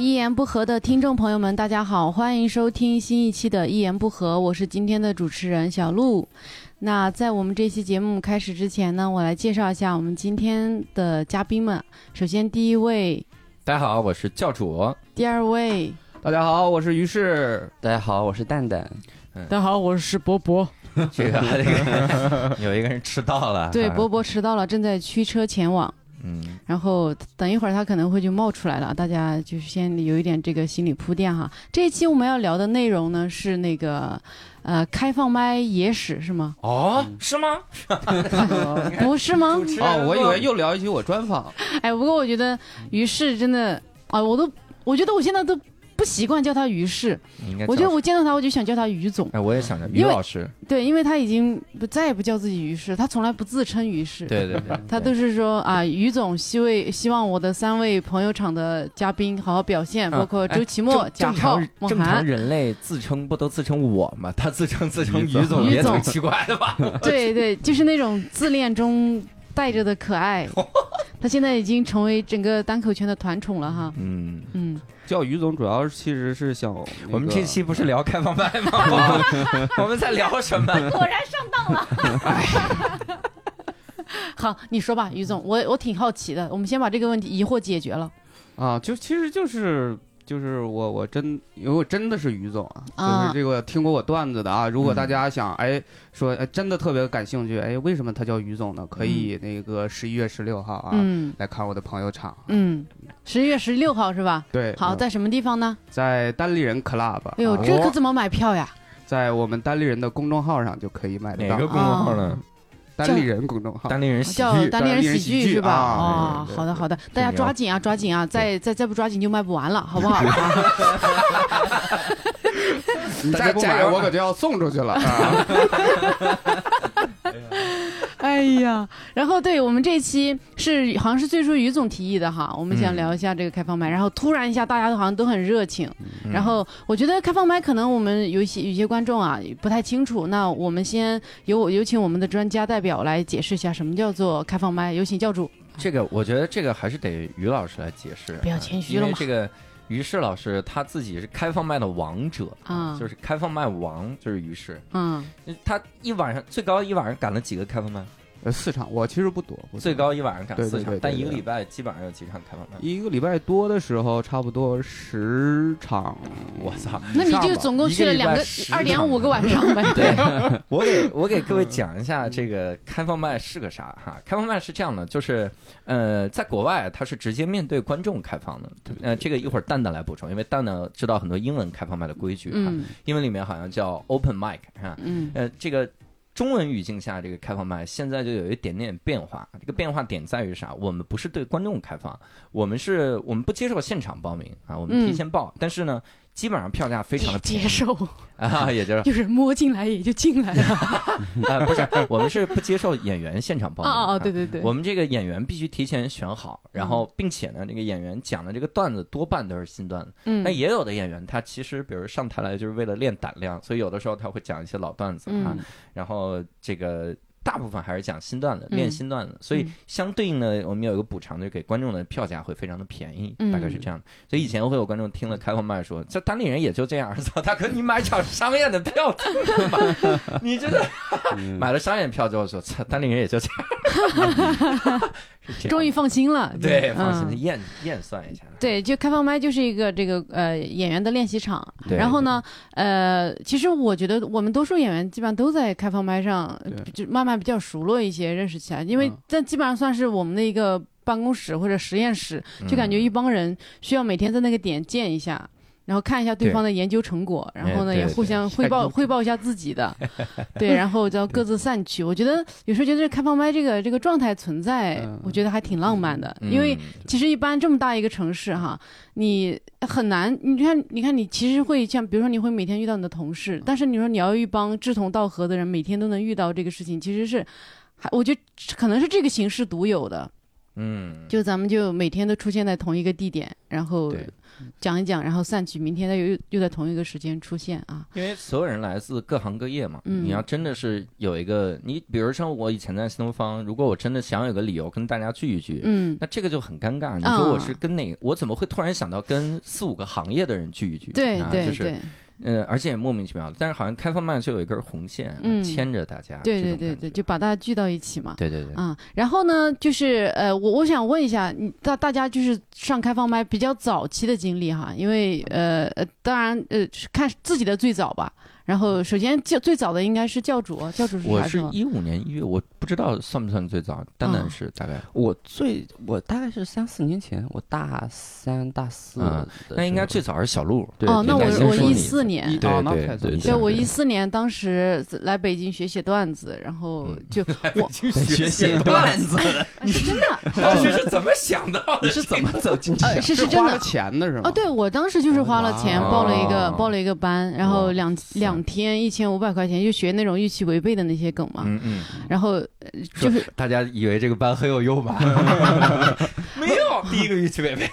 言不合的听众朋友们，大家好，欢迎收听新一期的《一言不合》，我是今天的主持人小鹿。那在我们这期节目开始之前呢，我来介绍一下我们今天的嘉宾们。首先，第一位，大家好，我是教主。第二位，大家好，我是于适。大家好，我是蛋蛋。嗯大家好，我是博博。这个这个有一个人迟到了，啊对，博博迟到了，正在驱车前往。嗯，然后等一会儿他可能会就冒出来了，大家就是先有一点这个心理铺垫哈。这一期我们要聊的内容呢是那个，呃，开放麦野史是 吗？哦是吗？不是吗？ 哦，我以为又聊一期我专访。哎，不过我觉得于适真的啊，我都我觉得我现在都不习惯叫他于适，你应该我觉得叫我见到他我就想叫他于总，哎，我也想着因为于老师，对，因为他已经不再也不叫自己于适，他从来不自称于适，对对对，他都是说啊，于总希位希望我的三位朋友场的嘉宾好好表现，嗯包括周奇墨、贾正正浩常、孟正常涵，人类自称不都自称我吗？他自称自称于总于也总挺奇怪的吧？对 对，就是那种自恋中带着的可 爱。他现在已经成为整个单口圈的团宠了哈，嗯，嗯，叫于总主要其实是想那个我们这期不是聊开放麦吗？我们在聊什么？果然上当了。好，你说吧，于总，我我挺好奇的，我们先把这个问题疑惑解决了。啊，就其实就是就是我我真因为我真的是于总啊，啊就是这个听过我段子的嗯啊，如果大家想哎说哎真的特别感兴趣，哎为什么他叫于总呢？可嗯以那个十一月十六号啊、嗯来看我的朋友场，嗯，十一月十六号是吧？对，嗯好，在什么地方呢？在单立人 club，哦哎呦，这可怎么买票呀？在我们单立人的公众号上就可以买得到哪个，公众号呢？单立人公众号。当地人喜啊叫剧单立人喜单立人喜剧是吧？啊哦对对，对好的好的，大家对抓紧啊抓紧啊，再再再不抓紧就卖不完了，好不好？你大家再不加买，油啊我可就要送出去了啊！ 哎呀，然后对我们这期是好像是最初于总提议的哈，我们想聊一下这个开放麦，然后突然一下大家都好像都很热情，嗯然后我觉得开放麦可能我们有一些有一些观众啊不太清楚，那我们先由我有请我们的专家代表来解释一下什么叫做开放麦，有请教主，这个我觉得这个还是得于老师来解释，啊不要谦虚了因为嘛这个于适老师他自己是开放麦的王者啊就是开放麦王，就是于适。嗯，他一晚上最高一晚上赶了几个开放麦？ 呃四场我其实不多，不多最高一晚上赶对对四对场对，但对一个礼拜基本上有几场开放麦？一个礼拜多的时候，差不多十场。我操！啊那你上就吧总共去了两个一个二礼拜点五个晚上呗，对， 我给我给各位讲一嗯下这个开放麦是个啥哈？开放麦是这样的，就是呃，在国外它是直接面对观众开放的，呃，这个一会儿蛋蛋来补充，因为蛋蛋知道很多英文开放麦的规矩哈，嗯英文里面好像叫 open mic 哈，嗯呃，这个中文语境下这个开放麦现在就有一点点变化，这个变化点在于啥？我们不是对观众开放，我们是我们不接受现场报名啊，我们嗯提前报，但是呢，基本上票价非常的便接宜受， 啊，也就是有人摸进来也就进 来了，啊、不是，我们是不接受演员现场报哦名。哦哦，对啊对对，嗯我们这个演员必须提前选好，然后并且呢，这个演员讲的这个段子多半都是新段子。嗯那、也有的演员他其实，比如上台来就是为了练胆量，所以有的时候他会讲一些老段子啊。嗯然后这个大部分还是讲新段子，嗯练新段子，所以嗯相对应的我们有一个补偿，就是给观众的票价会非常的便宜，嗯大概是这样的。所以以前会有观众听了开放麦说，这单立人也就这样， 操，大哥你买场商演的票听听吧， 你真的嗯买了商演票之后说，操，单立人也就这样， 是这样终于放心了，对嗯放心验验算一下，对，就开放麦就是一个这个呃演员的练习场。对然后呢，呃，其实我觉得我们多数演员基本上都在开放麦上，就慢慢比较熟络一些，认识起来，因为嗯这基本上算是我们的一个办公室或者实验室，嗯就感觉一帮人需要每天在那个点见一下。然后看一下对对哎方的研究成果，然后呢对也对互相汇报汇报一下自己 的，对，然后就各自散去。我觉得有时候觉得这开放麦这个这个状态存在嗯，我觉得还挺浪漫的，嗯因为其实一般这么大一个城市哈，你很难，你看，你看，你其实会像，比如说你会每天遇到你的同事，嗯但是你说你要一帮志同道合的人，每天都能遇到这个事情，其实是，还我觉得可能是这个形式独有的。嗯，就咱们就每天都出现在同一个地点，然后对讲一讲，然后散去，明天再又又在同一个时间出现啊。因为所有人来自各行各业嘛，嗯你要真的是有一个，你比如像我以前在新东方，如果我真的想有个理由跟大家聚一聚，嗯，那这个就很尴尬。你啊说我是跟哪？我怎么会突然想到跟四五个行业的人聚一聚？对啊、对就是对呃，而且也莫名其妙的。但是好像开放麦就有一根红线、嗯牵着大家，对这对种对感对，觉就把大家聚到一起嘛。对对对，啊、然后呢，就是呃，我我想问一下，你大大家就是上开放麦比较早期的经历哈，因为呃呃，当然呃是看自己的最早吧。然后首先教最早的应该是教主，教主是我啥时是候？一五年一月，我不知道算不算最早，单啊单是大概，我最我大概是三四年前，我大三大嗯四的时候，那应该最早是小鹿，对哦，那对我对先我说一你四年，一对哦那对太早对了对，我对一四年当时来北京学写段子，然后嗯就我学写 段 子，哎是真的当时是怎么想到的？你是怎么走进去呃的？是是真花了的钱的是吗？哦，对我当时就是花了钱哇报了一个哦报了一个班，然后哇两塞两天一千五百块钱，就学那种预期违背的那些梗嘛，嗯嗯，然后呃就是大家以为这个班很有用吧？没有，第一个预期违背。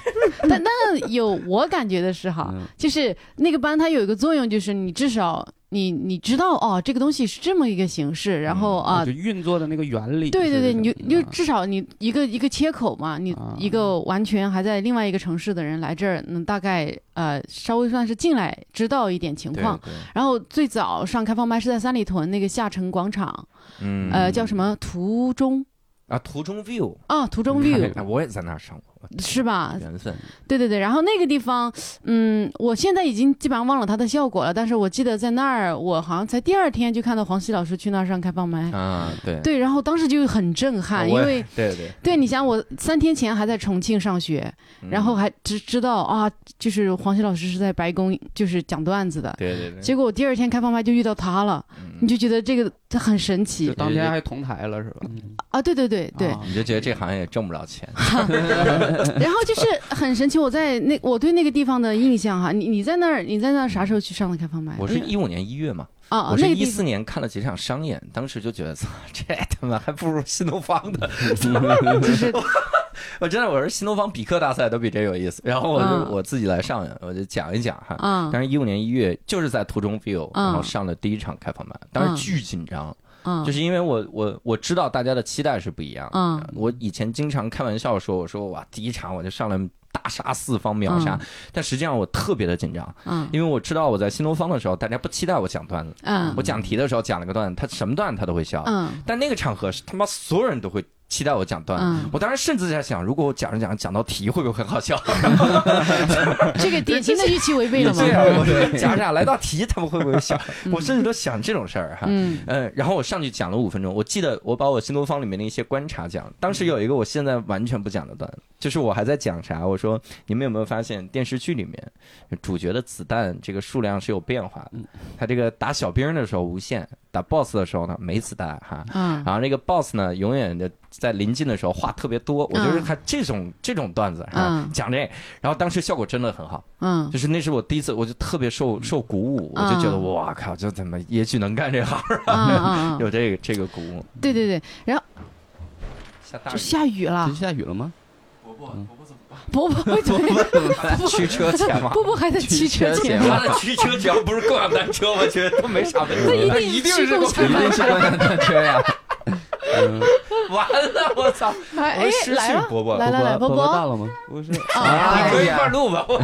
但但 有我感觉的是哈，嗯就是那个班它有一个作用，就是你至少你你知道哦，这个东西是这么一个形式，然后啊就运作的那个原理。对对对，是啊你就什么你就至少你一个一个切口嘛，你啊一个完全还在另外一个城市的人来这儿，能大概呃稍微算是进来知道一点情对况。对然后最早上开放麦是在三里屯那个下城广场，嗯呃叫什么途中啊，途中 view 啊途中你看 view 啊那哎我也在那儿上过，是吧？缘分。对对对，然后那个地方，嗯，我现在已经基本上忘了它的效果了，但是我记得在那儿，我好像才第二天就看到黄西老师去那儿上开放麦，啊，对，嗯对，然后当时就很震撼，因我也为。对对，嗯对，你想我三天前还在重庆上学，然后还还只知道啊，就是黄西老师是在白宫就是讲段子的，对嗯对对，结果我第二天开放麦就遇到他了，你就觉得这个他很神就奇当天还同台了是吧？啊，对对对对，啊你就觉得这行业也挣不了钱， 然后就是很神奇，我在那我对那个地方的印象哈，你你在那儿你在那儿啥时候去上的开放麦？我是嗯一五年一月嘛，啊啊我是那个一地四方年看了几场商演，当时就觉得，操，这他妈还不如新东方的。 就是 我真的，我说新东方比克大赛都比这有意思。然后我就、嗯我自己来上演，我就讲一讲哈。啊但是，一五年一月就是在途中 view，、嗯然后上了第一场开放麦，当时巨紧张，啊就是因为我我我知道大家的期待是不一样的。啊我以前经常开玩笑说，我说哇，第一场我就上来大杀四方秒杀，嗯但实际上我特别的紧张，啊因为我知道我在新东方的时候，大家不期待我讲段子，嗯我讲题的时候讲了个段子，他什么段子他都会笑，嗯但那个场合是他妈所有人都会期待我讲段子。嗯，我当时甚至在想，如果我讲着讲着讲到题，会不会很好笑？嗯这个典型的预期违背了吗？ 对啊，我就讲着讲来到题，他们会不会笑？嗯我甚至都想这种事儿哈。嗯呃，然后我上去讲了五分钟，我记得我把我新东方里面的一些观察讲，当时有一个我现在完全不讲的段，就是我还在讲啥，我说你们有没有发现电视剧里面主角的子弹这个数量是有变化嗯的，他这个打小兵的时候无限，打 BOSS 的时候呢没子弹哈。啊然后那个 boss 呢，永远的在临近的时候话特别多，我就是看这种这种段子，啊嗯，讲这，然后当时效果真的很好，嗯啊就是那是我第一次，我就特别受受鼓舞，我就觉得嗯哇靠，就怎么也许能干这行，啊啊，有这个这个鼓舞。对对对，然后下大就下雨了这，下雨了吗？伯伯会怎么样？雨，驱车前往。伯伯还在骑车前他往，的驱车只要不是共享单车，我觉得都没啥问这题。一定是共享一定是共享单车呀！完了，我操！哎我哎失来去了伯伯来 来来，伯伯伯到伯了吗？我是啊，你们一块录吧。我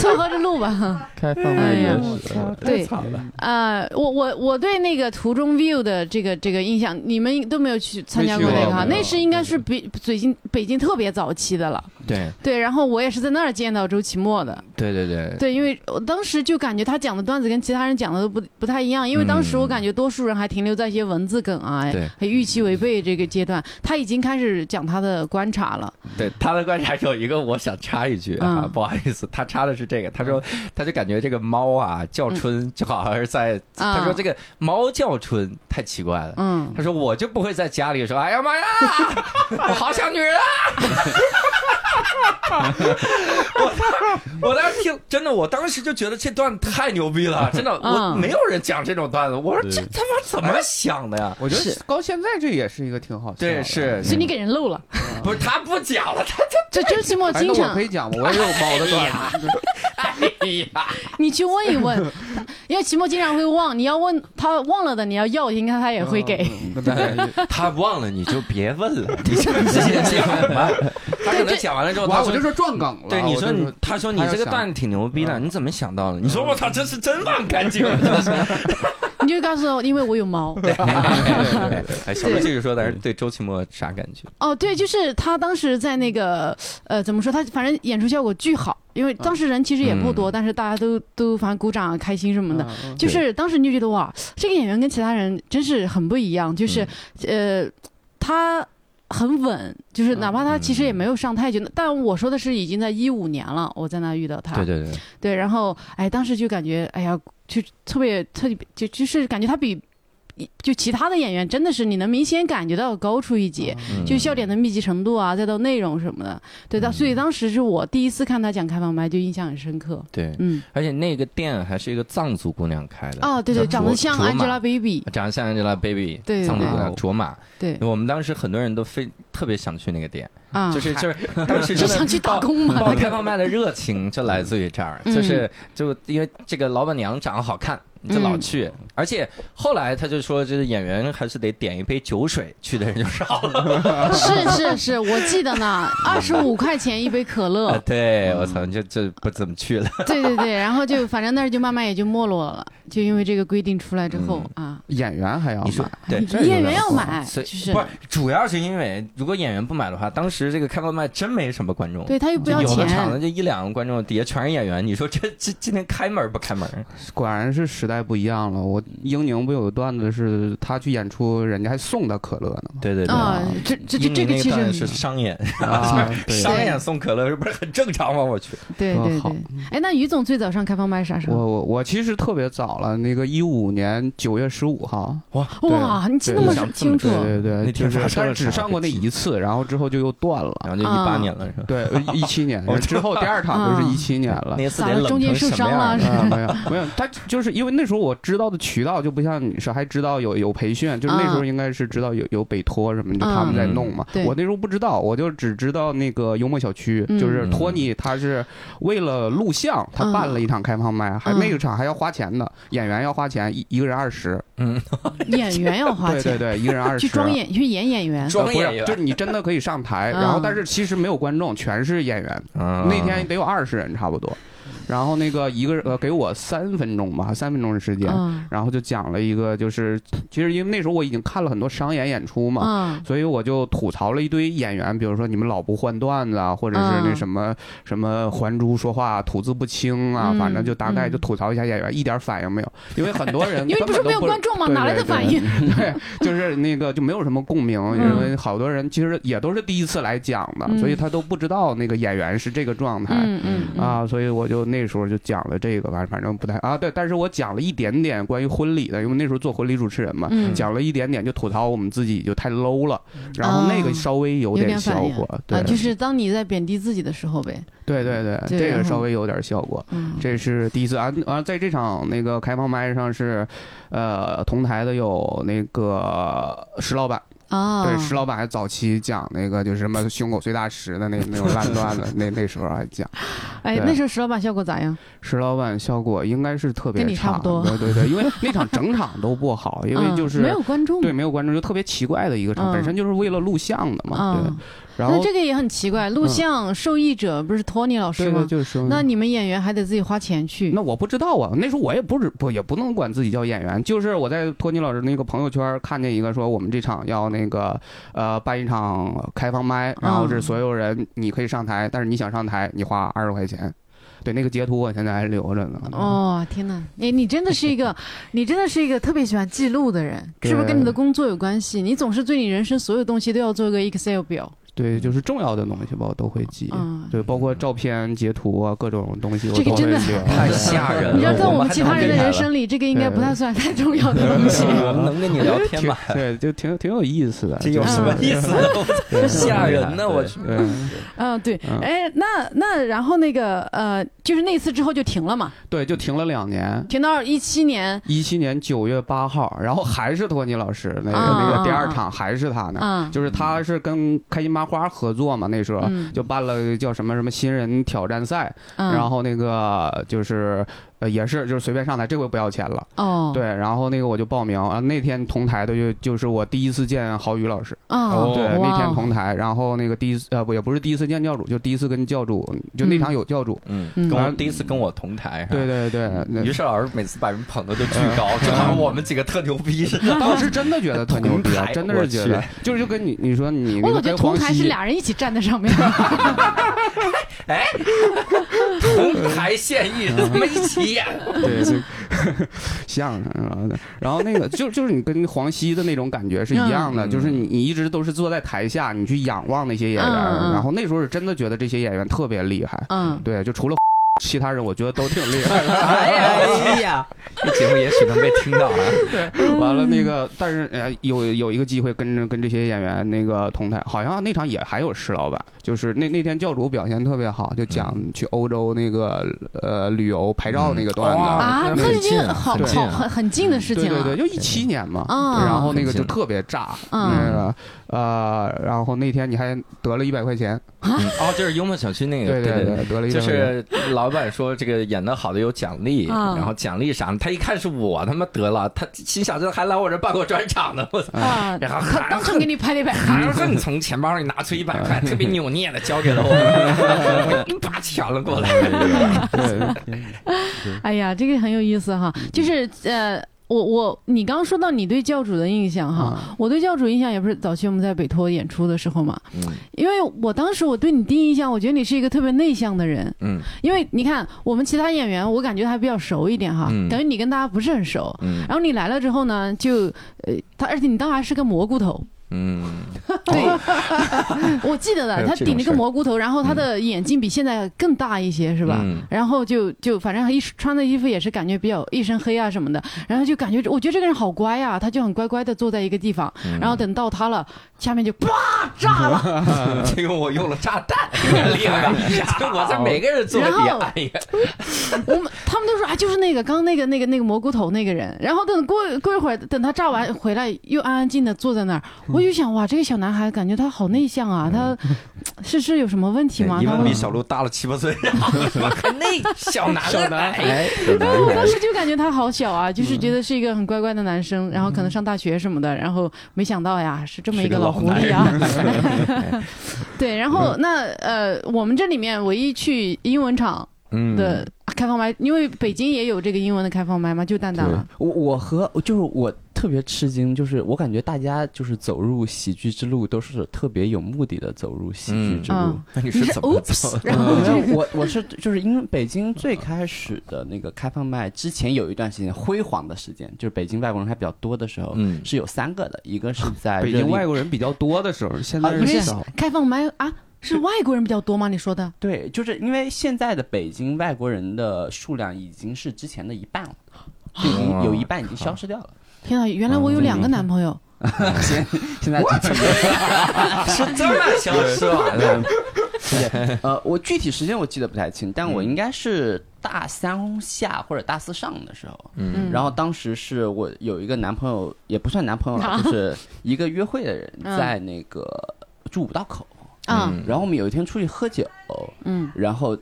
凑合着录吧。开放哎麦也是是对惨了。啊，我我我对那个途中 view 的这个这个印象，你们都没有去参加过那个哈，没去过没有那是应该是比北京北京特别早期的了。对对，然后我也是在那儿见到周奇墨的。对对对，对，因为我当时就感觉他讲的段子跟其他人讲的都不不太一样，因为当时我感觉多数人还停留在一些文字梗啊，对还预期违背这个阶段，他已经开始讲他的观察了。对，他的观察有一个，我想插一句啊，嗯不好意思，他插的是这个，他说他就感觉这个猫啊嗯叫春就好像是在，啊他说这个猫叫春太奇怪了。嗯， 他说我就不会在家里说，哎呀妈呀，我好想女人啊。 我当时听，真的，我当时就觉得这段太牛逼了，真的，嗯我没有人讲这种段子，我说对这他妈怎么想的呀？我觉是得到现在这也是一个挺好笑的。对，是， 所以你给人漏了。不是他不讲了，他这周期末哎，那经我常可以讲吗？我也有猫的 段子。哎呀，你去问一 问，因为期末经常会忘，你要问他忘了的，你要要，应该他也会给。嗯。对 他忘了你就别问了，你就直接讲吧。他可能讲完了之后，我哦他说我就。说撞梗了。对，你我说就你，他说你这个段子挺牛逼的，嗯你怎么想到的？你说我操，这是真忘干净啊了，真是。哦你就告诉我，因为我有猫。 哎，小鹿继续说，但是对周奇墨啥感觉？哦，对，就是他当时在那个呃，怎么说？他反正演出效果巨好，因为当时人其实也不多，嗯但是大家都都反正鼓掌啊、开心什么的。嗯嗯就是当时你就觉得哇，这个演员跟其他人真是很不一样，嗯就是、嗯呃，他很稳，就是嗯哪怕他其实也没有上太久，但我说的是已经在一五年了，我在那遇到他，对对，对然后哎，当时就感觉哎呀，就特别特别就就是感觉他比就其他的演员真的是你能明显感觉到高出一截，嗯就笑点的密集程度啊，再到内容什么的，对的，嗯所以当时是我第一次看他讲开放麦，就印象很深刻。对，嗯，而且那个店还是一个藏族姑娘开的哦，对对，叫长卓得像卓玛 Angelababy，长得像 Angelababy，对对藏族姑对娘卓玛。对我们当时很多人都非特别想去那个店，啊，嗯 就是就是当时 就真的想去打工 嘛报。报开放麦的热情就来自于这儿，嗯就是就因为这个老板娘长得好看。就老去，嗯而且后来他就说，这个演员还是得点一杯酒水，去的人就少了。，是是是，我记得呢，二十五块钱一杯可乐对，我操，就就不怎么去了。 对对对，然后就反正那儿就慢慢也就没落了，就因为这个规定出来之后啊，演员还要你说买，嗯对，演员要买，所就以是不是，主要是因为如果演员不买的话，当时这个开放麦真没什么观众。对他又不就要有的场子钱，就一两个观众，底下全是演员，你说这这今天开门不开门？果然是时代不一样了。我英宁不有个段子是他去演出，人家还送他可乐 呢对对啊，这这这这英宁那其当然实是商演，吗？啊，对商演送可 乐是不是很正常吗？我去，对多对好对。哎，那于总最早上开放麦啥时我候？我我其实特别早了，那个一五年九月十五号，对哇，你记得那对么清楚对，对那对，天就是发生了但只啥上过那一次，然后之后就又断然后了。就一嗯八年了是吧？对，呃 一七年我，之后第二场就是一七年了。那次咋得了？冷中间成受什么伤样了儿？是啊，吧？没有没有，他就是因为那时候我知道的渠道就不像你是还知道有有培训，就是那时候应该是知道有有北托什么，就他们在弄嘛嗯。对我那时候不知道，我就只知道那个幽默小区，嗯就是托尼他是为了录像，他办了一场开放麦，还嗯那个场还要花钱的，演员要花钱，一一个人二十，嗯， 演员要花对对钱对，一个人二十。 啊去装演去演演员，装呃不是演员就是你真的可以上台，嗯然后但是其实没有观众，全是演员。那那天得有二十人差不多，然后那个一个人呃给我三分钟吧，三分钟的时间，嗯然后就讲了一个就是，其实因为那时候我已经看了很多商演演出嘛。嗯所以我就吐槽了一堆演员，比如说你们老不换段子啊，或者是那嗯什么、什么还珠说话吐字不清啊，嗯反正就大概嗯就吐槽一下演员，一点反应没有，因为很多 人因为根不本是都没有观众吗？对哪来对的对哎反应？ 对，就是那个就没有什么共鸣，嗯因为好多人其实也都是第一次来讲的，嗯所以他都不知道那个演员是这个状态。嗯嗯嗯啊，所以我就那时候就讲了这个吧，反正不太啊，对，但是我讲了一点点关于婚礼的，因为那时候做婚礼主持人嘛，嗯讲了一点点就吐槽我们自己就太 low 了，然后那个稍微有哦有点效反应果，对、啊，就是当你在贬低自己的时候呗。对对对，对这然个后稍微有点效果。嗯，这是第一次啊啊，在这场那个开放麦上是，呃，同台的有那个石老板，啊，对，石老板还早期讲那个就是什么胸口碎大石的那那种烂段子，那那时候还讲。哎，对那时候石老板效果咋样？石老板效果应该是特别跟你差差不多对对对，因为那场整场都不 好，因为就嗯没是有观众对没有观众，就特别奇怪的一个场，嗯本身就是为了录像的嘛，对啊。。然那后这个也很奇怪，录嗯像受益者不是托尼老师对对吗？就是那你们演员还得自己花钱去。那我不知道啊，那时候我也不是不也不能管自己叫演员，就是我在托尼老师那个朋友圈看见一个说我们这场要那个呃办一场开放麦，然后嗯是所有人你可以上台，但是你想上台你花二十块钱。对，那个截图我现在还留着呢。哦，天哪！哎，你真的是一个， 你真的是一个特别喜欢记录的人，是不是跟你的工作有关系？你总是对你人生所有东西都要做个 Excel 表。嗯对，就是重要的东西吧，我都会记。嗯对，包括照片、截图啊，各种东西我这个都会真的 留。太吓 呃人了。你知道，在我我们们还其他人的能人厉害了，生里，这个应该不太算太重要的东西。我们能跟你聊天 挺吗？对，就挺挺有意思的。这有什么意思呢？对吓人呢！我对去，对， 嗯，对，嗯哎，那那然后那个呃，就是那次之后就停了嘛，对，就停了两年。停到一七年一七年九月八号，然后还是托尼老师那个、啊那个第二场还是他呢，啊，嗯就是他是跟开心麻花合作嘛，那时候。嗯，就办了叫什么什么新人挑战赛，嗯然后那个就是呃也是就是随便上台，这回不要钱了，哦，对，然后那个我就报名啊，那天同台的就就是我第一次见郝宇老师，哦，对，哇那天同台，然后那个第一次呃不也不是第一次见教主，就第一次跟教主，就那场有教主，嗯，嗯跟我第一次跟我同台，对。对对，那嗯于是老师每次把人捧的都巨高，就好像我们几个特牛逼似的。当时真的觉得特牛逼同啊，台真的是觉我得，就是就跟你你说你，我你总觉得跟同黄台是西俩人一起站在上面， 同台现役，他妈一起演。 对，就相声然后然后那个就就是你跟黄西的那种感觉是一样的，嗯就是你你一直都是坐在台下，你去仰望那些演员，嗯嗯然后那时候是真的觉得这些演员特别厉害，嗯，对，就除了 其他人，我觉得都挺厉害 的。哎呀， 这节目也许能被听到啊。 完了那个，但是呃，有有一个机会跟着跟这些演员那个同台，好像那场也还有石老板，就是那那天教主表现特别好，就讲嗯去欧洲那个呃旅游拍照那个段子。哇啊，那那很已经近啊好很近好啊很很近的事对情对对，了，就一七年嘛，嗯然后那个很就近特别炸，嗯那个呃，然后那天你还得了一百块钱，哦，就是幽默小区哎那个，对对对，得了一就百块钱。是 老板说这个演的好的有奖励，啊然后奖励啥？他一看是我他妈得了，他心想这还来我这办过专场呢， 我操！啊，然后他当场给你拍了一百，含恨从钱包里拿出一百块，特别扭捏的交给了我，我一把抢了过来。 对 哎呀，这个很有意思哈，嗯就是呃。我我你刚刚说到你对教主的印象哈，啊我对教主印象也不是早期我们在北托演出的时候嘛，嗯因为我当时我对你第一印象，我觉得你是一个特别内向的人，嗯因为你看我们其他演员，我感觉还比较熟一点哈，嗯感觉你跟大家不是很熟。嗯然后你来了之后呢，就呃，他而且你当时还是个蘑菇头，嗯，对，我记得还的，有他这种顶着事个儿蘑菇头，然后他的眼睛比现在更大一 些，是吧？嗯然后就就反正一穿的衣服也是感觉比较一身黑啊什么的，然后就感觉我觉得这个人好乖啊，他就很乖乖的坐在一个地方，嗯然后等到他了，下面就啪炸了，啊这个我用了炸弹，厉害吧？我在每个人做的底下，哎呀，我们他们都说啊，就是那个刚刚那个那个那个蘑菇头那个人。然后等过过一会儿，等他炸完回来，又安安静的坐在那儿。我就想，哇，这个小男孩感觉他好内向啊，他是是有什么问题吗？因他为会比小鹿大了七八岁，那小男哎小男孩， 然后我当时就感觉他好小啊，就是觉得是一个很乖乖的男生，然后可能上大学什么的，然后没想到呀，嗯是这么一老狐狸啊。 对，然后那呃，我们这里面唯一去英文场嗯的开放麦，因为北京也有这个英文的开放麦嘛，就蛋蛋了。我我和就是我特别吃惊，就是我感觉大家就是走入喜剧之路都是特别有目的的走入喜剧之路。嗯那你你是 oops，然 后就没有我我是就是因为北京最开始的那个开放麦之前有一段时间辉煌的时间，就是北京外国人还比较多的时候，嗯是有三个的，一个是在北热京力外国人比较多的时候，现啊在不不是是少。开放麦啊？是外国人比较多吗？你说的？对，就是因为现在的北京外国人的数量已经是之前的一半了，就已哦经有一半已经消失掉了。天啊，原来我有两个男朋友。现现在 只剩是这么啊消失完了。呃，我具体时间我记得不太清，但我嗯应该是大三下或者大四上的时候。嗯，然后当时是我有一个男朋友，也不算男朋 友了，就是一个约会的人，嗯在那个住五道口。啊，嗯然后我们有一天出去喝酒，嗯，然后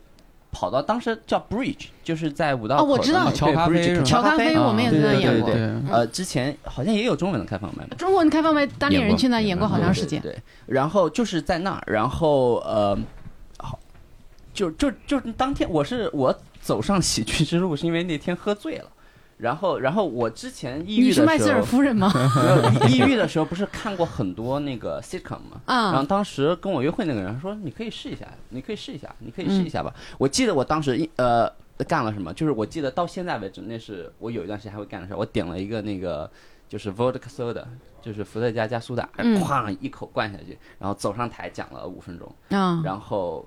跑到当时叫 Bridge，就是在五道哦口我知道的那个乔咖啡 Bridge 是吧乔咖啡我们也啊对在那对演对过。对。呃，之前好像也有中文的开放麦嘛。中文开放麦单立人去那演过好长时间。对，对对然后就是在那儿，然后呃，好，就就就当天我是我走上喜剧之路，是因为那天喝醉了。然后，然后我之前抑你郁是的麦瑟时尔候，夫人吗？ 没有抑郁的时候不是看过很多那个 sitcom 吗？然后啊，当时跟我约会那个人说：“你可以试一下，你可以试一下，你可以试一下吧。嗯我记得我当时一呃干了什么，就是我记得到现在为止，那是我有一段时间还会干的事儿。我点了一个那个。就是 vodka soda，就是伏特加加苏打，嗯哐一口灌下去，然后走上台讲了五分钟，啊然后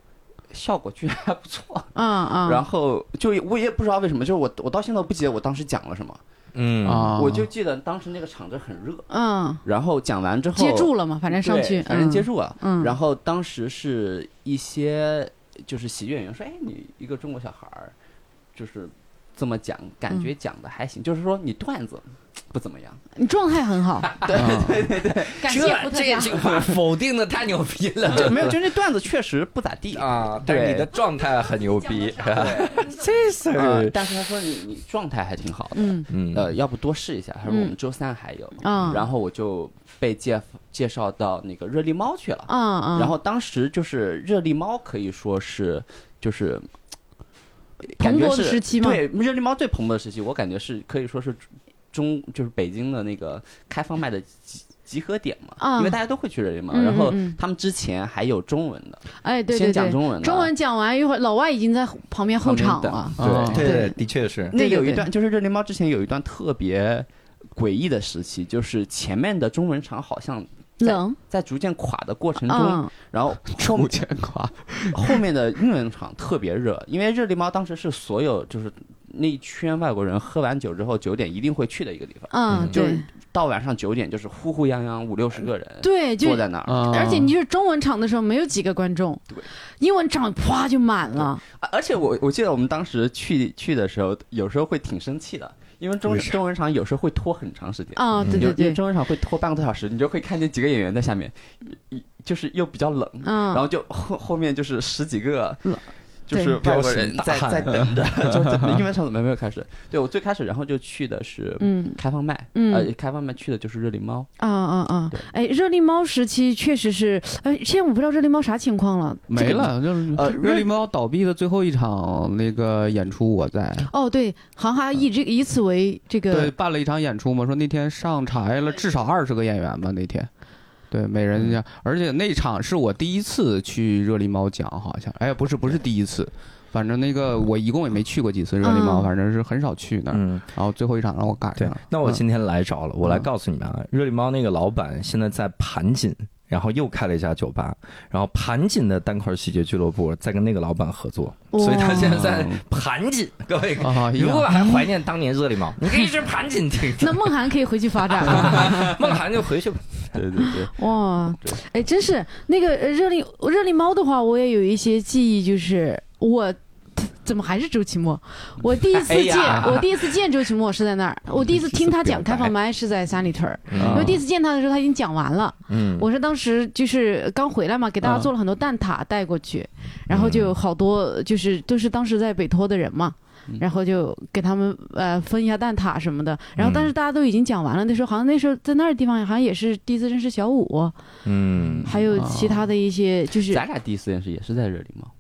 效果居然还不错。啊啊！然后就我也不知道为什么，就是我我到现在都不记得我当时讲了什么，嗯哦啊，我就记得当时那个场子很热，嗯，然后讲完之后接住了嘛，反正上对去，反正接嗯住了。嗯然后当时是一些就是喜剧演员说：“哎，你一个中国小孩儿，就是这么讲，感嗯觉讲的还行，就是说你段子不怎 么样。你状态很 好，啊 对，感谢这伏特这加。句话否定的太牛逼 了，就没有，就那段子确实不咋地。啊！但是对你的状态很牛 逼，这事啊儿，但是他说你你状态还挺好的，嗯 嗯呃，要不多试一下。他说嗯我们周三还有，啊然后我就被介介绍到那个热力猫去了。啊啊！然后当时就是热力猫可以说是就是蓬感觉勃的是时期吗对，热力猫最蓬勃的时期，我感觉是可以说是中就是北京的那个开放麦的集集合点嘛，啊因为大家都会去热力猫，嗯然后嗯嗯他们之前还有中文的，哎，对对先讲对，中文的，啊中文讲完一会儿，老外已经在旁边候旁边场等了。啊对。哦对的确是那对对有一对段就是热力猫之前有一段特别诡异的时期，就是前面的中文场好像在冷，在逐渐垮的过程中，嗯然后后出钱 夸，后面的英文场特别热，因为热力猫当时是所有就是那一圈外国人喝完酒之后九点一定会去的一个地方，嗯，就是对到晚上九点就是呼呼泱泱五六十个人对，就坐在那儿，啊而且你就是中文场的时候没有几个观众，对，英文场啪就满了，啊而且我我记得我们当时去去的时候，有时候会挺生气的，因为中为啥中文场有时候会拖很长时间。啊，对有对有对，中文场会拖半个多小时，你就会看见几个演员在下面，一一就是又比较冷，嗯，然后就后后面就是十几个冷，就是对外国人彪形大在汉在等 着，就怎么因为上次没没有开始。对我最开始，然后就去的是嗯开放麦，嗯呃，开放麦去的就是热力猫，啊啊啊对！哎，热力猫时期确实是，哎，现在我不知道热力猫啥情况了，没了，就是呃热力猫倒闭的最后一场那个演出我在，哦，对，航还以这个以此为这对，个，办了一场演出嘛，说那天上台了至少二十个演员吧，那天。对，每嗯人家，而且那场是我第一次去热力猫讲，好像，哎，不是，不是第一次，反正那个我一共也没去过几次热力猫，嗯反正是很少去那儿。嗯，然后最后一场让我赶对上了。。那我嗯今天来着了，我来告诉你们啊，热力猫那个老板现在在盘锦。然后又开了一家酒吧，然后盘锦的单口喜剧俱乐部在跟那个老板合作，哇所以他现在在盘锦。各位，啊，一如样果还怀念当年热力猫，你可以去盘锦 听听 那。梦涵可以回去发展 了。梦涵就回去吧。对对对，哇对，哎，真是那个呃热力热力猫的话，我也有一些记忆，就是我。怎么还是周奇墨？我第一次哎见、呀我第一次见周奇墨是在那儿，我第一次听他 讲开放麦是在三里屯儿。啊因为第一次见他的时候他已经讲完了，嗯，我是当时就是刚回来嘛，给大家嗯做了很多蛋挞带过去，然后就有好多就是都是当时在北托的人嘛嗯。然后就给他们呃分一下蛋挞什么的，然后但是大家都已经讲完了。那时候好像那时候在那儿地方好像也是第一次认识小五，嗯，还有其他的一些就是咱俩第一次认识也是在热力猫，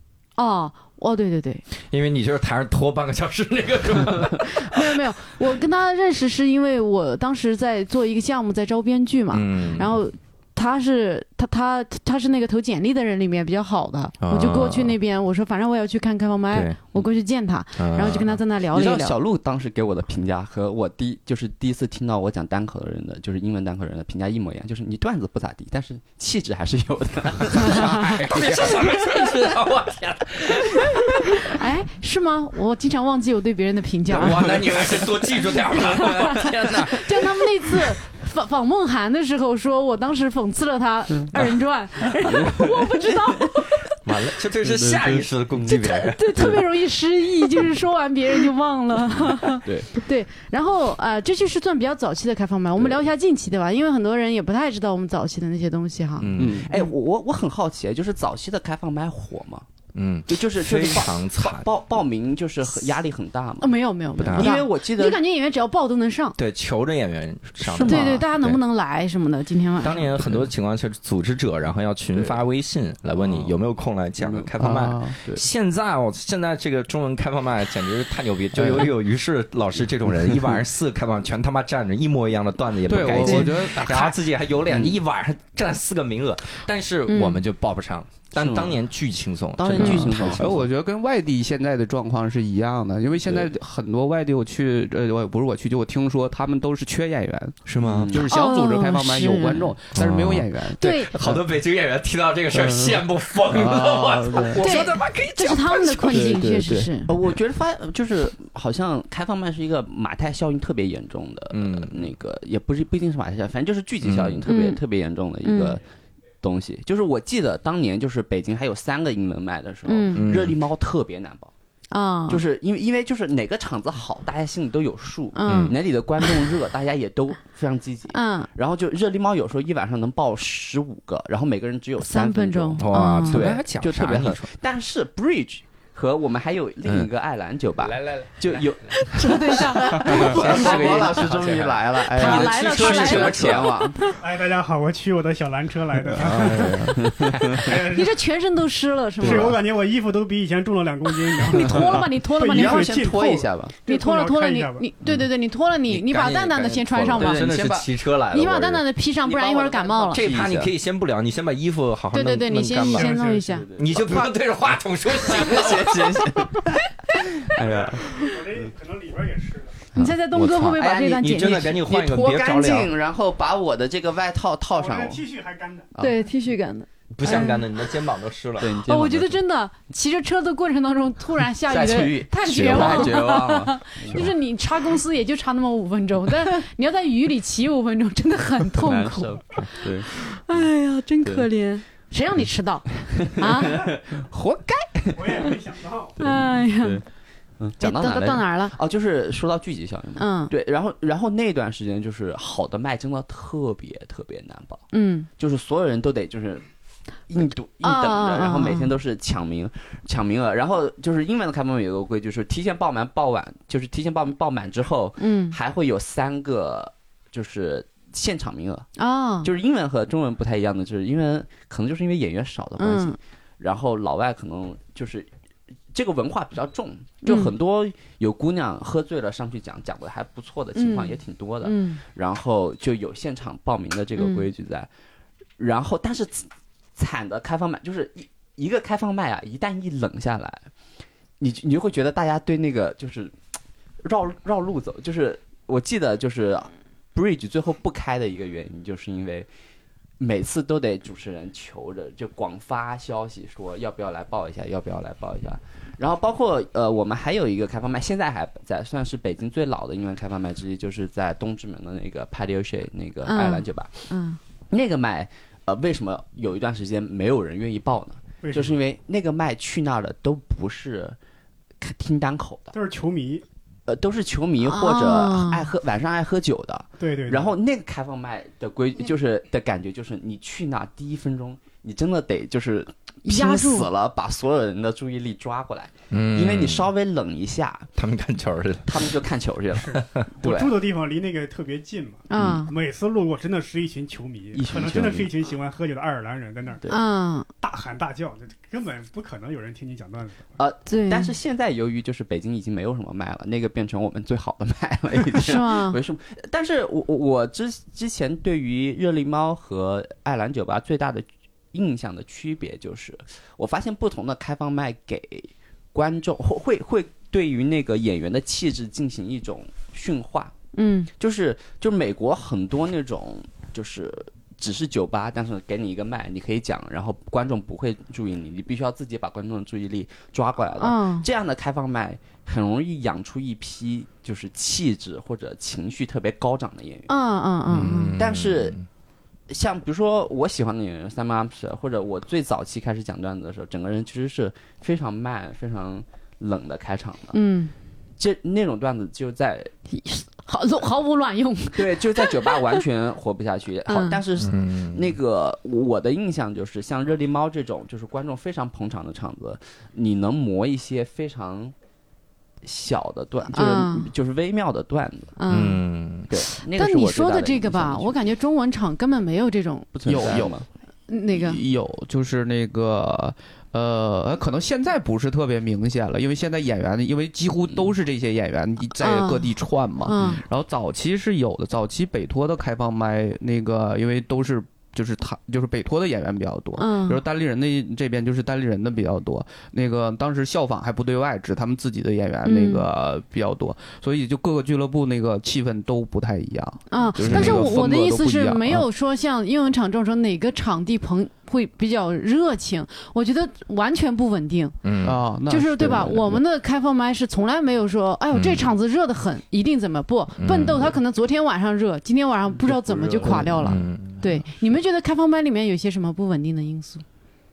哦哦对对对，因为你就是台上拖半个小时那个是吧？没有没有，我跟他认识是因为我当时在做一个项目在招编剧嘛， 嗯然后他是他他他是那个投简历的人里面比较好的，啊我就过去那边，我说反正我也要去看开放麦对，嗯我过去见他，哎然然后就跟他在那聊你了知一道聊。小鹿当时给我的评价和我第一就是第一次听到我讲单口的人的，就是英文单口人的评价一模一样，就是你段子不咋地，但是气质还是有的。到 底是什么兴趣啊？我天！哎，是吗？我经常忘记我对别人的评价。哇，那你还是多记住点儿吧。天哪！就他们那次访访梦涵的时候，说我当时讽刺了他二人转， 我不知道， 完了，这这是下意识的攻击别人。对，特别容易失忆，就是说完别人就忘了。对 对，然后呃，这就是算比较早期的开放麦。我们聊一下近期的吧，因为很多人也不太知道我们早期的那些东西哈。嗯嗯， 哎，我我我很好奇，就是早期的开放麦火吗？嗯，就就是就非是报常惨。报报名就是很压力很大嘛啊，。没有没有，没大有不因大为我记你得就感觉演员只要报都能上。对，求着演员上是的。吗对对，大家能不能来什么的？今天晚上当年很多情况是组织者，然后要群发微信来问你有没有空来讲个开放麦。啊现在我现在这个中文开放麦简直是太牛逼，就有有于是老师这种人，一晚上四个开放全他妈站着一模一样的段子也不对改我我进觉，得然后自己还有脸一晚上占四个名额，但是我们就报不上，但是吗当年巨轻松，当年真的巨轻太松 所以我觉得跟外地现在的状况是一样的，因为现在很多外地我去，呃，我不是我去，就我听说他们都是缺演员，是吗嗯？就是想组织开放哦班是有观众，但是没有演员。对，好多北京演员听到这个事儿羡慕疯了， 啊我操！对我说他妈可以 这是讲他们的困境，对对确实对是。呃， 我觉得发就是好像开放麦是一个马太效应特别严重的，嗯呃那个也不是不一定是马太效应，反正就是聚集效应嗯特别、嗯特别严重的一个东西。就是我记得当年就是北京还有三个英文麦的时候，嗯热力猫特别难报，啊，就是是因为因为就是哪个场子好，大家心里都有数，嗯哪里的观众热，大家也都非常积极。嗯，然后就热力猫有时候一晚上能报十五个，然后每个人只有三分分钟，哇嗯对对还，讲就特别啥你狠。但是 Bridge 和我们还有另一个爱兰酒吧，来来来，就有对上， 这个王老师终于来了，哎呀，他来了你的汽车是什么前 往？哎，大家好，我骑我的小蓝车来的。你这全身都湿了是是我吗？感觉我衣服都比以前重了两公斤，你知道吗？你脱了吧，你脱了吧，对你你一要会不儿先进脱扣一下吧，你脱了脱了，看一你 下吧你对对对，你脱了你你把蛋蛋的先穿上吧对，真的你是先把骑车来的，你把我蛋是蛋的披上，不然一会儿感冒了。这趴你可以先不聊，你先把衣服好好对弄对对，你弄先干你吧先弄一下，你就不要对着话筒说行了。行行行，哎呀，我这可能里边也是。你猜猜东哥会不会把这段你剪真进的去？赶紧换哎一你个，脱别着凉，干净，然后把我的这个外套套上我我。 T 恤还干的，啊对，T 恤感的。不像干的，你的肩膀都湿了。对，你哦，先我觉得真的，骑着车的过程当中，突然下下雨的雨太绝绝望绝了。望了，就是你差公司也就差那么五分钟，但是你要在雨里骑五分钟，真的很 痛难苦。受。对，哎呀，真可怜，谁让你迟 到啊？活该。我也没 想到。哎呀，对嗯，讲到哎哪到来到着？哪儿了？哦，就是说到聚集效应嘛。嗯对，然后然后那段时间就是好的麦真的特别特别难报。嗯就是所有人都得就是硬堵硬啊等啊着，啊然后每天都是抢名抢名额，然后就是英文的开放麦有个规矩是提前报满报晚，就是提前报报满之后嗯还会有三个就是。现场名额啊，就是英文和中文不太一样的，就是英文可能就是因为演员少的关系，嗯然后老外可能就是这个文化比较重，就嗯很多有姑娘喝醉了上去讲，讲的还不错的情况嗯也挺多的。嗯然后就有现场报名的这个规矩在。然后，但是惨惨的开放麦就是一一个开放麦啊，一旦一冷下来，你你就会觉得大家对那个就是绕绕路走，就是我记得就是 Bridge 最后不开的一个原因，就是因为。每次都得主持人求着，就广发消息说要不要来报一下，要不要来报一下。然后包括呃，我们还有一个开放麦，现在还在，算是北京最老的英文开放麦之一，就是在东直门的那个 Patio s h e 那个嗯爱尔兰酒吧。嗯那个麦，呃，为什么有一段时间没有人愿意报呢？为什就么是因为那个麦去那儿的都不是看听单口的，都是球迷，呃，都是球迷或哦者爱喝、晚上爱喝酒的。对对。对然后那个开放麦的规嗯就是的感觉，就是你去那儿第一分钟，你真的得就是压拼住死了把所有人的注意力抓过来，嗯因为你稍微冷一下，他们看球去了，他们就看球去了。我对，住的地方离那个特别近嘛，嗯啊每次路过真的是一群球迷一群，可能真的球迷是一群喜欢喝酒的爱尔兰人在那儿对啊，大喊大叫，根本不可能有人听你讲段子。对，但是现在由于就是北京已经没有什么麦了，那个变成我们最好的麦了，已是经。吗？为什么？但是我我我之之前对于热力猫和爱尔兰酒吧最大的印象的区别就是，我发现不同的开放麦给观众 会会会对于那个演员的气质进行一种驯化，嗯就是就美国很多那种就是只是酒吧，但是给你一个麦，你可以讲，然后观众不会注意你，你必须要自己把观众的注意力抓过来的。啊这样的开放麦很容易养出一批就是气质或者情绪特别高涨的演员。啊啊啊！但是像比如说我喜欢的演员 Sam a m s 或者我最早期开始讲段子的时候，整个人其实是非常慢、非常冷的开场的。嗯，这那种段子就在 毫毫无卵用。对，就在酒吧完全活不下去。好嗯，但是嗯那个我的印象就是，像热力猫这种就是观众非常捧场的场子，你能磨一些非常小的段，就是、啊就是微妙的段子。嗯，嗯，对，那个但是你我最说大的的这个印象吧，的我感觉中文场根本没有这种不存在有吗？那个。有，就是那个。呃，可能现在不是特别明显了，因为现在演员，因为几乎都是这些演员在各地串嘛。嗯然后早期是有的，早期北托的开放麦，那个因为都是就是他就是北托的演员比较多，嗯比如单立人的这边就是单立人的比较多。那个当时效仿还不对外，只他们自己的演员那个比较多，所以就各个俱乐部那个气氛都不太一样。啊就是，但是那个我我风的格意都思不一是样没啊有说像英文场这种说哪个场地朋会比较热情，我觉得完全不稳定，嗯，啊，那就是对吧？我们的开放麦是从来没有说，哎呦这嗯场子热得很，一定怎么不嗯笨豆他可能昨天晚上热，今天晚上不知道怎么就垮掉了。嗯对，你们觉得开放麦里面有些什么不稳定的因素？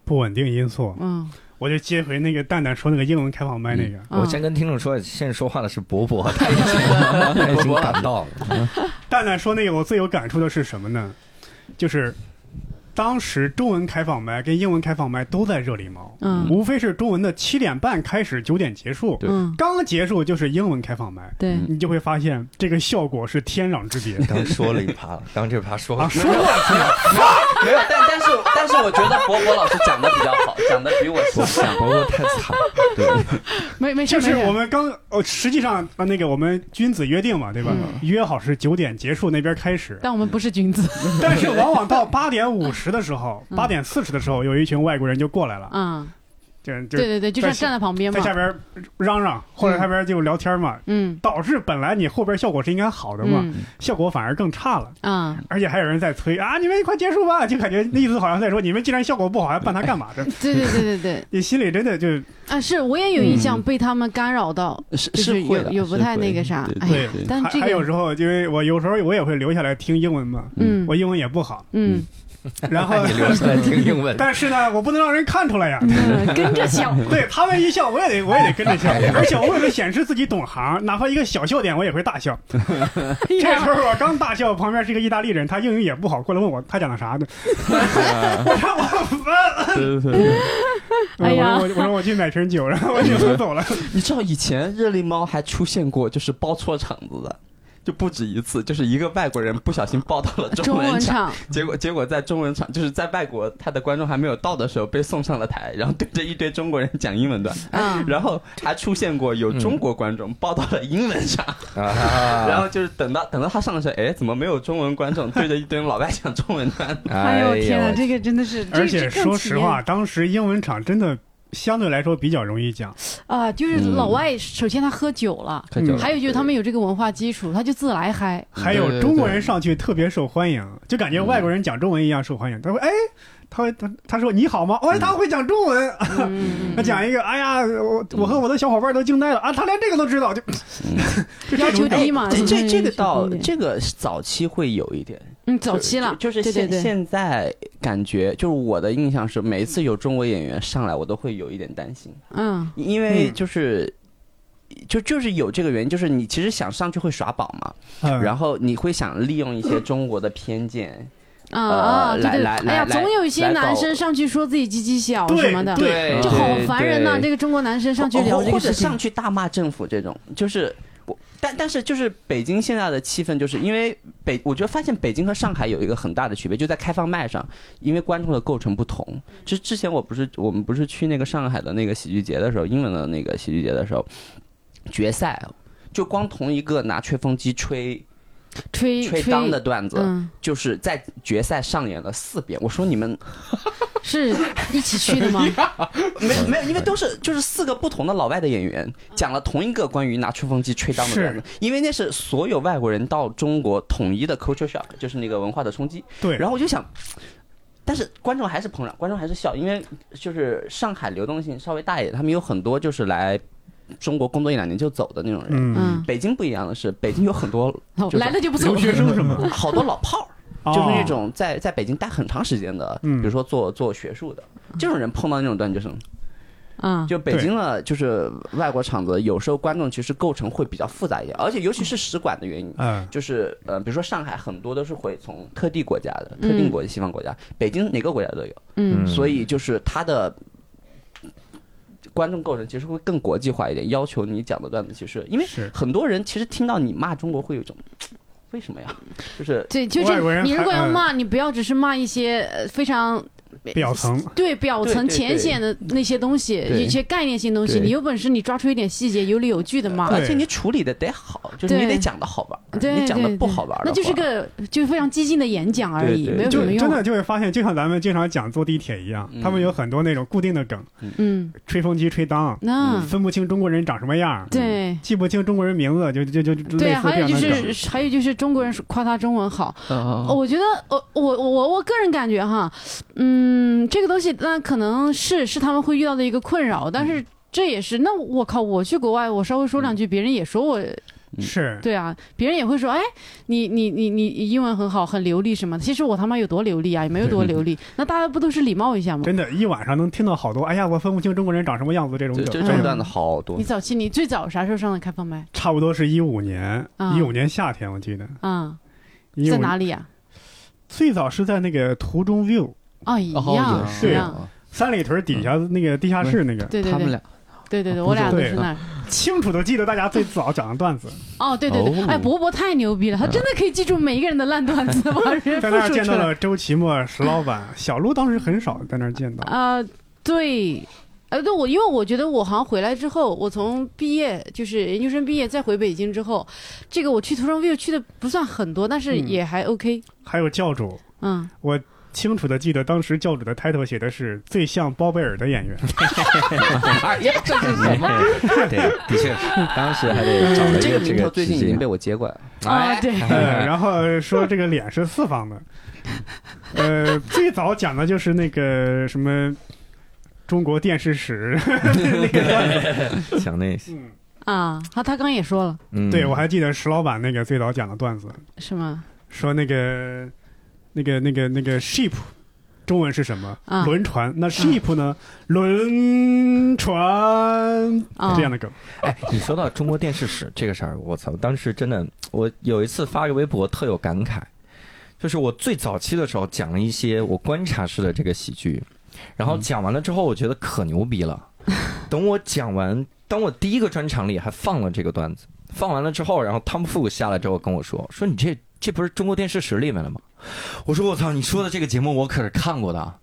不稳定因素，嗯，我就接回那个蛋蛋说那个英文开放麦那个，啊我先跟听众说，现在说话的是博博，他已经他已经感到了，蛋蛋说那个我最有感触的是什么呢？就是当时中文开放麦跟英文开放麦都在热力猫，嗯无非是中文的七点半开始，九点结束，对嗯，刚结束就是英文开放麦，对，嗯你就会发现这个效果是天壤 之别刚说了一趴了，刚这趴说啊！了，说话 没有，但但是但是我觉得博博老师讲的比较好，讲的比我想 博博太惨了，对，没没事就没是我事，们刚哦，实际上呃那个我们君子约定嘛，对吧？嗯约好是九点结束那边开始，但我们不是君子但是往往到八点五十的时候，嗯八点四十的时候，有一群外国人就过来了，啊，就就对对对，就在是下站在旁边在嘛，下边嚷嚷，或者下边就聊天嘛，嗯导致本来你后边效果是应该好的嘛，嗯效果反而更差了。啊，而且还有人在催啊，你们快结束吧，就感觉那意思好像在说你们既然效果不好，还办它干嘛的？对对对对对。你心里真的就啊，是我也有印象嗯被他们干扰到，是就是是会有的，有不太是会那个啥，对哎呀对对，但还这还有个，时候，因为我有时候我也会留下来听英文嘛，嗯我英文也 不好， 嗯然后 你留下来听英文， 但是呢，我不能让人看出来呀。嗯，跟着笑， 对他们一笑，我也得我也得跟着笑，哎而且我为了显示自己懂行，哪怕一个小笑点，我也会大 笑。这时候我刚大笑，旁边是一个意大利人，他英语也不好，过来问我他讲的啥呢？我说我对对对。哎呀我我我说我去买瓶酒，然后我就走了。你知道以前热力猫还出现过就是包错场子的，就不止一次，就是一个外国人不小心报到了中中文文场，场，结果结果在中文场就是在外国他的观众还没有到的时候被送上了台，然后对着一堆中国人讲英文段，哎嗯，然后还出现过有中国观众报到了英文场，然 然后就是等到等到他上的时候，哎，怎么没有中文观众对着一堆老外讲中文段？哎呦天哪，这个真的 是，这而个且这更说体实验话，当时英文场真的相对来说比较容易讲，啊，就是嗯老外，首先他喝酒了，太久嗯了还有就是他们有这个文化基础，他就自来 嗨，还对有对中国对人上去特别受欢迎，就感觉外国人讲中文一样受嗯欢迎。他说：“哎，他会他他说你好吗？哦，他会讲中文。嗯他讲一个，哎呀，嗯我我和我的小伙伴都惊呆了啊，他连这个都知道，就嗯 就嗯要这求种感觉低嘛，哎这这这个到到这个是早期会有一点，嗯早期嗯了，就就是对现对对，现在感觉，就是我的印象是，每一次有中国演员上来，我都会有一点担心，嗯因为嗯就是。就就是有这个原因，就是你其实想上去会耍宝嘛，嗯然后你会想利用一些中国的偏见，啊啊，呃对对，来来哎呀，来总有一些来男搞生上去说自己鸡鸡小对什么的，对就好对烦人呐。对这个中国男生上去哦或聊这或个者事情上，去大骂政府这种，就是我，但但是就是北京现在的气氛，就是因为北，我觉得发现北京和上海有一个很大的区别，就在开放麦上，因为观众的构成不同。之之前我不是我们不是去那个上海的那个喜剧节的时候，英文的那个喜剧节的时候，决赛就光同一个拿吹风机吹吹吹裆的段子，嗯，就是在决赛上演了四遍。我说你们是一起去的吗？ 没嗯没有，因为都是就是四个不同的老外的演员讲了同一个关于拿吹风机吹裆的段子，因为那是所有外国人到中国统一的 culture shock，就是那个文化的冲击。对，然后我就想，但是观众还是捧场，观众还是笑，因为就是上海流动性稍微大一点，他们有很多就是来中国工作一两年就走的那种人。嗯，嗯，北京不一样的是，北京有很多哦就是来了就不走留了。学生什么的，好多老炮儿。就是那种在在北京待很长时间的，比哦嗯如说做做学术的，这种人碰到那种段就是，嗯，就北京的，就是外国场子，有时候观众其实构成会比较复杂一点，而且尤其是使馆的原因，嗯，就是呃，比如说上海很多都是会从特地国家的、嗯特定国家、西方国家，北京哪个国家都有，嗯嗯所以就是它的。观众构成其实会更国际化一点，要求你讲的段子，其实因为是很多人其实听到你骂中国会有一种，为什么呀？就是对，就外国是人你还如果要嗯骂，你不要只是骂一些呃非常表层，对表层对对浅显的那些东西，对一些概念性东西，对你有本事你抓出一点细节，有理有据的嘛。而且你处理的得好，就是你对得讲的好玩儿，对你讲的对不对好玩儿的话，那嗯就是个就是非常激进的演讲而已，对对没有什就么真用。的就会发现，就像咱们经常讲坐地铁一样，嗯他们有很多那种固定的梗，嗯，吹风机吹嗯裆，那嗯分不清中国人长什么样，对。记不清中国人名字，就就就就对类啊，似这还有样就的梗。是，还有就是中国人说夸他中文好，嗯，哦我觉得，呃我我我我个人感觉哈，嗯，这个东西那可能是是他们会遇到的一个困扰，但嗯是这也是那我靠，我去国外，我稍微说两句，别人也说我，嗯是对啊，别人也会说，哎，你你你你你英文很好，很流利什么的。其实我他妈有多流利啊，也没有多流 利，那大家不都是礼貌一下吗？真的，一晚上能听到好多，哎呀，我分不清中国人长什么样子这种这梗，这嗯种段子好多你， 早期你最早啥时候上的开放麦差不多是一五年，啊一五年夏天我记得，啊、 15在哪里啊呀、最早是在那个途中 view 哦，一样，是一啊样，三里屯底嗯下那个地下室那个，对对他们对俩，对对对，啊我俩不都是是那儿。清楚的记得大家最早讲的段子，哦，对对对，哦哎，博博太牛逼了，嗯他真的可以记住每一个人的烂段子， 把人在那复儿述见出到来。了周奇墨、石老板、小鹿，当时很少在那儿见到。啊、对，呃，对我，因为我觉得我好像回来之后，我从毕业就是研究生毕业再回北京之后，这个我去途中 view 去的不算很多，但是嗯也还 OK，还有教主，嗯，清楚的记得当时教主的 title 写的是最像包贝尔的演员，哎呀，这是什么？ 对，的确是，当时还得找了一这个个这名头个最近已经被我接过来了，哎啊、对， 呃，然后说这个脸是四 方的，呃，最早讲的就是那个什么中国电视史， 想那些，嗯，啊，他他刚也说了，嗯 对我还记得石老板那个最早讲的段子，是吗？说那个那个那个那个 sheep。中文是什么？啊轮船。那 sheep 呢？轮船啊这样的梗。哎，你说到中国电视史这个事儿，我操，当时真的，我有一次发个微博，特有感慨，就是我最早期的时候讲了一些我观察式的这个喜剧，然后讲完了之后，我觉得可牛逼 了。等我讲完，当我第一个专场里还放了这个段子，放完了之后，然后汤姆·福下来之后跟我说，说你这这不是中国电视史里面的吗？我说我操，你说的这个节目我可是看过的啊。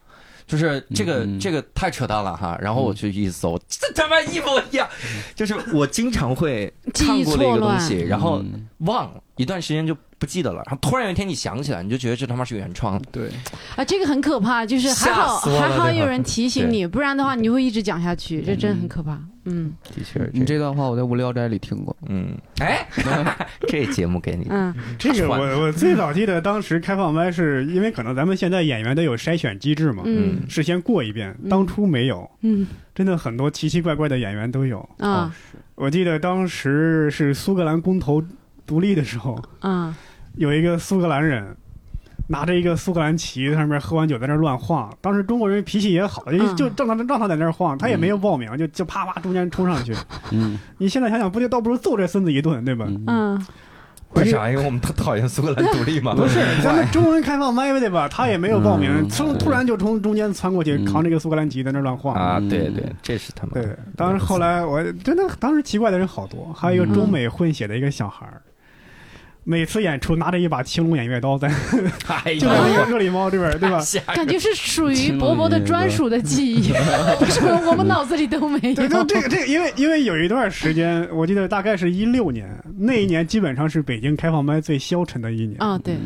就是这个、嗯嗯这个太扯淡了哈，然后我去一搜，嗯这他妈一模一样，就是我经常会记看忆过的一错个东乱西，然后嗯忘了一段时间就不记得了，然后突然有一天你想起来，你就觉得这他妈是原创。对，啊，这个很可怕，就是还吓好死我了还好这会有儿人提醒你，不然的话你就会一直讲下去，这真的很可怕。嗯的确是你这这段话我在无聊斋里听过，嗯，哎，这节目给你，嗯，这个串我我最早记得当时开放麦是因为可能咱们现在演员都有筛选机制嘛，嗯事先过一遍嗯。当初没有，嗯真的很多奇奇怪怪的演员都有。嗯哦啊我记得当时是苏格兰公投独立的时候，啊有一个苏格兰人拿着一个苏格兰旗，在上面喝完酒在那儿乱晃。当时中国人脾气也好，就嗯就让他让他在那儿晃，他也没有报名，就就啪啪中间冲上去。嗯你现在想想，不就倒不如揍这孙子一顿，对吧？嗯，啊为啥？因为我们都讨厌苏格兰独立嘛。不是，咱 们中国人开放麦对吧？他也没有报名，嗯突突然就从中间窜过去，嗯扛着一个苏格兰旗在那儿乱晃。啊，对对，这是他们。对，当时后来我真的当时奇怪的人好多，还嗯有一个中美混血的一个小孩儿，每次演出拿着一把青龙偃月刀在， 哎就呦在我 们热力猫这边儿，对吧？感觉是属于青博博的龙偃月专属的记 忆，不是我们脑子里都没对，就有。这个这个，因为因为有一段时间，我记得大概是一六年，那一年基本上是北京开放麦最消沉的一年。啊，对，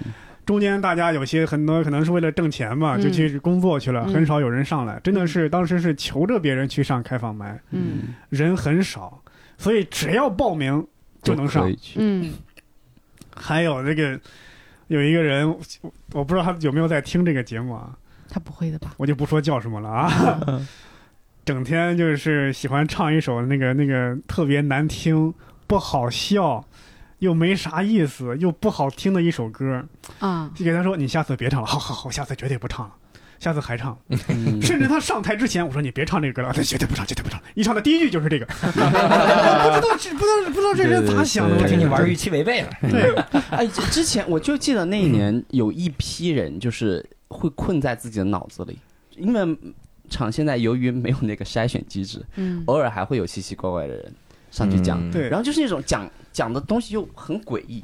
中间大家有些很多可能是为了挣钱嘛，嗯就去工作去了，嗯很少有人上来。真的是当时是求着别人去上开放麦，嗯人很少，所以只要报名 就能上可以。去嗯还有那个有一个人，我我不知道他有没有在听这个节目啊，他不会的吧？我就不说叫什么了啊。整天就是喜欢唱一首那个那个特别难听、不好笑，又没啥意思，又不好听的一首歌，啊，就给他说你下次别唱了，好好好，下次绝对不唱了。下次还唱，嗯甚至他上台之前，我说你别唱这个歌了，他绝对不唱，绝对不唱。一唱的第一句就是这个，不知道这不知道不知道这人咋想的，我我跟听你你玩预期违背了。对，哎，之之前我就记得那一年有一批人就是会困在自己的脑子里，因为场现在由于没有那个筛选机制，哦嗯偶尔还会有奇奇怪怪的人上去讲，嗯对然后就是那种讲讲的东西又很诡异，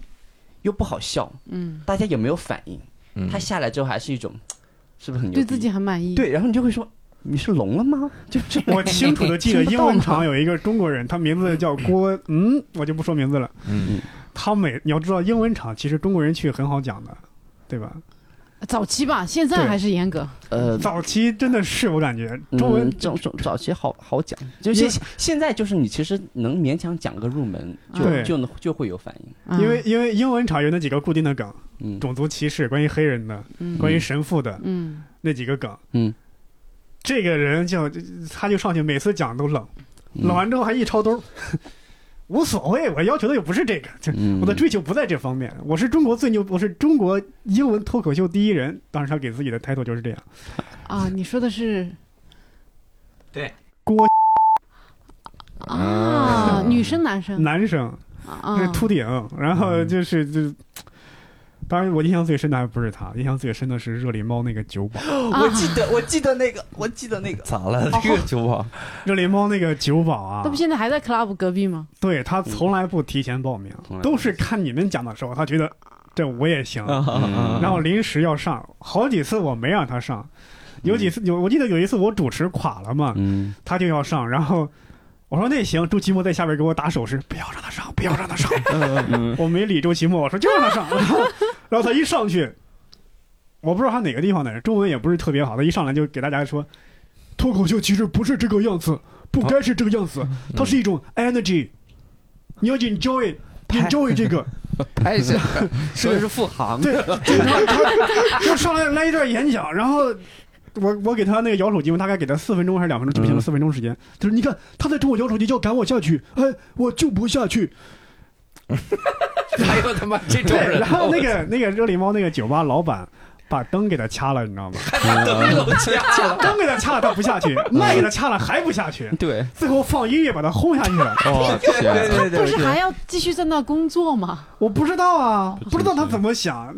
又不好笑，嗯大家也没有反应，嗯他下来之后还是一种是不是很牛对逼自己很满意。对，然后你就会说你是聋了吗？就是我清楚的记得，英文厂有一个中国人，他名字叫郭，嗯，我就不说名字了。嗯，他每你要知道，英文厂其实中国人去很好讲的，对吧？早期吧，现在对还是严格。呃，早期真的是我感觉中文嗯早早早期好好讲，就因为现现在就是你其实能勉强讲个入门，就对就能就会有反应。嗯因为因为英文厂有那几个固定的梗，嗯，种族歧视、关于黑人的、嗯关于神父的嗯，那几个梗。嗯，这个人就他就上去每次讲都冷，嗯冷完之后还一抄兜儿， 无所谓，我要求的又不是这个，就嗯我的追求不在这方面。我是中国最牛，我是中国英文脱口秀第一人。当时他给自己的 title 就是这样。啊，你说的是郭啊，啊女生男生男生啊是秃顶，然后就是就。当然，我印象最深的还不是他，印象最深的是热力猫那个酒保。啊 我记得我记得那个我记得那个咋了？这个酒 保热力猫那个酒保啊那，不现在还在 club 隔壁吗？对他从来不提前报名从，来不都是看你们讲的时候，他觉得这我也行，啊然后临时要上，好几次我没让他上，有几次有我记得有一次我主持垮了嘛，嗯他就要上，然后我说那行，周奇墨在下边给我打手势，不要让他上，不要让他上，嗯 我没理周奇墨，我说就让他上，然后然后他一上去，我不知道他哪个地方的人，中文也不是特别好，他一上来就给大家说，脱口秀其实不是这个样子，不该是这个样子，它是一种 energy，你要 enjoy。enjoy 这个，拍 一下，说的是复航。对，就他他 就上来来一段演讲，然后我我给他那个摇手机，我大概给他四分钟还是两分钟，就给他四分钟时间。他说：“你看他在冲我摇手机，要赶我下去，哎，我就不下去。哎还有他妈这”种对，人，然后那个那个热力猫那个酒吧老板把灯给他掐了，你知道吗？灯给他掐了，他不下去；麦给他掐了，还不下去。对，最后放音乐把他轰下去了。 哦，天他不是还要继续在那工作吗？我不知道啊，不知道他怎么想。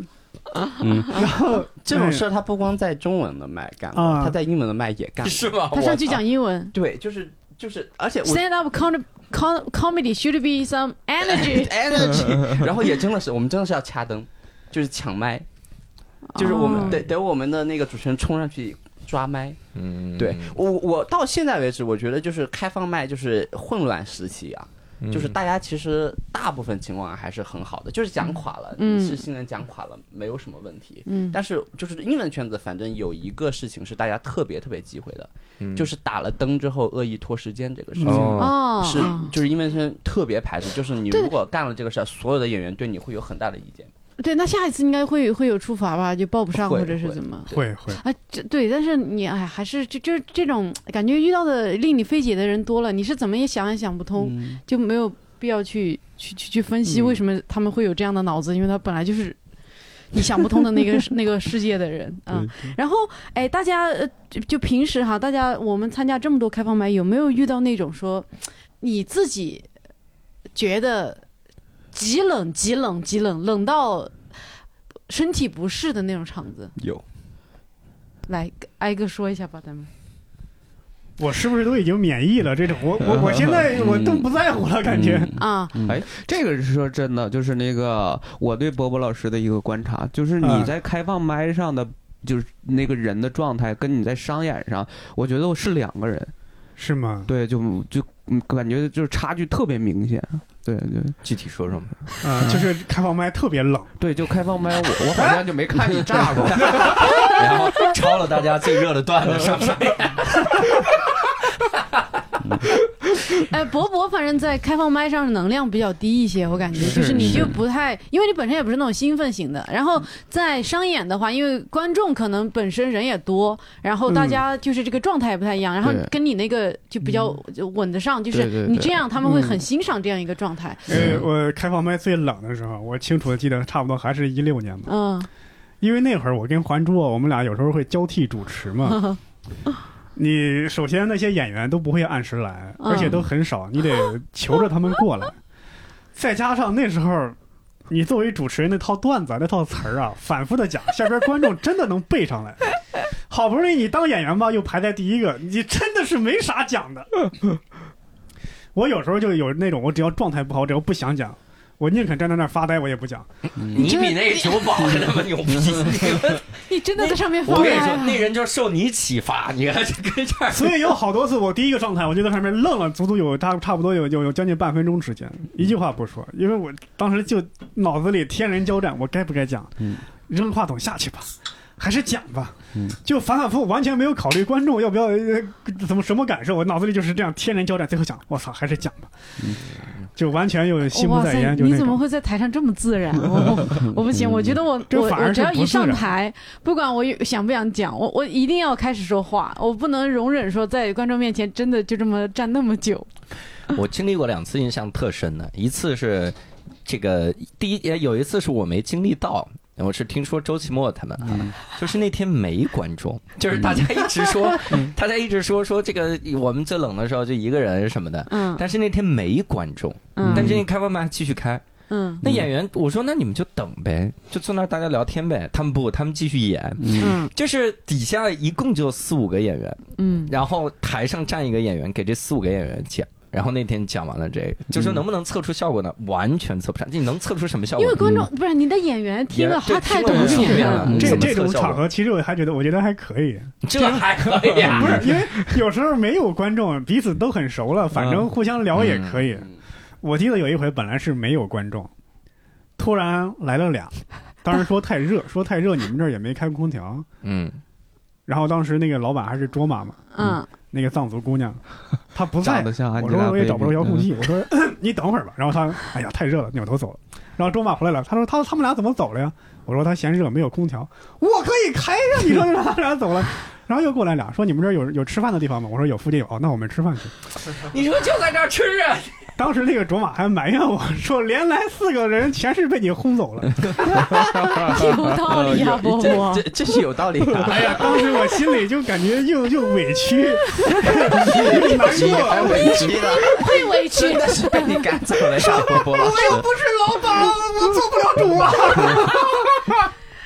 嗯，然后这种事儿他不光在中文的麦干过，啊他在英文的麦也干过。是吗？哦他上去讲英文对，就是就是，而且我。 ，stand up com com comedy should be some energy。 energy，然后也真的是，我们真的是要掐灯，就是抢麦， 就是我们哦得得我们的那个主持人冲上去抓麦。嗯，对我我到现在为止，我觉得就是开放麦就是混乱时期啊，嗯就是大家其实大部分情况还是很好的，就是讲垮了，嗯你是新人讲垮了没有什么问题。嗯但是就是英文圈子，反正有一个事情是大家特别特别忌讳的，就是打了灯之后恶意拖时间这个事情。嗯哦，哦，是，就是英文圈特别排斥，就是你对如果干了这个事儿，所有的演员对你会有很大的意见。对，那下一次应该会会有处罚吧？就报不上会或者是会怎么？会会，啊，这对，但是你哎，还是就就是这种感觉，遇到的令你费解的人多了，你是怎么也想也想不通，嗯，就没有必要去去去去分析嗯为什么他们会有这样的脑子，因为他本来就是你想不通的 那个那个世界的人啊。然后哎，大家呃就就平时哈，大家我们参加这么多开放麦，有没有遇到那种说你自己觉得极冷、极冷、极冷，冷到身体不适的那种场子？有。来挨个说一下吧，咱们。我是不是都已经免疫了？这种我我我现在我都不在乎了，感觉。嗯啊， 这个是说真的，就是那个我对波波老师的一个观察，就是你嗯在开放麦上的，就是那个人的状态，跟你在商演上，我觉得我是两个人。是吗？对，就就嗯感觉就是差距特别明显。对对具体说说嘛。啊、就是开放麦特别冷，对，就开放麦，我我好像就没看你炸过。然后抄了大家最热的段 子，上上。 哎，博博反正在开放麦上能量比较低一些，我感觉是就是你是就不太，因为你本身也不是那种兴奋型的。然后在商演的话，因为观众可能本身人也多，然后大家就是这个状态也不太一样，然后对跟你那个就比较就吻得上，就对对是对 你这样他们会很欣赏这样一个状态。嗯呃，我开放麦最冷的时候，我清楚的记得，差不多还是一六年吧，嗯因为那会儿我跟还珠啊，我们俩有时候会交替主持嘛。你首先那些演员都不会按时来，嗯而且都很少，你得求着他们过来。再加上那时候，你作为主持人那套段子啊那套词儿啊，反复的讲，下边观众真的能背上来。好不容易你当演员吧，又排在第一个，你真的是没啥讲的。我有时候就有那种，我只要状态不好，只要不想讲，我宁肯站在那儿发呆，我也不讲。嗯你比那个酒保还他妈牛逼！ 你真的在上面啊我发跟你说，呆，那人就受你启发，你看这跟这儿 所以有好多次，我第一个状态，我就在上面愣了，足足有差差不多有有有将近半分钟时间，一句话不说，因为我当时就脑子里天人交战，我该不该讲？嗯扔话筒下去吧，还是讲吧？嗯就反反复复，完全没有考虑观众要不要、呃、怎么什么感受，我脑子里就是这样天人交战，最后想，我操，还是讲吧，就完全有心不哇在塞！焉，就你那怎么种。嗯会在台上这么自然？我我我不 行，我觉得我这我反而我是只要一上不自然台，不管我有想不想讲，我我一定要开始说话，我不能容忍说在观众面前真的就这么站那么久。我经历过两次印象特深的，一次是这个第一，也有一次是我没经历到。我是听说周奇墨他们，啊就是那天没观 众，就是大家一直说，大家一直说说这个我们最冷的时候就一个人什么的，嗯但是那天没观众，嗯但是那开放麦继续开，嗯那演员我说那你们就等呗，就坐那儿大家聊天呗，他们不，他们继续演，嗯就是底下一共就四五个演员，嗯然后台上站一个演员给这四五个演员讲，然后那天讲完了这个，就说嗯能不能测出效果呢？完全测不上，你能测出什么效因果为呢？观众不是你的演员听了也他对太听了懂无数你遍了了，嗯这怎么这种测效果场合，其实我还觉得，我觉得还可以，这还可以啊，不是因为嗯有时候没有观众，彼此都很熟了，反正互相聊也嗯可以。我记得有一回本来是没有观众，突然来了俩，当时说太热，说太热，你们这儿也没开空调。嗯，然后当时那个老板还是卓妈妈，嗯那个藏族姑娘，她不在长得，像安我吉拉嗯说我也找不着 Baby 遥控器，我说嗯 你等会儿吧。然后她哎呀太热了，扭头走了。然后卓玛回来了，她说她他们俩怎么走了呀？我说她嫌热没有空调，我可以开呀。你说就让他俩走了。 然后又过来俩，说你们这儿有有吃饭的地方吗？我说有，附近有。哦，那我们吃饭去。你说 就在这儿吃啊，当时那个卓玛还埋怨我说，连来四个人全是被你轰走了。有道理啊，波波哎这。这这是有道理的、 哎呀，当时我心里就感觉又又委屈，又难过。委屈 了，太委屈真的是被你赶走了呀，波波老师。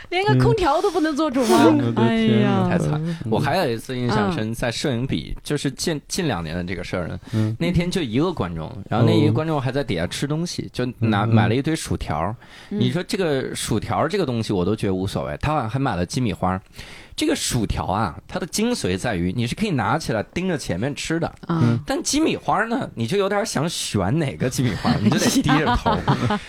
连个空调都不能做主吗？哎太呀，惨。嗯我还有一次印象深，在摄影笔，就是近近两年的这个事儿呢嗯。哦那天就一个观众，然后那一个观众还在底下吃东西，就拿嗯买了一堆薯条。嗯你说这个薯条这个东西，我都觉得无所谓。他好像还买了鸡米花。这个薯条啊，它的精髓在于你是可以拿起来盯着前面吃的，啊，但鸡米花呢，你就有点想选哪个鸡米花，你就得低着头。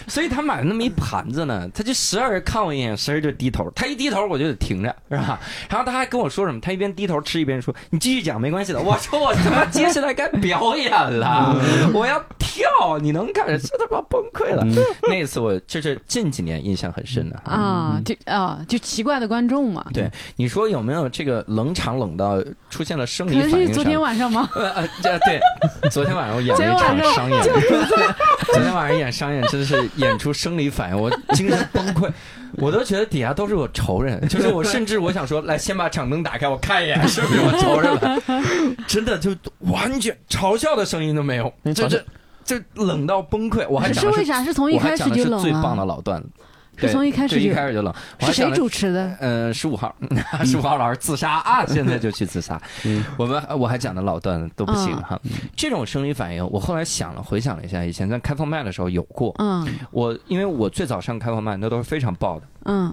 所以他买了那么一盘子呢，他就时而看我一眼，时而就低头。他一低头我就得停着，是吧？然后他还跟我说什么，他一边低头吃一边说：“你继续讲，没关系的。”我说：“我他妈接下来该表演了，我要跳，你能看着？这他妈崩溃了。那次我就是近几年印象很深的啊，就啊，就奇怪的观众嘛，对，你说有没有这个冷场冷到出现了生可理能反应是上？昨天晚上吗？呃呃，这对，昨天晚上我演 了一场商演， 昨天晚上演商演真的是演出生理反应，我精神崩溃，我都觉得底下都是我仇人， 就是我甚至我想说，来先把场灯打开，我看一眼是不是我仇人了，真的就完全嘲笑的声音都没有，就这就冷到崩溃，我还可讲是的为是啥是从一我开还始讲的就是冷最棒了？的老段子，是从一开始对一就开始就冷，我还是谁讲的主持的？呃，十五号， 十五号老师自杀啊，现在就去自杀。我们呃我还讲的老段子都不行嗯哈。这种生理反应，我后来想了，回想了一下，以前在开放麦的时候有过。嗯我因为我最早上开放麦，那都是非常爆的，嗯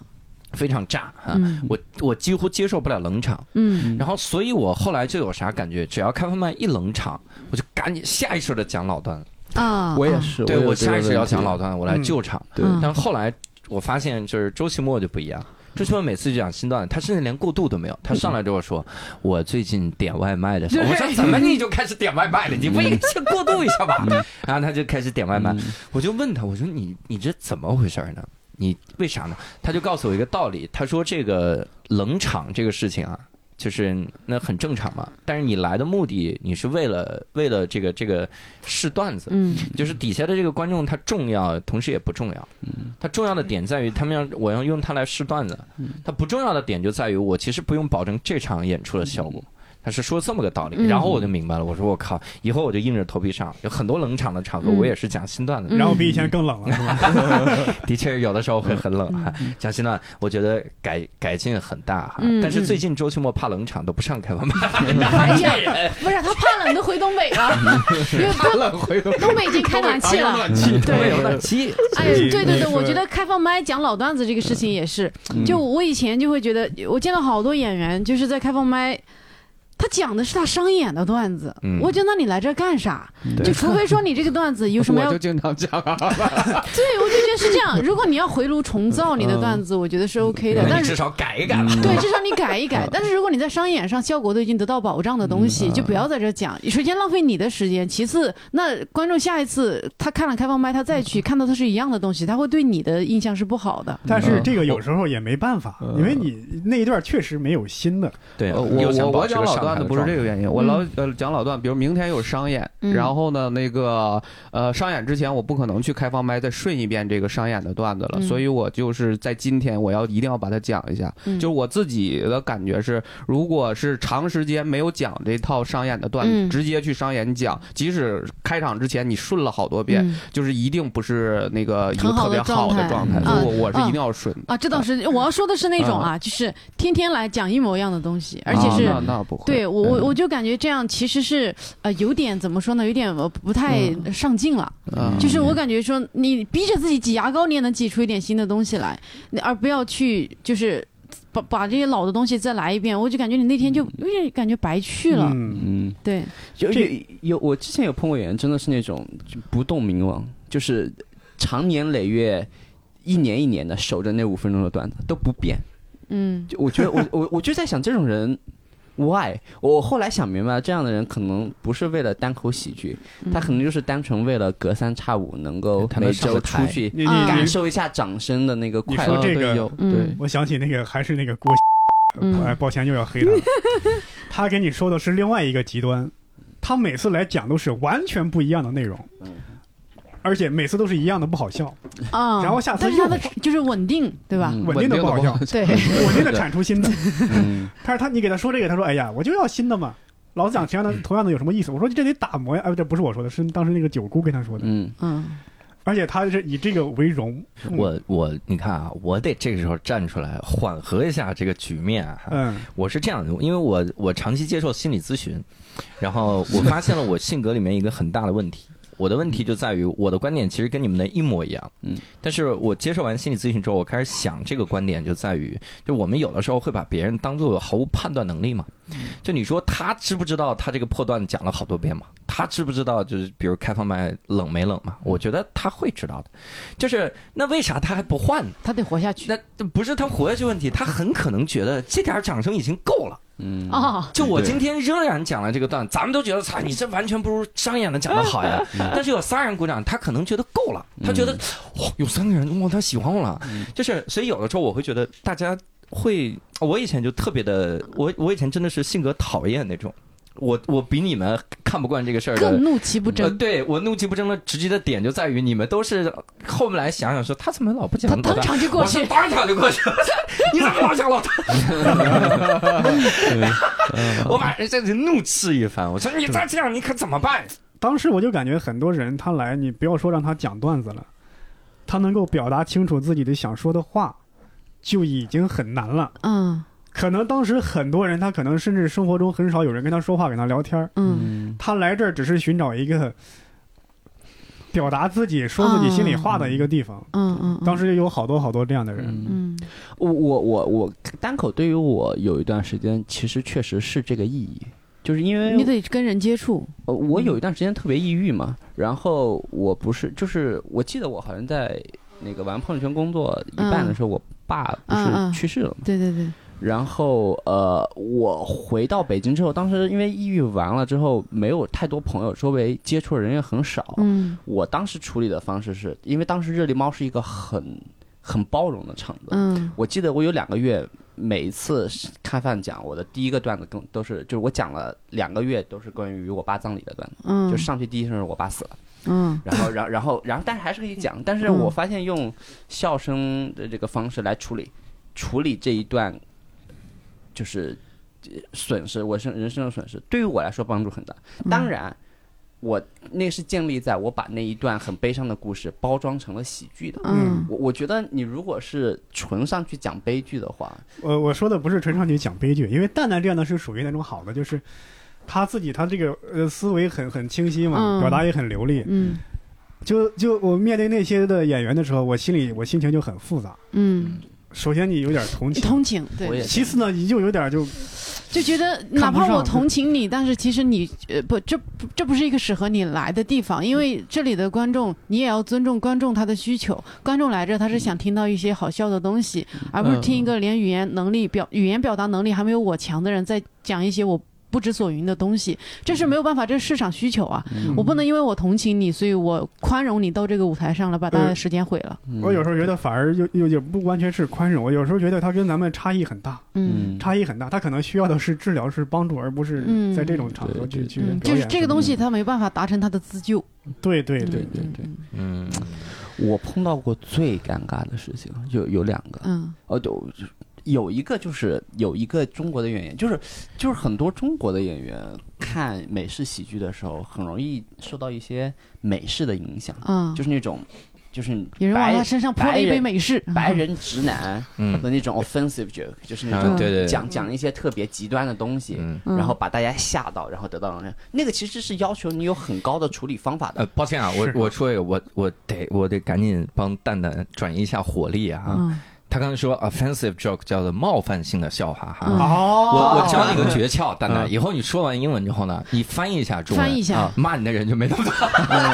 非常炸哈。嗯我我几乎接受不了冷场，嗯然后所以我后来就有啥感觉，只要开放麦一冷场，我就赶紧下意识的讲老段子。啊，我也啊，是，对我我下意识要讲老段子，我来嗯救场。对嗯但后来我发现，就是周奇墨就不一样。周奇墨每次就讲新段子，他甚至连过渡都没有。他上来就说：“我最近点外卖的时候，我说怎么你就开始点外卖了？你不应该先过渡一下嗯吧？”然后他就开始点外卖，嗯我就问他：“我说你你这怎么回事呢？你为啥呢？”他就告诉我一个道理，他说：“这个冷场这个事情啊。”就是那很正常嘛，但是你来的目的，你是为了为了这个这个试段子，嗯就是底下的这个观众他重要，同时也不重要。嗯他重要的点在于他们要我要嗯用它来试段子，他不重要的点就在于我其实不用保证这场演出的效果。他是说这么个道理，嗯然后我就明白了。我说我靠，以后我就硬着头皮上。有很多冷场的场合，嗯我也是讲新段子的，嗯 然后比以前更冷了，是吧？ 的确有的时候会很嗯冷哈。讲新段，我觉得改改进很大哈。嗯但是嗯最近周奇墨怕冷场都不上开 放麦，哎呀，不是他怕冷都回东北了，因为他冷回头东北已经开暖气哎了。气对有点急。哎，对对你对，说我觉得开放麦讲老段子这个事情也是，嗯嗯就我以前就会觉得，我见到好多演员就是在开放麦。他讲的是他商演的段子，嗯我觉得那你来这儿干啥？对就除非说你这个段子有什么我要就经常讲 啊，对，我就觉得是这样。如果你要回炉重造你的段子，我觉得是 OK 的，那但你是至少改一改嗯吧。对，至少你改一改。但是如果你在商演上效果都已经得到保障的东西，就不要在这讲。首先浪费你的时间，其次，那观众下一次他看了开放麦，他再去看到它是一样的东西，他会对你的印象是不好的。但是这个有时候也没办法，嗯因为你那一段确实没有新的，对， 呃又我想我保我持讲个老上段海子的不是状这态个原因，我老呃讲老段，比如明天有商演，嗯然后呢那个呃商演之前我不可能去开放麦再顺一遍这个商演的段子了，嗯所以我就是在今天我要一定要把它讲一下。嗯就是我自己的感觉是，如果是长时间没有讲这套商演的段子，嗯直接去商演讲，即使开场之前你顺了好多遍，嗯就是一定不是那个一个很好特别的好的状状态，态所以嗯我我是嗯一定要顺。啊，这倒是，我要说的是那种啊，就是天天来讲一模一样的东西，而且啊是那那不会，对我嗯我我就感觉这样其实是呃有点怎么说呢，有点呃不太上进了。嗯就是我感觉说，你逼着自己挤牙膏，你也能挤出一点新的东西来，你而不要去就是把把这些老的东西再来一遍。我就感觉你那天就有点感觉白去了。嗯，嗯，对，有这有有，我之前有碰过演员，真的是那种就不动明王，就是长年累月、一年一年的守着那五分钟的段子都不变。嗯就我觉得我我我就在想，这种人 why？我后来想明白，这样的人可能不是为了单口喜剧，他可能就是单纯为了隔三差五能够他能每上周个台出去你你啊感你受一下掌声的那个快嗯你乐说。这啊个对有对嗯，我想起那个还是那个郭，嗯哎，抱歉又要黑他了。他给你说的是另外一个极端，他每次来讲都是完全不一样的内容，而且每次都是一样的不好笑，啊，然后下次但是他的又就是稳定，对吧？嗯稳定的不好笑，对， 嗯稳定的产出新的。 嗯但是他你给他说这个，他说哎呀，我就要新的嘛。老子讲同样的同样的有什么意思？我说这得打磨呀！哎，这不是我说的，是当时那个九姑跟他说的。嗯，嗯而且他是以这个为荣，我我你看啊，我得这个时候站出来缓和一下这个局面啊。嗯，我是这样的，因为我我长期接受心理咨询，然后我发现了我性格里面一个很大的问题。 我的问题就在于我的观点其实跟你们的一模一样，嗯，但是我接受完心理咨询之后，我开始想这个观点就在于，就我们有的时候会把别人当做毫无判断能力嘛，就你说他知不知道他这个破段讲了好多遍嘛？他知不知道就是比如开放麦冷没冷嘛？我觉得他会知道的，就是那为啥他还不换呢？他得活下去那这不是他活下去问题，他很可能觉得这点儿掌声已经够了。嗯啊。就我对今天仍然讲了这个段，咱们都觉得，操，你这完全不如商演的讲的好呀。但是有三人鼓掌，他可能觉得够了，他觉得，哇、有三个人，哇，他喜欢我了。就是，所以有的时候我会觉得大家会，哦我以前就特别的，我我以前真的是性格讨厌那种，我我比你们看不惯这个事儿的更怒其不呃，争，对我怒气不争的直接的点就在于你们都是后面来想想说他怎么老不讲他当老大，场就过我是去。当场就过去了， 你怎么老讲老大？ 我把人家人怒斥一番，我说嗯你再这样你可怎么办？当时我就感觉很多人他来，你不要说让他讲段子了，他能够表达清楚自己的想说的话，就已经很难了。嗯可能当时很多人，他可能甚至生活中很少有人跟他说话，跟他聊天儿。嗯 嗯他来这儿只是寻找一个表达自己、说自己心里话的一个地方。嗯嗯，当时就有好多好多这样的人。嗯嗯我我我我单口对于我有一段时间其实确实是这个意义，就是因为嗯，你得跟人接触。呃，我嗯有一段时间特别抑郁嘛，然后我不是，就是我记得我好像在那个玩朋友圈工作一半的时候，我爸不嗯嗯嗯是去世了嘛，对对对，然后呃，我回到北京之后，当时因为抑郁完了之后，没有太多朋友，周围接触的人也很少，嗯我当时处理的方式是因为当时热力猫是一个很很包容的场子，嗯我记得我有两个月，每一次开饭讲，我的第一个段子更都是，就是我讲了两个月都是关于我爸葬礼的段子，嗯，就上去第一声是我爸死了，嗯然后，然后，然后，然后，但是还是可以讲，但是我发现用笑声的这个方式来处理，处理这一段，就是损失，我生人生的损失，对于我来说帮助很大。嗯当然，我那是建立在我把那一段很悲伤的故事包装成了喜剧的。嗯我我觉得你如果是纯上去讲悲剧的话，我我说的不是纯上去讲悲剧，因为蛋蛋这样的是属于那种好的，就是他自己他这个呃思维很很清晰嗯嘛，表达也很流利。嗯就就我面对那些的演员的时候，我心里我心情就很复杂。嗯，首先你有点同情，同情，我对，也其次呢你就有点就就觉得不哪怕上我同情你，但是其实你呃不，这不这不是一个适合你来的地方，因为这里的观众你也要尊重观众他的需求，观众来这他是想听到一些好笑的东西，而不是听一个连语言能力表语言表达能力还没有我强的人在讲一些我。不知所云的东西，这是没有办法，这是市场需求啊！我不能因为我同情你，所以我宽容你到这个舞台上了，把大家的时间毁了。我有时候觉得反而又又也不完全是宽容，我有时候觉得他跟咱们差异很大，嗯嗯，差异很大，他可能需要的是治疗是帮助，而不是嗯在这种场合去对去嗯，表就是演这个东西，他没办法达成他的自救。对对对，对对对，嗯，我碰到过最尴尬的事情有有两个，嗯哦，对，我就是有一个就是有一个中国的演员，就是就是很多中国的演员看美式喜剧的时候，很容易受到一些美式的影响，啊嗯，就是那种就是有人往白他身上泼了一杯美式，白人直男嗯的那种 offensive joke，就是那啊种对对对讲讲一些特别极端的东西。嗯，嗯然后把大家吓到，然后得到了那个其实是要求你有很高的处理方法的呃，。抱歉啊，我是我说一个，我我得我得赶紧帮蛋蛋转移一下火力啊。嗯他刚才说 offensive joke 叫做冒犯性的笑话哈。嗯啊我哦我教你个诀窍，蛋蛋，以后你说完英文之后呢，你嗯翻译一下中文，翻译一下啊，骂你的人就没那么多。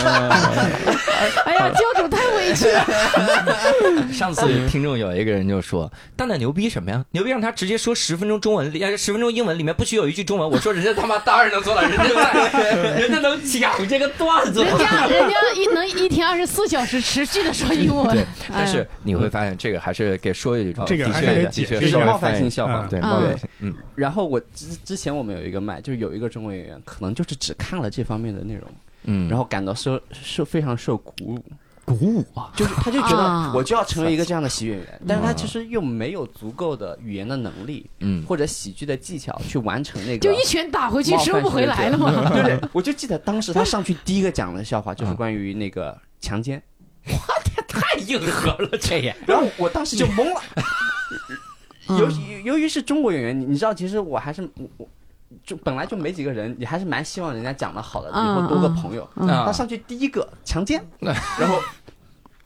哎呀，教主太委 屈了。 上次听众有一个人就说：“蛋蛋牛逼什么呀？牛逼让他直接说十分钟中文，呃，十分钟英文里面不许有一句中文。”我说：“人家他妈当然能做到， 人家在，人家能讲这个段子。人家人家一能一天二十四小时持续的说英”文哎对，，但是你会发现这个还是给说一句，这个的还是确得的确解释是一下冒犯性笑嗯话，呃对嗯冒犯性，嗯，然后我之之前我们有一个麦，就是有一个中国演员，可能就是只看了这方面的内容，嗯，然后后感到受受非常受鼓舞，鼓舞啊，就是他就觉啊得我就要成为一个这样的喜剧演员，但是他其实又没有足够的语言的能力嗯，或者喜剧的技巧去完成那个。就一拳打回去收不回来了嘛。 对对，我就记得当时他上去第一个讲的笑话嗯就是关于那个强奸，太硬核了，这也然后我当时就懵了。 嗯由由于是中国演员，你你知道，其实我还是我我就本来就没几个人，你还是蛮希望人家讲的好的，以后多个朋友。嗯他上去第一个强奸，然后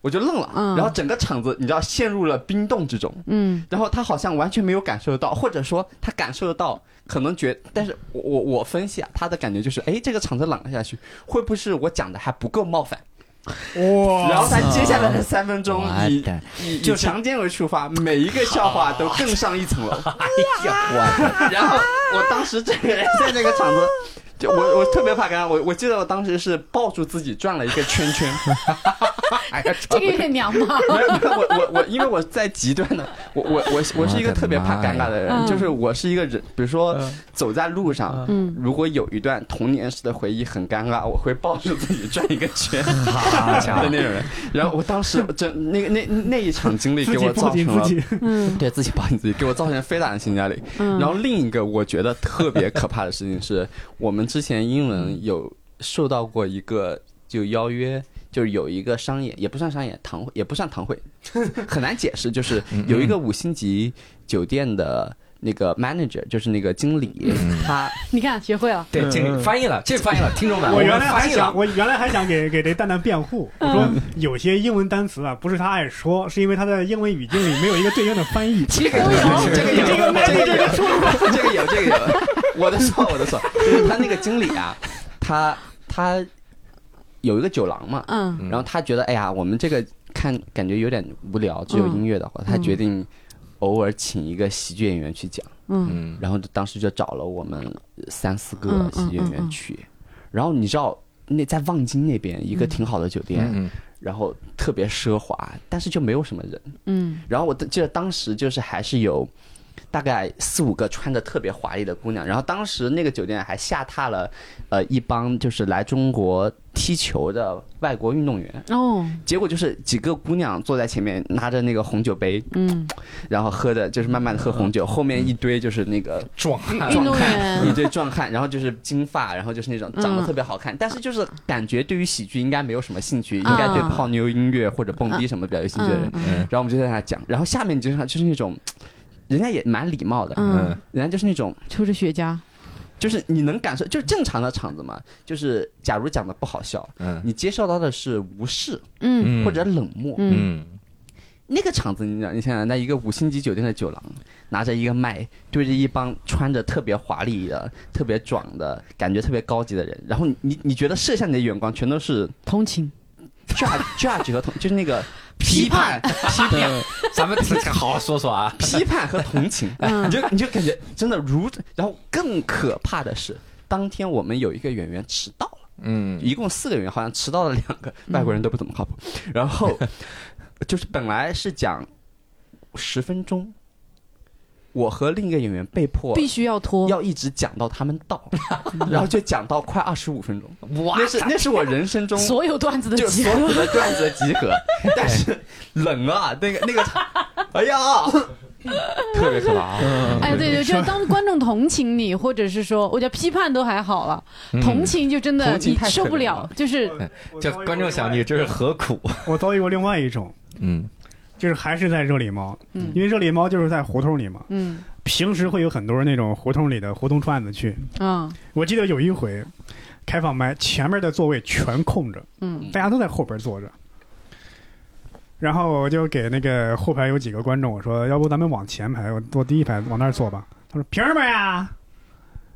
我就愣了，嗯然后整个场子你知道陷入了冰冻之中。嗯然后他好像完全没有感受到，或者说他感受得到，可能觉，但是我我我分析啊，他的感觉就是，哎，这个场子冷了下去，会不会是我讲的还不够冒犯？哇，然后他接下来的三分钟我以的以以强奸为出发，每一个笑话都更上一层楼。哎呀，然后我当时这个人在那个场子，就我我特别怕尴尬，我我记得我当时是抱住自己转了一个圈圈。哎呀，这个有点娘吧？没有没有，我我我，因为我在极端的，我我我我是一个特别怕尴尬我的的妈呀人，就是我是一个人，比如说走在路上，嗯，如果有一段童年时的回忆很尴尬，我会抱住自己转一个圈好家的伙那，种人。然后我当时真那个那那一场经历自给己我抱造紧成自了。己，嗯 对自己抱紧自己，给我造成非常的心理压力。嗯然后另一个我觉得特别可怕的事情是，我们之前英文有受到过一个就邀约，就是有一个商演，也不算商演，堂会也不算堂会，很难解释。就是有一个五星级酒店的那个 manager，就是那个经理，他你看学会了。对，经理翻译了，这翻译了，听众们，我原们来还翻译了想，，我原来还想给给这蛋蛋辩护，我说有些英文单词啊，不是他爱说，是因为他在英文语境里没有一个对应的翻译。这个有， 这个哎有，这个有，这个有，这个有，我的错，我的错，就是他那个经理啊，他他有一个酒廊嘛，嗯嗯然后他觉得，哎呀，我们这个看感觉有点无聊，只有音乐的话，嗯他决定偶尔请一个喜剧演员去讲，嗯嗯，然后就当时就找了我们三四嗯个嗯喜剧演嗯嗯员去，然后你知道那在望京那边一个挺好的酒店，嗯然后特别奢华，但是就没有什么人，嗯然后我记得当时就是还是有大概四五个穿着特别华丽的姑娘，然后当时那个酒店还下榻了，呃，一帮就是来中国踢球的外国运动员。哦，结果就是几个姑娘坐在前面，拿着那个红酒杯，嗯，然后喝的就是慢慢的喝红酒，后面一堆就是那个壮啊汉运动一员，嗯堆壮汉，然后就是金发，然后就是那种长得特别好嗯看，但是就是感觉对于喜剧应该没有什么兴趣，应该对啊泡妞音乐或者蹦迪什么比较有兴趣的人嗯。嗯然后我们就在那讲，然后下面就是就是那种，人家也蛮礼貌的，嗯，人家就是那种，抽着雪茄，就是你能感受，就是正常的场子嘛，就是假如讲的不好笑，嗯你接受到的是无视嗯嗯或者冷漠。嗯嗯那个场子，你想，你想想，在一个五星级酒店的酒廊，拿着一个麦，对着一帮穿着特别华丽的、特别壮的感觉特别高级的人，然后你你你觉得射向你的眼光全都是同情， judge judge 和同，就是那个批批判判、批 判、 咱们好好说说啊，批判和同情，嗯你就你就感觉真的如，然后更可怕的是，当天我们有一个演员迟到了，嗯一共四个演员，好像迟到了两个，外国人都不怎么靠谱。然 后就是本来是讲十分钟，我和另一个演员被迫必须要拖，要一直讲到他们到， 然后就讲到快二十五分钟，哇那是那是我人生中所有段子的就集所合有，的段子的集 合，但是冷啊，那个那个，哎 啊 呀，特别可怕啊！哎，对对，就是当观众同情你，或者是说，我觉得批判都还好了，同情就真的同情你太可受不怜了了，就是我就遭遇观过众想另外你这是何苦？我遭遇过另外一种，嗯就是还是在热力猫，嗯因为热力猫就是在胡同里嘛，嗯平时会有很多那种胡同里的胡同串子去。啊我记得有一回开放麦，前面的座位全空着，嗯大家都在后边坐着。然后我就给那个后排有几个观众我说，要不咱们往前排，我坐第一排往那儿坐吧。他说凭什么呀？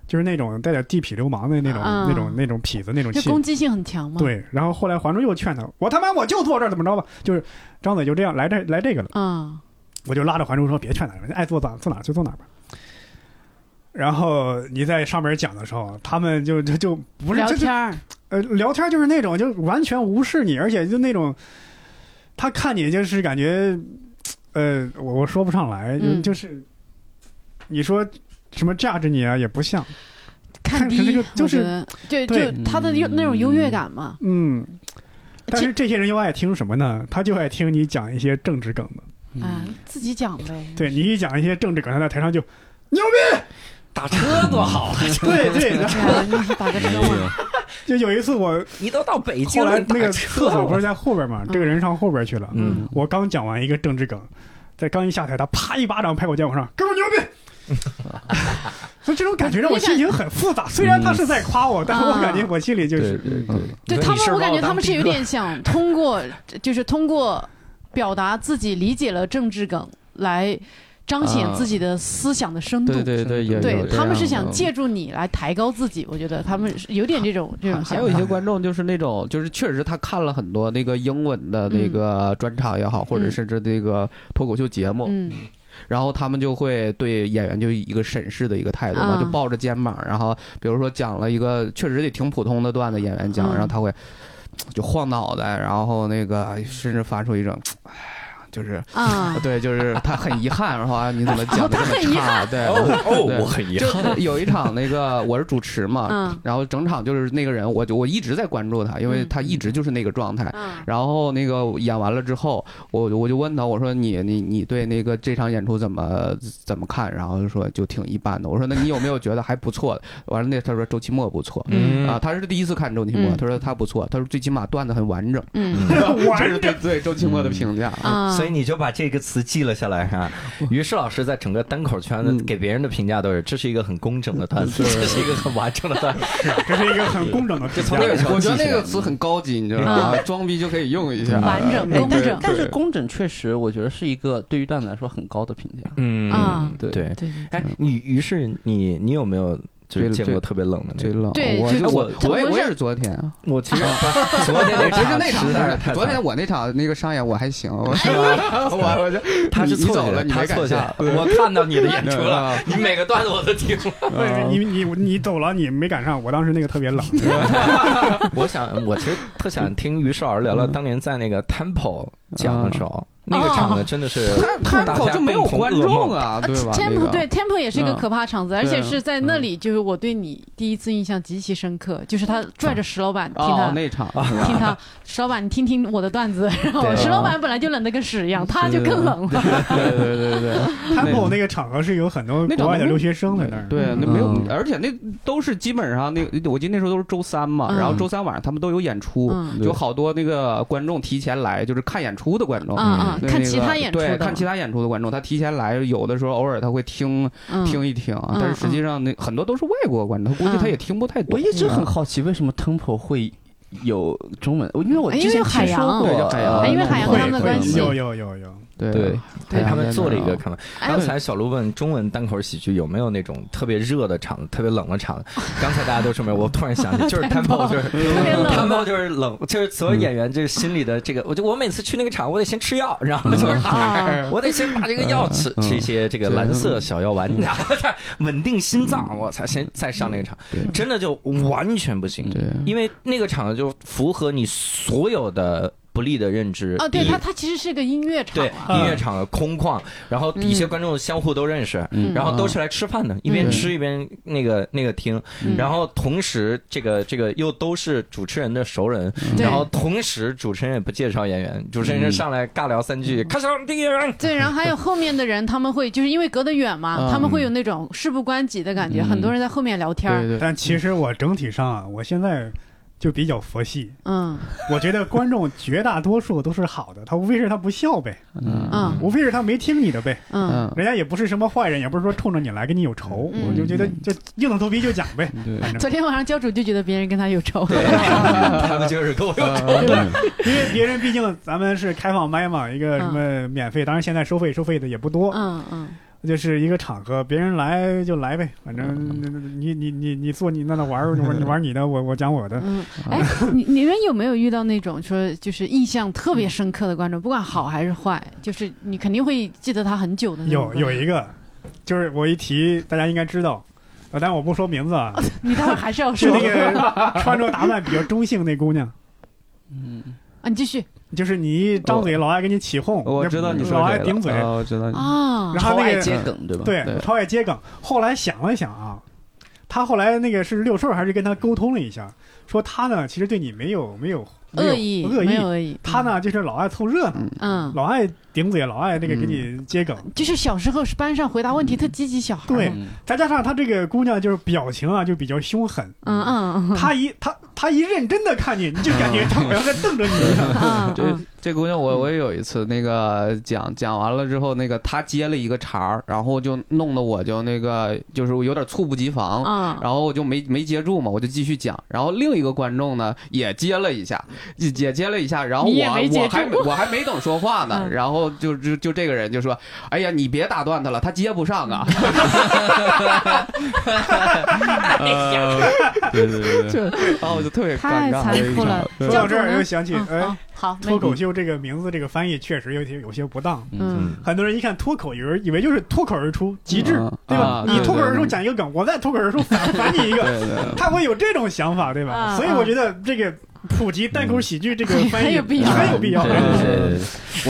就是那种带点地痞流氓的那种、啊那种、那种痞子那种这气。攻击性很强嘛，对，然后后来还珠又劝他，我他妈我就坐这儿，怎么着吧？就是张嘴就这样来这来这个了。啊我就拉着还珠说：“别劝他了，爱坐哪坐哪就坐哪吧。”然后你在上面讲的时候，他们就就就不是聊就就天儿，呃聊天就是那种就完全无视你，而且就那种他看你就是感觉呃我我说不上来，就嗯就是你说什么架着你啊也不像，看看这低个，就我觉是得对，对就他的优那种优越感嘛，嗯。但这是这些人又爱听什么呢？他就爱听你讲一些政治梗的，啊，自己讲呗，对你一讲一些政治梗，他在台上就牛 打车多好，啊逼，对 对，然后对啊，你去打个车嘛，就有一次我你都到北京后了，来你打那个车厕所不是在后边嘛，嗯这个人上后边去了。嗯我刚讲完一个政治梗，在刚一下台，他啪一巴掌拍我肩膀上，哥们儿牛逼！ 所以这种感觉让我心情很复嗯杂。虽然他是在夸我，但是我感觉我心里就是对嗯对他们，我感觉他们是有点想通过，就是通过表达自己理解了政治梗来彰显啊自己的思想的深度。对对对，也对有这他们是样想的借助你来抬高自己，我觉得他们是有点这种这种还想有一些法。观众就是那种，就是确实他看了很多那个英文的嗯那个专场也好，或者甚至那个脱口秀节目，嗯，然后他们就会对演员就一个审视的一个态度嘛，啊就抱着肩膀，然后比如说讲了一个确实也挺普通的段子，演员讲，嗯然后他会就晃脑袋，然后那个甚至发出一种，哎呀，就是。啊， 对，就是他很遗憾，然后啊，你怎么讲的哦 他这很遗么差？对，哦 对我很遗就憾，有一场那个我是主持嘛，嗯然后整场就是那个人，我就我一直在关注他，因为嗯他一直就是那个状态。嗯然后那个演完了之后，我我就问他，我说你你你对那个这场演出怎么怎么看？然后就说就挺一般的。我说那你有没有觉得还不错的？完了那他说周奇墨不错。嗯啊，他是第一次看周奇墨，嗯他说他不错，他说最起码段子很 完整， 嗯这完是对对周奇墨的评价。啊，所以你就把这个词记了下来哈。于是老师在整个单口圈子嗯给别人的评价都是：这是一个很工整的段子，这是一个很完整的段子。这是一个很工整的评价从。这个角度我觉得记起来那个词很高级，你知道吗？装逼就可以用一下，嗯完整哎工但是整但是工整确实，我觉得是一个对于段子来说很高的评价。啊嗯，对。对哎，你于是你你有没有就是对见过特别冷的那最个？冷。对我就就我这我也不我是也是昨天啊，我其实昨天那不是场 那实场在是太，昨天我那场那个商演我还行，我我 我就他是你错走觉了，你他没赶错觉上了，，我看到你的演 出了，啊你每个段子我都听了。不是嗯你你你走了，你没赶上，我当时那个特 别冷。 嗯我想，我其实特想听于少儿聊聊当年在那个 Temple 讲的时候，那个场子真的是啊哦他他口就没有观众啊，对 吧？那 Temple 个嗯对 Temple 也是一个可怕场子，而且对啊嗯是在那里，就是我对你第一次印象极其深刻，就是他拽着石老板听哦他，那场听他石老板，你听听我的段子。然后对石老板本来就冷得跟屎一样，他就更冷了。啊 对啊对对对， Temple 那个场合是有很多那国场外的合留学生在那儿，对，那没有嗯，而且那都是基本上那个，我记得那时候都是周三嘛，嗯然后周三晚上他们都有演出，嗯有好多那个观众提前来，就是看演出的观众。啊啊，对看那其个他演出对，的，看其他演出的观众，他提前来，有的时候偶尔他会听嗯听一听，啊嗯但是实际上那很多都是外国观众，他估计他也听不太懂。啊我一直很好奇，为什么 Temple 会有中文？因为我之因为前有海听说洋啊过对叫海洋呃因为海洋会跟他们的会关系有有有有，对啊对对他们做了一个看法。哎刚才小卢问中文单口喜剧有没有那种特别热的场子、特别冷的场子，刚才大家都说没有。我突然想 起，就是 Temple 就是别冷 Temple 就是冷，就是所有演员就是心里的这个，我就我每次去那个场，我得先吃药，然嗯后就是啊，我得先把这个药吃，吃一些这个蓝色小药丸，然后再稳定心脏，我才先再上那个场，真的就完全不嗯行，因为那个场就符合你所有的不利的认知。哦，对第一他他其实是个音乐场对啊，音乐场的空旷，然后底下观众相互都认识，嗯然后都是来吃饭的，一边吃一边那个那个听，嗯然后同时这个这个又都是主持人的熟人，对然后同时主持人也不介绍演员，主持人上来尬聊三嗯句，开始第一人， 对，然后还有后面的人，他们会就是因为隔得远嘛，嗯他们会有那种事不关己的感觉，很多人在后面聊天对儿，对但其实我整体上啊，我现在就比较佛系，嗯我觉得观众绝大多数都是好的，他无非是他不笑呗，嗯无非是他没听你的呗，嗯，人家也不是什么坏人，也不是说冲着你来跟你有仇，嗯哦我就觉得就硬着头皮就讲 呗，嗯反正昨天晚上教主就觉得别人跟他有仇，他们就是跟我有仇对吧？因为别人毕竟咱们是开放麦嘛，一个什么免费，当然现在收费收费的也不多，嗯嗯，就是一个场合，别人来就来呗，反正你你你你做你那那玩儿玩儿玩你的，我我讲我的。嗯，哎，你你们有没有遇到那种说就是印象特别深刻的观众，不管好还是坏，就是你肯定会记得他很久的那种有观众？有一个，就是我一提，大家应该知道，呃，但我不说名字啊，你待会儿还是要是说那个穿着打扮比较中性那姑娘，啊，你继续就是你一张嘴老爱给你起哄，我那知道你说老爱谁了顶嘴，呃我知道你。啊然超后那爱个接梗，对吧？对对超爱接梗。后来想了想啊，他后来那个是六顺儿还是跟他沟通了一下，说他呢其实对你没有没有没有恶意恶没意有，恶意，他呢就是老爱凑热闹。嗯，老爱顶嘴，老爱那个给你接梗，就是小时候是班上回答问题特积极小孩儿对嘛，再加上她这个姑娘就是表情啊，就比较凶狠。嗯嗯嗯她一她她一认真的看你，你就感觉她好像在瞪着你一样。嗯，这这姑娘我我也有一次那个讲讲完了之后，那个她接了一个茬儿，然后就弄得我就那个就是我有点猝不及防，啊然后我就没没接住嘛，我就继续讲。然后另一个观众呢也接了一下，也也接了一下。然后你我也没接我还住没我还没等说话呢，嗯然后就就就这个人就说：“哎呀，你别打断他了，他接不上啊。呃”对对对对，然后我就特别尴太尬。残酷了。说 到这儿又想起，嗯哎，好，好，脱口没秀这个名字这个翻译确实有些有些不当。嗯，很多人一看脱口，有人以为就是脱口而出，极致，嗯对吧？啊你对脱口而对出对讲一个梗，我再脱口而出反反你一个，对对他会有这种想法，对吧？啊所以我觉得这个普及单口喜剧这个翻嗯译很有必要很有必要。对对对，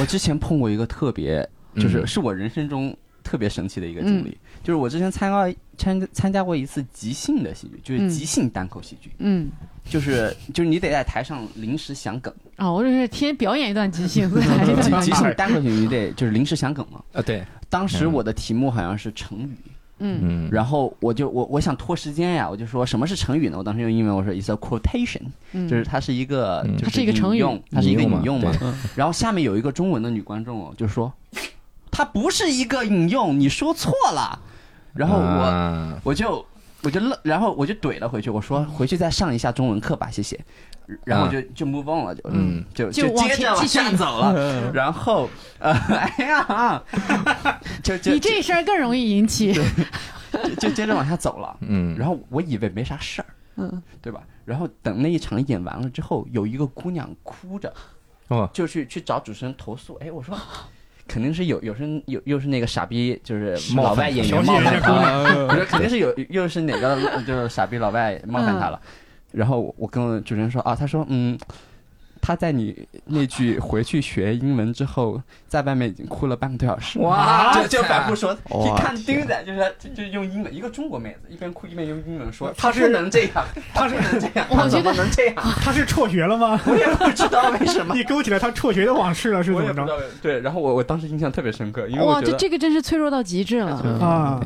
我之前碰过一个特别，嗯就是是我人生中特别神奇的一个嗯经历，就是我之前参加参参加过一次即兴的喜剧，就嗯是即兴单口喜剧，嗯，就是就是你得在台上临时想梗，哦，我就是天表演一段即 兴，再来一即段即兴单口喜剧你得就是临时想梗嘛。啊对，当时我的题目好像是成语，嗯嗯，然后我就我我想拖时间呀，我就说什么是成语呢？我当时用英文我说 it's a quotation，嗯，就是它是一个嗯，就它是一个成语引用它是一个引用嘛引用嘛对。然后下面有一个中文的女观众哦，就说，它不是一个引用，你说错了。然后我我我就我就愣，然后我就怼了回去，我说回去再上一下中文课吧，谢谢。然后就就 move on 了，就嗯就就往接前着往继续下走了。然后 呃，哎呀， 就就你这声儿更容易引起，就就接着往下走了。嗯，然后我以为没啥事儿，嗯，对吧？然后等那一场演完了之后，有一个姑娘哭着，哦就去去找主持人投诉。哎，我说，肯定是有有是有又是那个傻逼，就是冒老犯外演调员戏冒人犯家姑他了，对，我说肯定是有又是哪 个就是傻逼老外冒犯他了。然后我跟主持人说啊，他说嗯。他在你那句回去学英文之后，在外面已经哭了半个多小时。哇 就就反复说，哇一看丁仔就是就就用英文，一个中国妹子一边哭一边用英文说，他是不能这样，他他是不能这样，我觉得他怎么能这样， 他是辍学了吗？我也不知道为什么。你勾起了他辍学的往事了，是我怎也么不知着？道为，对，然后我我当时印象特别深刻，因为哇，我这觉得这个真是脆弱到极致了。啊，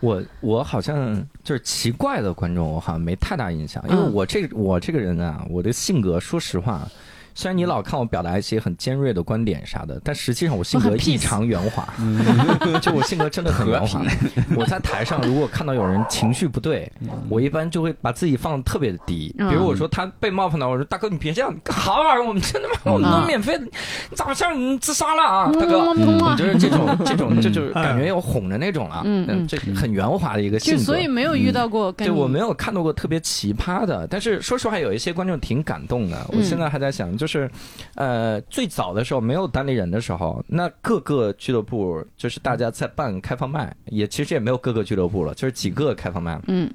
我我好像就是奇怪的观众，我好像没太大印象，因为嗯我这我这个人啊，我的性格，说实话，虽然你老看我表达一些很尖锐的观点啥的，但实际上我性我格很 peace 异常圆滑，嗯 就我性格真的很圆滑。 我在台上如果看到有人情绪不对，我一般就会把自己放得特别低，比嗯如我说他被冒犯到，我说大哥你别这样，你干啥玩意儿？我们真的妈，嗯我们都免费的，你咋像你自杀了啊，大哥？我就是这种这种，这就是感觉要哄着那种了，嗯嗯这很圆滑的一个性就格。所以没有遇到过跟对我你没有看到过特别奇葩的，但是说实话，有一些观众挺感动的。我嗯现在还在想，就是，呃，最早的时候没有单立人的时候，那各个俱乐部就是大家在办开放麦，也其实也没有各个俱乐部了，就是几个开放麦嗯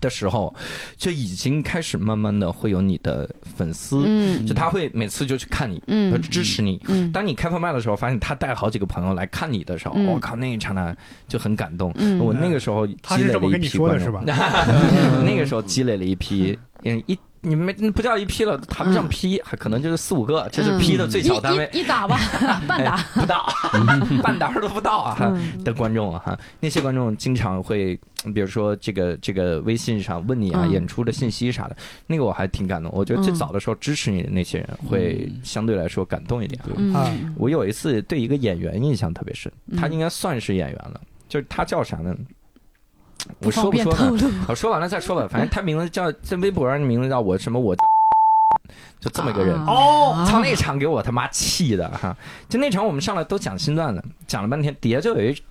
的时候，就已经开始慢慢的会有你的粉丝，嗯就他会每次就去看你，嗯就支持你。嗯当你开放麦的时候，发现他带好几个朋友来看你的时候，嗯我、靠，那一刹那就很感动。嗯我那个时候他积是累了这么一跟你批说观的，众是，吧？ 那个时候积累了一批，嗯，一你们不叫一批了，谈不上批，还可能就是四五个，嗯这是批的最小单位，一一一打吧，半打。 不到，半打都不到啊嗯 的观众啊哈，那些观众经常会，比如说这个这个微信上问你啊嗯演出的信息啥的，那个我还挺感动，我觉得最早的时候支持你的那些人会嗯相对来说感动一点啊。啊嗯我有一次对一个演员印象特别深，他应该算是演员了，就是他叫啥呢？我方说不便说呢透？露。我说完了再 说吧，反正他名字叫在微博上名字叫我什么我，就这么一个人。啊哦，操那场给我他妈气的哈！就那场我们上来都讲新段子，讲了半天，底下就有一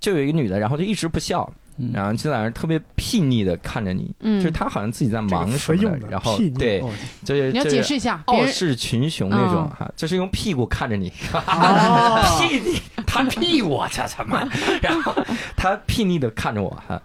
就有一个女的，然后就一直不笑，嗯然后就在那儿特别睥睨的看着你，嗯就是她好像自己在忙什谁么用的，的？然后屁对，哦就是你要就解是释一下，别傲人视群雄那种嗯哈，就是用屁股看着你， 哦屁你，他屁我，这他妈，然后他睥睨的看着我哈，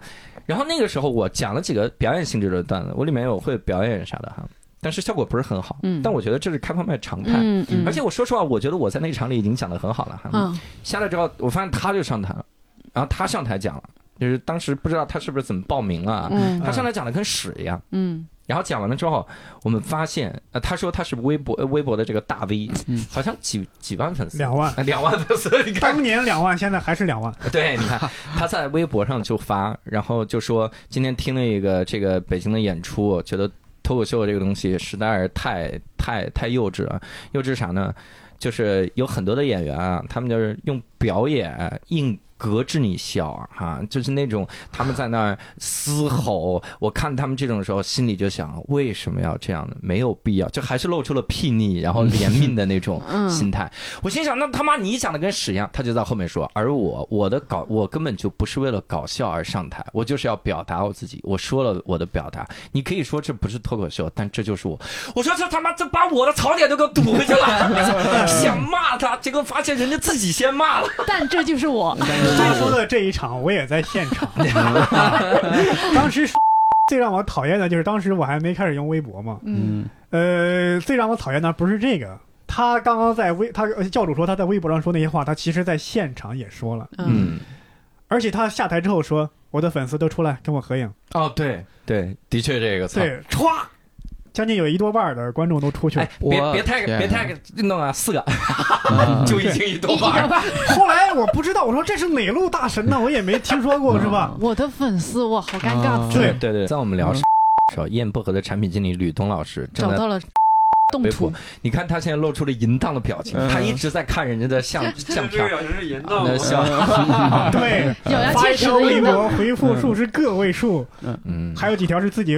然后那个时候我讲了几个表演性质的段子，我里面有会表演啥的哈，但是效果不是很好，嗯但我觉得这是开放麦常态，嗯嗯，而且我说实话，我觉得我在那场里已经讲的很好了哈，嗯下来之后我发现他就上台了，然后他上台讲了，就是当时不知道他是不是怎么报名啊，嗯他上来讲的跟屎一样。嗯然后讲完了之后，我们发现，呃，他说他是微博、呃微博的这个大 V，、好像几几万粉丝，嗯两万，啊两万粉丝， 你看，当年两万，现在还是两万。 对，你看他在微博上就发，然后就说今天听了一个这个北京的演出，我觉得脱口秀这个东西实在是太太太幼稚了，幼稚啥呢？就是有很多的演员啊，他们就是用表演硬隔制你笑啊，哈、就是那种他们在那儿嘶吼，我看他们这种时候，心里就想为什么要这样呢？没有必要，就还是露出了睥睨，然后怜悯的那种嗯心态。我心想，那他妈你讲的跟屎一样。他就在后面说，而我我的搞我根本就不是为了搞笑而上台，我就是要表达我自己。我说了我的表达，你可以说这不是脱口秀，但这就是我。我说这他妈这把我的槽点都给我堵回去 了，想骂他，结果发现人家自己先骂了。但这就是我，他说的这一场我也在现场，当时 最让我讨厌的就是当时我还没开始用微博嘛，嗯呃，最让我讨厌的不是这个，他刚刚在微他呃教主说他在微博上说那些话，他其实在现场也说了，嗯，而且他下台之后说我的粉丝都出来跟我合影，哦，对对，的确这个操。对，歘，将近有一多半的观众都出去了哎。，别我别太天别太弄啊，四个嗯啊就已 经一多半了。后来我不知道，我说这是哪路大神呢？我也没听说过，是吧？我的粉丝，我好尴尬啊死了，对 对对，在我们聊的时候，燕薄荷的产品经理吕嗯东老师 正找在到了动微图博，，你看他现在露出了淫荡的表情，他一直在看人家的 相相片，嗯表情是淫那笑，啊对，哎咬牙发切一齿条的微一个，博回复数是个位数，嗯，还有几条是自己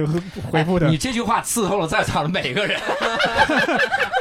回复的你。这句话刺痛了在场的每个人，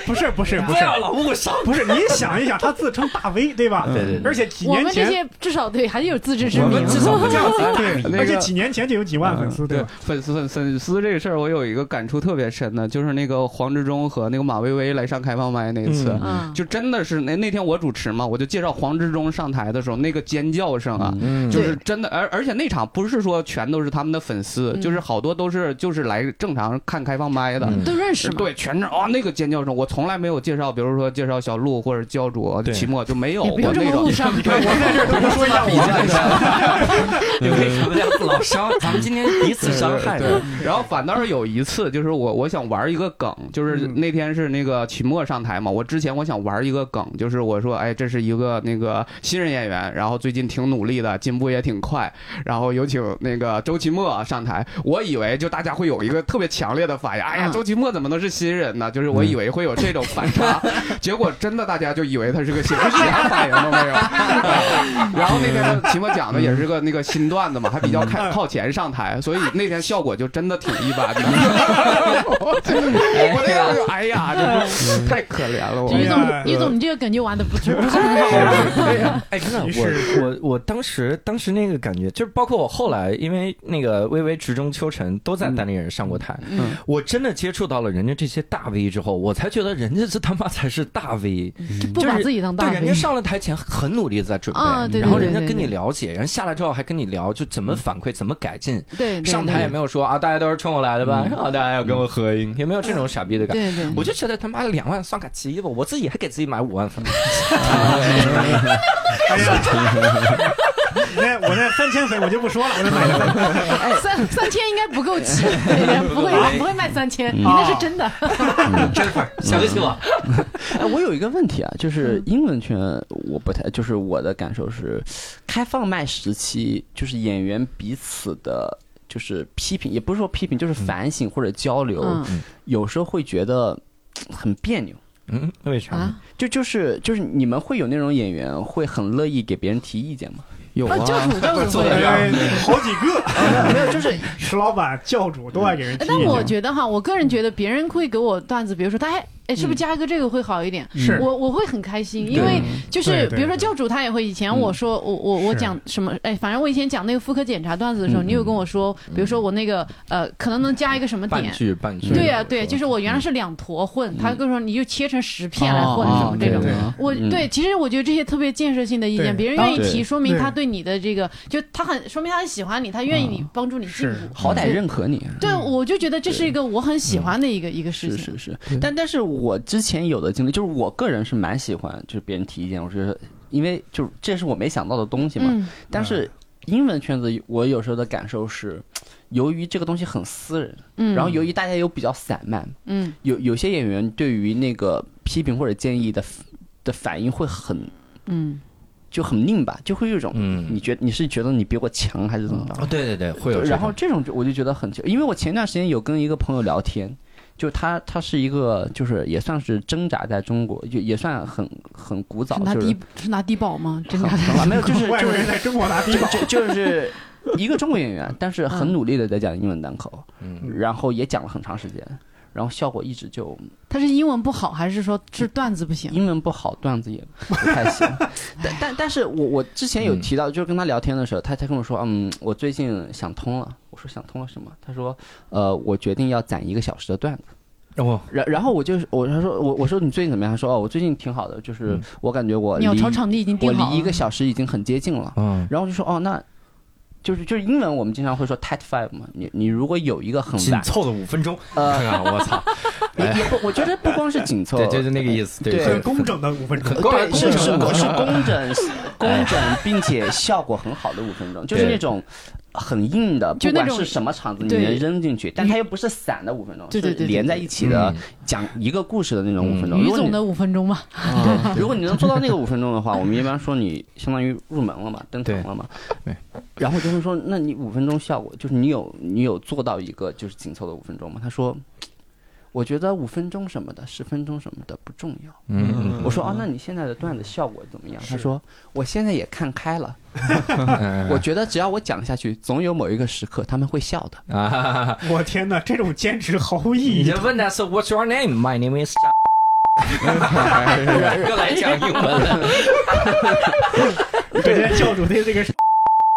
不是不是不不是要老误伤。不是，你想一想，他自称大 V 对吧？对对对而且几我年们这前，些至少对还有自知之我明们，至少不叫 自己对，个而且几年前就有几万粉丝对对吧？粉丝粉粉丝这个事儿，我有一个感触特别深的，就是那个黄志忠和那个马薇薇来上开放麦那次，嗯嗯，就真的是那那天我主持嘛，我就介绍黄志忠上台的时候，那个尖叫声啊，嗯就是真的，而而且那场不是说全都是他们的粉丝，嗯就是好多都是就是来正常看开放麦的。嗯都认识是嘛，对，全是啊、那个尖叫声，我从来没有介绍，比如说介绍小鹿或者教主对期末就没有也不用过这那么种路。 上，我在这儿都说一下我， 对为什么这样老伤？咱们今天彼此伤害对，然后反倒是有一次，就是我我想玩一个梗，就是那天是那个曲墨上台嘛，我之前我想玩一个梗，就是我说，哎，这是一个那个新人演员，然后最近挺努力的，进步也挺快，然后有请那个周奇墨上台，我以为就大家会有一个特别强烈的反应，哎呀，嗯周奇墨怎么能是新人呢？就是我以为会有这种反差， 结果真的大家就以为他是个新人，一点反应都没有。 然后那天秦墨讲的也是个那个新段子嘛，还比较靠靠前上台，所以那天效果就真的挺一 般的。我那天就哎呀，这是太可怜 了我。于哎呀总，于总，你这个梗就玩的不 是不是很好玩。哎，真的，于我我我当时当时那个感觉，就是包括我后来，因为那个微微、池中、秋晨都在单立人上过台，嗯我真的接触到了人家这些大 V 之后，我才觉得人家这他妈才是大 V，不把自己当大对，人家人。上了台前很努力地在准备，啊对对然后对人家对跟你对了解，然后下来之后还跟你聊，就怎么嗯反馈，怎么改进。对，对上台也没有说啊，大家都是冲我来的吧，嗯然后大家要跟我合影，也没有这种傻逼的感觉。对对，我就觉得他妈两万算个鸡巴，我自己还给自己买五万分，哎呀， 那我那三千粉我就不说了，我就买了。哎三哎三千应该不够起，对不会不会卖三嗯千，你那是真的。 真粉儿，嗯相信我。 哎，我有一个问题啊，就是英文圈，我不太，就是我的感受是，开放麦时期，就是演员彼此的，就是批评，也不是说批评，就是反省或者交流，嗯有时候会觉得嘖很别扭。嗯，为啥呢？啊，就就是就是你们会有那种演员会很乐意给别人提意见吗？有那啊，教主教主会。哎好几个， 没有，就是石老板、教主都爱给人提意但见哎我觉得哈，我个人觉得别人会给我段子，比如说他哎哎，是不是加一个这个会好一点？嗯是我我会很开心，因为就是对对嗯比如说教主他也会，以前我说我我我是嗯讲什么哎，反正我以前讲那个妇科检查段子的时候，你有跟我说，比如说我那个呃，可能能加一个什么半点。句半句。对呀、啊对，就是我原来是两坨混，他跟我说你就切成十片哦来混什么这种。嗯哦对我嗯对，其实我觉得这些特别建设性的意见，对别人愿意对提，说明对嗯他对你的这个，就他很说明他很喜欢你，他愿意你帮助你进是步。好歹认可你。对，我就觉得这是一个我很喜欢的一个一个事嗯是情是。是，但但是我之前有的经历，就是我个人是蛮喜欢，就是别人提意见，我觉得因为就是这是我没想到的东西嘛。嗯，但是英文圈子，我有时候的感受是，由于这个东西很私人，嗯然后由于大家又比较散漫，嗯有有些演员对于那个批评或者建议的的反应会很嗯，就很拧巴，就会有一种、嗯你觉你是觉得你比我强还是怎么着？哦，对对对，会有对这种。然后这种就我就觉得很奇，因为我前段时间有跟一个朋友聊天，就他他是一个就是也算是挣扎在中国，就也算很很古早是，拿就是低是拿低保吗？真的 很很晚没有就是外就国是人在中国拿低保，就就是一个中国演员，但是嗯很努力的在讲英文单口，嗯然后也讲了很长时间，然后效果一直就他是英文不好，还是说是段子不行？英文不好，段子也 不太行。但但但是我我之前有提到，就是跟他聊天的时候，他他跟我说，嗯，我最近想通了。我说想通了什么？他说，呃，我决定要攒一个小时的段子。哦，然然后我就我他说我我说你最近怎么样？他说哦，我最近挺好的，嗯就是我感觉我离鸟巢场地已经我定好了。离一个小时已经很接近了。嗯，然后我就说哦，那就是就是英文我们经常会说 tight five 嘛，你你如果有一个很紧晚，凑的五分钟，呃，看看啊我操，也也不，我觉得不光是紧凑， 对，就是那个意思，对很工整的五分钟。呃对，是是啊工 是整是工整、哎工整，并且效果很好的五分钟，就是那种很硬的，就不那管种是什么场子，你对能扔进去，但它又不是散的五分钟，对对对是对连在对一起的嗯，讲一个故事的那种五分钟。于如果总你的五分钟吧， 如果你能做到那个五分钟的话，我们一般说你相当于入门了嘛，登堂了嘛。对。然后我就会说，那你五分钟效果，就是你有你有做到一个就是紧凑的五分钟吗？他说，我觉得五分钟什么的，十分钟什么的不重要。嗯我说哦，那你现在的段子效果怎么样？他说我现在也看开了，嗯我觉得只要我讲下去，总有某一个时刻他们会笑的。我啊，我天哪，这种坚持毫无意你义就。问他是 What's your name? My name is 又 来讲英文了，可见教主对这个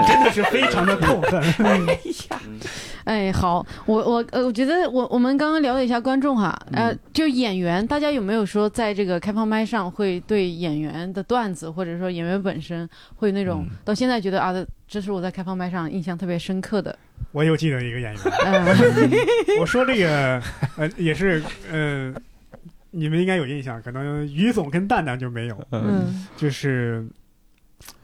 真的是非常的扣分。 哎，好，我我呃，我觉得我我们刚刚聊了一下观众哈，呃，嗯就演员，大家有没有说在这个开放麦上会对演员的段子或者说演员本身会有那种、嗯到现在觉得啊，这是我在开放麦上印象特别深刻的，呃我又 嗯记得一个演员，嗯我说这个呃也是呃你们应该有印象，可能于总跟蛋蛋就没有，嗯，就是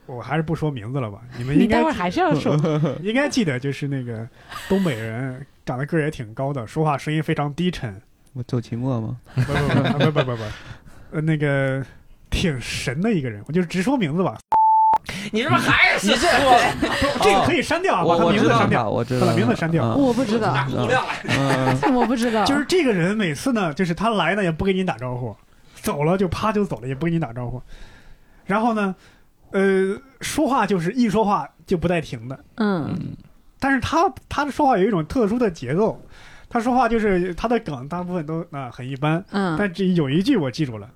我还是不说名字了吧，你们你应该待会儿还是要说，应该记得，就是那个东北人，长得个儿也挺高的，说话声音非常低沉，我周奇墨吗？不不不不不不不，呃，那个挺神的一个人，我就直说名字吧，你哦是不是还是 这个可以删掉啊，把他我名知字删道掉他，，我知把道他他名字删哦掉。啊嗯我不知 道，嗯，我不知道，就是这个人每次呢，就是他来呢也不给你打招呼，走了就啪就走了，也不给你打招呼。然后呢，呃，说话就是一说话就不带停的，嗯但是他他说话有一种特殊的节奏，他说话就是他的梗大部分都啊、很一般，嗯但这有一句我记住了。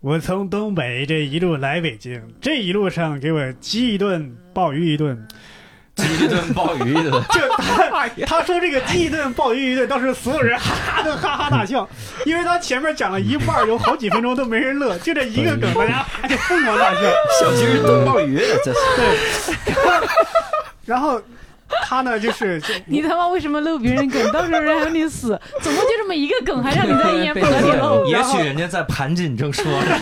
我从东北这一路来北京，这一路上给我鸡一顿，鲍鱼一顿。鸡炖鲍鱼的？就他他说这个鸡一顿，鲍鱼一顿，当时所有人哈哈的哈哈大笑，因为他前面讲了一半，有好几分钟都没人乐，就这一个梗，大家就疯狂大笑。小鸡儿炖鲍鱼的，这是然后他呢，就是就你他妈为什么露别人 梗？到时候人还让你死，总共就这么一个梗，还让你在 一言不合里露。也许人家在盘锦正说呢。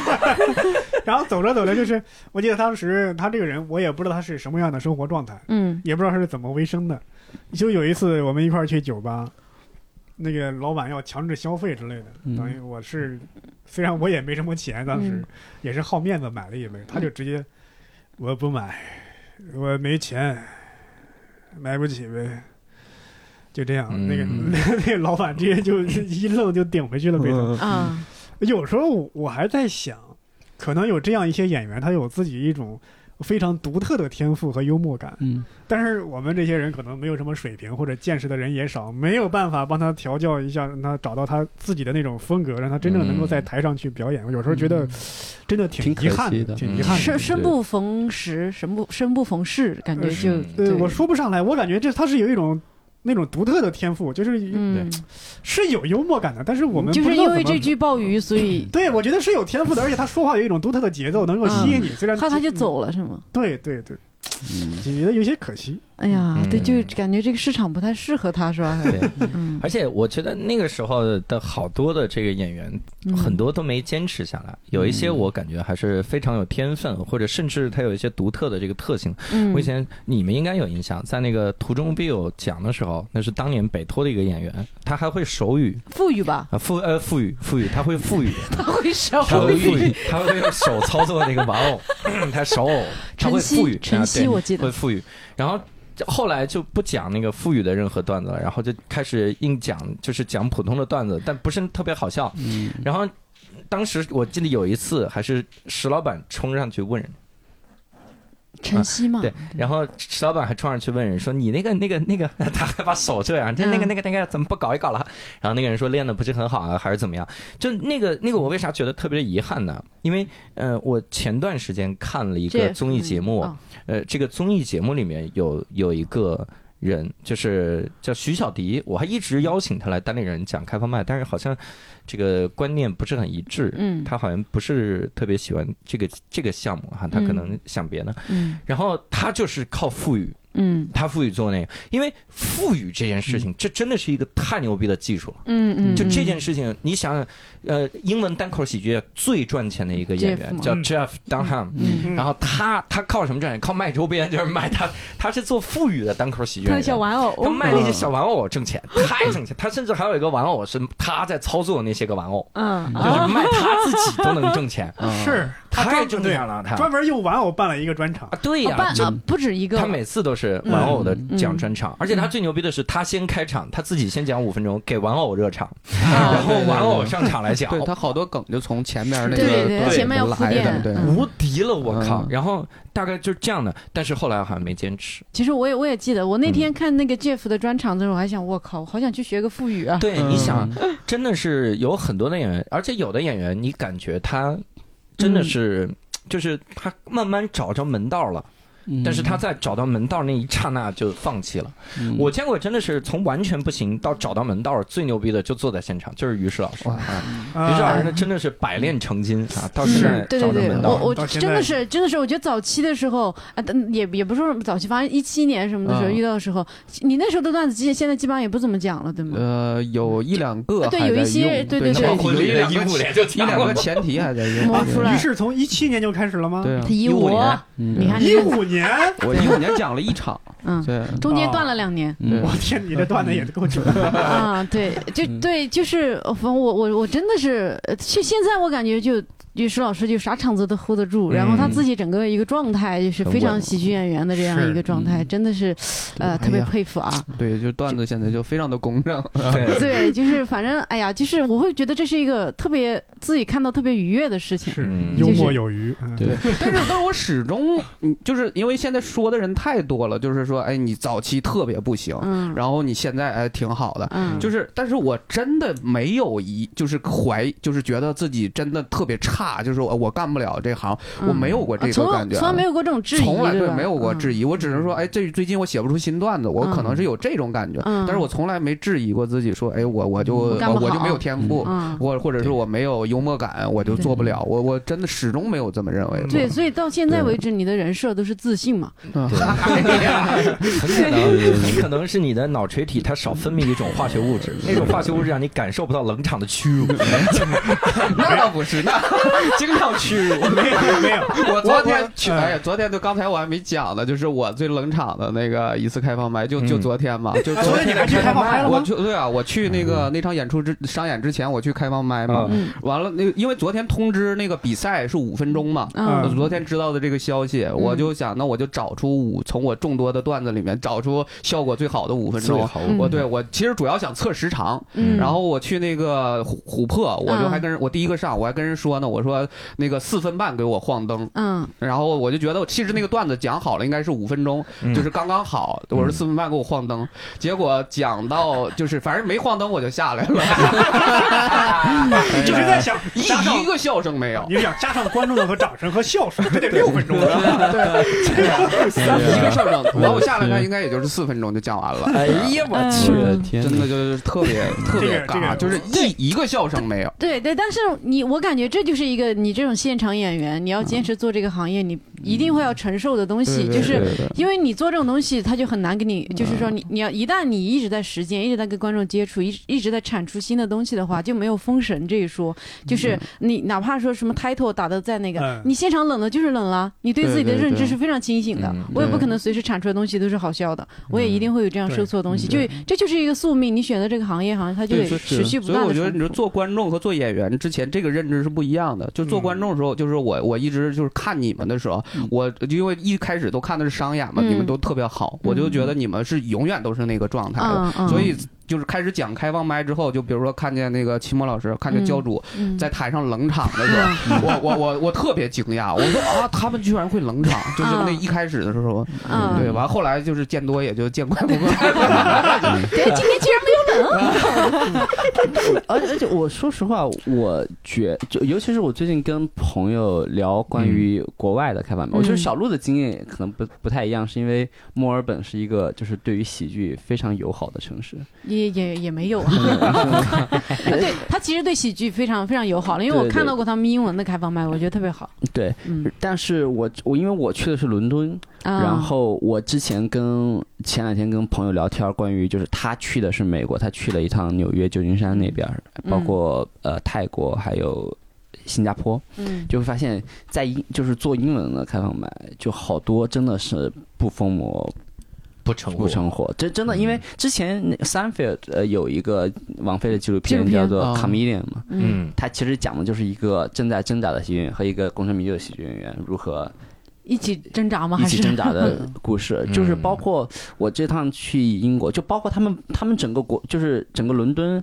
然后走着走着，就是我记得当时他这个人，我也不知道他是什么样的生活状态，嗯也不知道他是怎么为生的。就有一次我们一块儿去酒吧，那个老板要强制消费之类的，嗯等于我是虽然我也没什么钱，当时、嗯也是好面子买了一杯，他就直接我不买，我没钱，买不起呗。就这样，那个 那个老板直接就一愣就顶回去了杯子。嗯啊，有时候我我还在想，可能有这样一些演员，他有自己一种非常独特的天赋和幽默感。嗯，但是我们这些人可能没有什么水平，或者见识的人也少，没有办法帮他调教一下，让他找到他自己的那种风格，让他真正能够在台上去表演。我有时候觉嗯得，真的挺挺可遗憾惜的挺遗憾的。生生不逢时，生不生不逢时，感觉就对嗯呃，我说不上来，我感觉这他是有一种。那种独特的天赋，就是、嗯，是有幽默感的，但是我们就不是知道因为怎么这句鲍鱼，所以对，我觉得是有天赋的，而且他说话有一种独特的节奏，能够吸引你。虽嗯然他他就走了是吗？对对对，嗯觉得有些可惜。，哎呀，对，嗯就感觉这个市场不太适合他，是吧？对，嗯， 而且我觉得那个时候的好多的这个演员，嗯很多都没坚持下来，有一些我感觉还是非常有天分，或者甚至他有一些独特的这个特性。嗯我以前你们应该有印象，在那个途中必有讲的时候，那是当年北托的一个演员，他还会手语富裕 吧，啊，腹呃腹语腹语，他会腹语，他会手他会腹语，他会用手操作那个玩偶，他手偶，他晨会腹曦语，，晨啊曦对我记会得，富裕，然后后来就不讲那个富裕的任何段子了，然后就开始硬讲，就是讲普通的段子，但不是特别好笑。嗯然后当时我记得有一次还是石老板冲上去问人，晨曦嘛，嗯对，然后石老板还冲上去问人说：“你那个那个那个， 他还把手这样，这那个嗯那个那个怎么不搞一搞了？”然后那个人说：“练的不是很好啊，还是怎么样？”就那个那个，我为啥觉得特别遗憾呢？因为呃，我前段时间看了一这个综艺节目，嗯呃，这个综艺节目里面有有一个人，就是叫徐小迪，我还一直邀请他来单立人讲开放麦，但是好像这个观念不是很一致，嗯他好像不是特别喜欢这个这个项目哈，他可能想别的。嗯然后他就是靠腹语，嗯他腹语做那个，因为腹语这件事情，这真的是一个太牛逼的技术了。嗯嗯，就这件事，事情，你想想，呃，英文单口喜剧最赚钱的一个演 Jeff 员嘛叫 Jeff Dunham，嗯，然后他他靠什么赚钱？靠卖周边，就是 卖他他是做富裕的单口喜剧演特效员。玩偶，他卖嗯那些小玩偶挣钱，太挣钱。他甚至还有一个玩偶是他在操作那些个玩偶，嗯啊就是卖他自己都能挣钱啊是他太专正对常了他专门用玩偶办了一个专场啊。对哦呀、办就了不止一个，他每次都是嗯玩偶的讲专场，而且他最牛逼的是，他先开场，他自己先讲五分钟，给玩偶热场，啊然后玩偶上场来讲对，他好多梗就从前面那个对对对段子前面要铺来垫的，对，嗯无敌了，我靠嗯！然后大概就是这样的，但是后来好像没坚持。其实我也我也记得，我嗯那天看那个 Jeff 的专场的时候，我还想，我靠，我好想去学个腹语啊。对，嗯你想，真的是有很多的演员，而且有的演员，嗯你感觉他真的是，就是他慢慢找着门道了。嗯嗯但是他在找到门道那一刹那就放弃了。嗯嗯我见过真的是从完全不行到找到门道最牛逼的，就坐在现场，就是于适老师。嗯啊于适老师他真的是百炼成金啊，到现在对找到对对门，道。我我到现真的在是真的是，我觉得早期的时候啊，但也也不是说早期，反正一七年什么的时候嗯遇到的时候，你那时候的段子基现在基本上也不怎么讲了，对吗？呃，有一两个啊对还有一在些用对对对对有一两个幕前脸就一两个前提还在用磨啊出来于是从一七年就开始了吗？对呃啊，一15五，年你嗯你看一这个，五年，我一五年讲了一场，嗯，对，中间啊哦断了两年。嗯对我天，你这段子也够久 的。啊，对，就嗯对，就是反正我我我真的是，呃现现在我感觉就于石老师就啥场子都 hold 得住，然后嗯他自己整个一个状态就是非常喜剧演员的这样一个状态，嗯真的是， 呃，特别佩服啊。哎对，就段子现在就非常的公正，对，对，就是反正哎呀，就是我会觉得这是一个特别自己看到特别愉悦的事情。是嗯幽默有余，嗯对，但是但是我始终，嗯就是因为现在说的人太多了，就是说，哎，你早期特别不行，嗯，然后你现在哎挺好的，嗯，就是，但是我真的没有一就是怀，就是觉得自己真的特别差，就是我我干不了这行，嗯我没有过这啊个从感觉啊，从来没有过这种质疑，从来对对吧没有过质疑，我只能说，哎，这最近我写不出新段子，我嗯可能是有这种感觉，嗯但是我从来没质疑过自己，说，哎，我我就我干不我我就好没有天赋，嗯。嗯我或者是我没有幽默感，我就做不对嗯了，我我真的始终没有这么认为过。对，所以到现在对为止，你的人设都是自信嘛？嗯很可能，很可能是你的脑垂体它少分泌一种化学物质，那种化学物质让你感受不到冷场的屈辱。 那倒不是，那 经常屈辱。没有没有， 我昨天去，哎呀，昨天就刚才我还没讲呢，就是我最冷场的那个一次开放麦，就就嗯昨天嘛，就昨昨天你还去开放麦了我吗？去对啊，我去那个那场演出之商演之前，我去开放麦嘛，嗯完了那个因为昨天通知那个比赛是五分钟嘛。嗯我昨天知道的这个消息，我就想，那我就找出五从我众多的段子里面找出效果最好的五分钟。嗯我对我其实主要想测时长，嗯，然后我去那个琥琥珀，嗯我就还跟人，我第一个上，我还跟人说呢，我说那个四分半给我晃灯，嗯然后我就觉得其实那个段子讲好了应该是五分钟，嗯就是刚刚好，我是四分半给我晃灯，结果讲到就是反正没晃灯我就下来 了，你就是在想 一加上一个笑声没有。你想加上观众的和掌声和笑声，这得六分钟一啊！个笑声，完我下来他应该也就是四分钟就讲完了，哎呀，我去！嗯天真的就是特别特别这个尬，就是一一个笑声没有。对对，但是你我感觉这就是一个你这种现场演员，你要坚持做这个行业，你一定会嗯要承受的东西，就是因为你做这种东西，他就很难给你，就是说你嗯你要一旦你一直在实践，一直在跟观众接触，一直一直在产出新的东西的话，就没有封神这一说。嗯就是你哪怕说什么 title 打的再那个嗯，你现场冷了就是冷了，你对对自己的哎对认知对是非常清醒的嗯。我也不可能随时产出的东西都是好笑的，我嗯也一定会有这样对受挫的东西。就这就是一个宿命，你选择这个行业，好像它就对得所以持续不所以断我的。觉得，你说做观众和做演员之前，这个认知是不一样的。就嗯做观众的时候，就是我我一直就是看你们的时候，我因为一开始都看的是商演嘛，嗯你们都特别好，我就觉得你们是永远都是那个状态的。嗯嗯，所以就是开始讲开放麦之后，就比如说看见那个期末老师，看见教主嗯在台上冷场的时候，我我我我特别惊讶，我说啊，他们居然会冷场，就是那一开始的时候，嗯对，完后来就是见多也就见怪不怪。对，今天居然没有而且而且，我说实话，我觉就尤其是我最近跟朋友聊关于国外的开放麦，我觉得小鹿的经验也可能不不太一样，是因为墨尔本是一个就是对于喜剧非常友好的城市。也也也没有啊。 对他其实对喜剧非常非常友好了，因为我对对看到过他们英文的开放麦，我觉得特别好。对，嗯，但是我我因为我去的是伦敦，啊然后我之前跟前两天跟朋友聊天，关于就是他去的是美国，他去了一趟纽约、旧金山那边儿，嗯包括呃泰国还有新加坡。嗯就会发现，在英就是做英文的开放麦，就好多真的是不疯魔不成不成活。这真的，因为之前那 Sanfield 呃有一个王菲的纪录片纪录叫片做哦《Comedian》嘛，嗯嗯，它其实讲的就是一个正在挣扎的喜剧演员和一个功成名就的喜剧演员如何一起挣扎吗？一还起是嗯挣 扎的故事。就是包括我这趟去英国，就包括他们他们整个国，就是整个伦敦。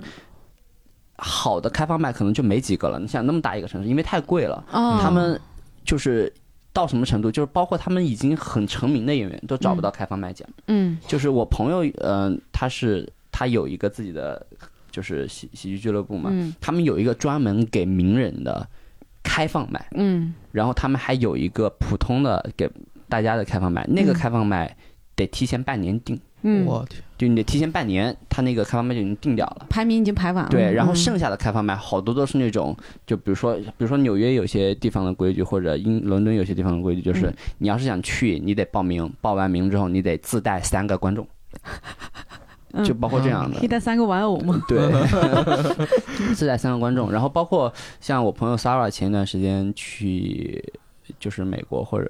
好的开放麦可能就没几个了，你想那么大一个城市，因为太贵了，哦他们就是到什么程度，就是包括他们已经很成名的演员都找不到开放麦奖。嗯就是我朋友，嗯、他是他有一个自己的就是喜喜剧俱乐部嘛，嗯他们有一个专门给名人的开放麦，嗯然后他们还有一个普通的给。大家的开放麦，那个嗯开放麦得提前半年定，嗯，我天，就你得提前半年，他那个开放麦就已经定掉了。排名已经排完了。对，然后嗯剩下的开放麦好多都是那种，就比如说，比如说纽约有些地方的规矩，或者英伦敦有些地方的规矩，就是嗯你要是想去，你得报名，报完名之后你得自带三个观众，嗯就包括这样的可以。带三个玩偶嘛，对， 自带三个观众，然后包括像我朋友 Sara 前一段时间去，就是美国或者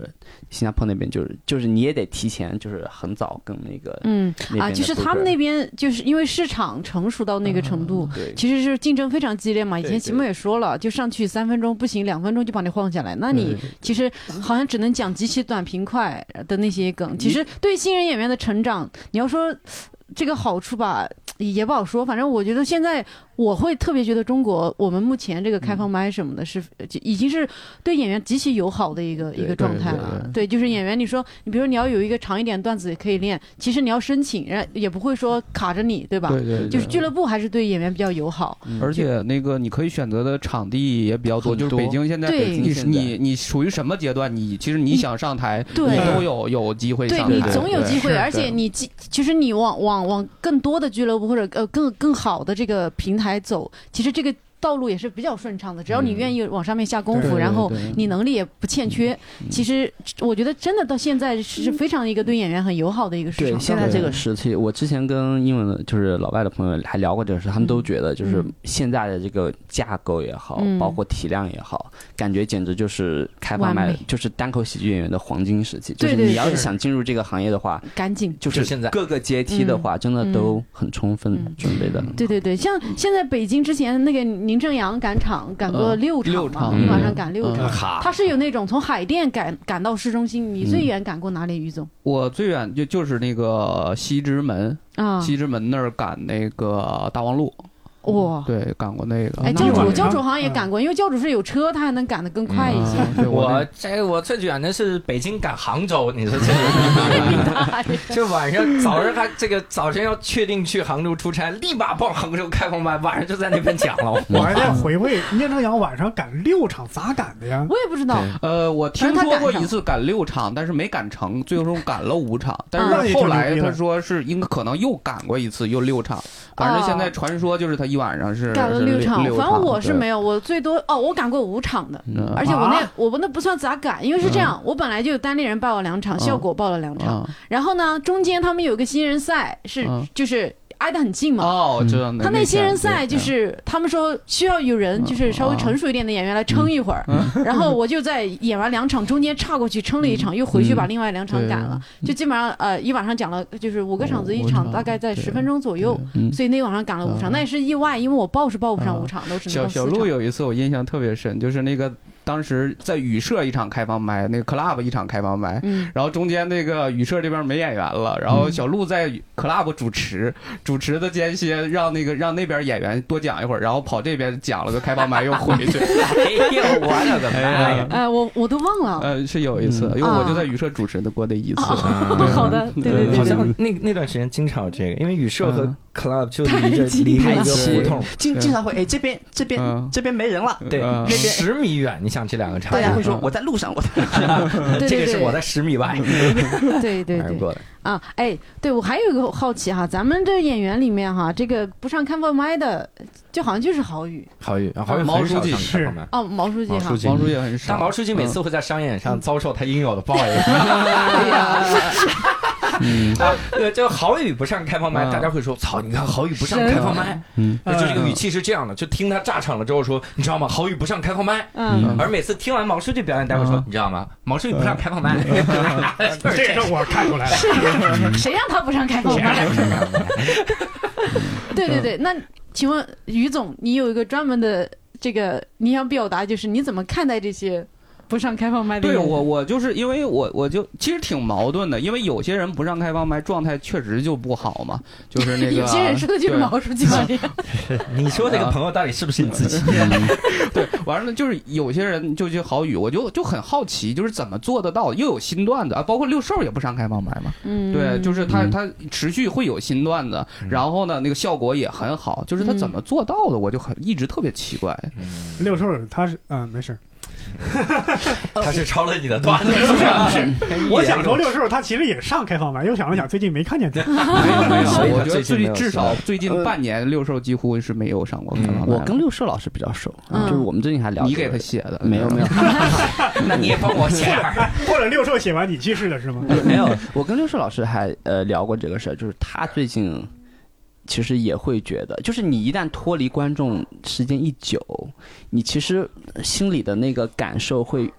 新加坡那边，就是就是你也得提前，就是很早跟 那个嗯那边啊，的就是他们那边就是因为市场成熟到那个程度，对其实是竞争非常激烈嘛。以对前节目也说了，就上去三分钟不行，两分钟就把你晃下来，那你其实好像只能讲极其短平快的那些梗。其实对新人演员的成长，你要说这个好处吧，也不好说。反正我觉得现在我会特别觉得中国我们目前这个开放麦什么的是，就已经是对演员极其友好的一个一个状态了。对，就是演员，你说你比如你要有一个长一点段子也可以练，其实你要申请，人家也不会说卡着你，对吧？对对，对嗯就是俱乐部还是对演员比较友好。而嗯且那个你可以选择的场地也比较嗯多，很就是多北京现在对你北京现在你你属于什么阶段？你其实你想上台，对你都有有机会对上台，你总有对机会，是而且你其其实你往往往更多的俱乐部或者呃更更好的这个平台走，其实这个道路也是比较顺畅的，只要嗯你愿意往上面下功夫，然后你能力也不欠缺。嗯其实我觉得真的到现在是非常一个对演员很友好的一个市对，场。现在这个时期，我之前跟英文的，就是老外的朋友还聊过这个事，他们都觉得就是嗯现在的这个架构也好，嗯包括体量也好，感觉简直就是开放完麦美，就是单口喜剧演员的黄金时期。就对是对你要是是想进入这个行业的话，赶紧。就是现在各个阶梯的话，真的都很充分嗯准备的。对对对，像现在北京之前那个宁正阳赶场赶过嗯六六场嘛，场一晚上嗯赶六场，他是有那种从海淀赶赶到市中心，你最嗯远赶过哪里，于总我最远就就是那个西直门，啊？西直门那儿赶那个大望路，哇，对，赶过那个。哎，那教你晚主上教主好像也嗯赶过，因为教主是有车，他还能赶得更快一些。嗯对我那这我最远的是北京赶杭州，你说这这 晚上早上还这个早晨要确定去杭州出差，立马报杭州开放麦，晚上就在那边讲了。我还在回味聂正阳晚上赶六场咋赶的呀？我也不知道，呃，我听但是他说赶过上一次赶六场，但是没赶成，最终赶了五场。嗯但那是也后挺牛来逼他的说是应该可能又赶过一次，又六场。反正现在传说就是他一晚上是赶了是六场，六反正我是对没有，我最多哦，我赶过五场的。嗯而且我那啊我不那不算咋赶，因为是这样，我本来就有单立人报了两场，嗯效果报了两场，啊然后呢，中间他们有个新人赛是嗯就是挨得很近嘛，哦，我知道他那新人赛天就对嗯是他们说需要有人就是稍微成熟一点的演员来嗯撑一会儿，然后我就在演完两场中间岔过去撑了一嗯场，又回去把另外两场赶了，就基本上呃一晚上讲了就是五个场子，一场大啊概在十分钟左右，嗯所以那晚上赶了五场，那也是意外，因为我报是报不上五场的，我只能小报小四鹿场。有一次我印象特别深，就是那个当时在雨社一场开放麦，那个 club 一场开放麦，嗯，然后中间那个雨社这边没演员了，然后小鹿在 club 主持，主持的间歇让那个让那边演员多讲一会儿，然后跑这边讲了个开放麦又回去，哎呦，我的个妈呀！哎，我我都忘了，呃，是有一次，因为我就在雨社主持的过的一次，啊嗯 好的，对对对好对，像那那段时间经常有这个，因为宇社和嗯 club 就离着近离着一了个胡同，经经常会哎，这边这边、嗯这边没人了，啊对嗯，十米远，你想这两个差大家会距，说我在路上，我在路上。对这个对是对我在十米 外对对反正对。过来。啊，哎，对我还有一个好奇哈，咱们这演员里面哈，这个不上开放麦的，就好像就是郝宇郝宇，郝宇毛啊很少书记上是开放麦哦，毛书记毛哈书，记王叔也很但少毛。书记每嗯次会在商演上遭受他应有的报应。 啊，呃，就郝宇不上开放麦，嗯大家会说：“操，你看郝宇不上开放麦。”嗯就这个语气是这样的，就听他炸场了之后说：“你知道吗？郝宇不上开放麦。”嗯，而每次听完毛书记表演，大家会说：“你知道吗？毛书记不上开放麦。 就是这个我看出来了， 谁让他不上开放 嗯麦？对对对，那请问于总，你有一个专门的这个你想表达，就是你怎么看待这些不上开放麦的对人？我，我就是因为我我就其实挺矛盾的，因为有些人不上开放麦，状态确实就不好嘛，就是那个 有些人说的就是对毛书记嘛，你说那个朋友到底是不是你自己？ 对，完了就是有些人就去好语，我就就很好奇，就是怎么做得到，又有新段子啊，包括六兽也不上开放麦嘛， 嗯，对，就是他他持续会有新段子，然后呢那个效果也很嗯好，就是他怎么做到的，我就很一直特别奇怪。六兽他是嗯没事儿，他是抄了你的段子。 我想说六兽，他其实也上开放麦，又想了想，最近没看见他。没有没有所以，他我觉得最近没最有至上少最呃近半年六兽几乎是没有上过开放麦我了跟六社老师比较熟，嗯就是我们最近还聊。你给他写的没有没有，那你也帮我写点儿。或者六兽写完你去世了 是吗？ 没有，我跟六硕老师还呃聊过这个事儿，就是他最近其实也会觉得，就是你一旦脱离观众时间一久，你其实心里的那个感受会，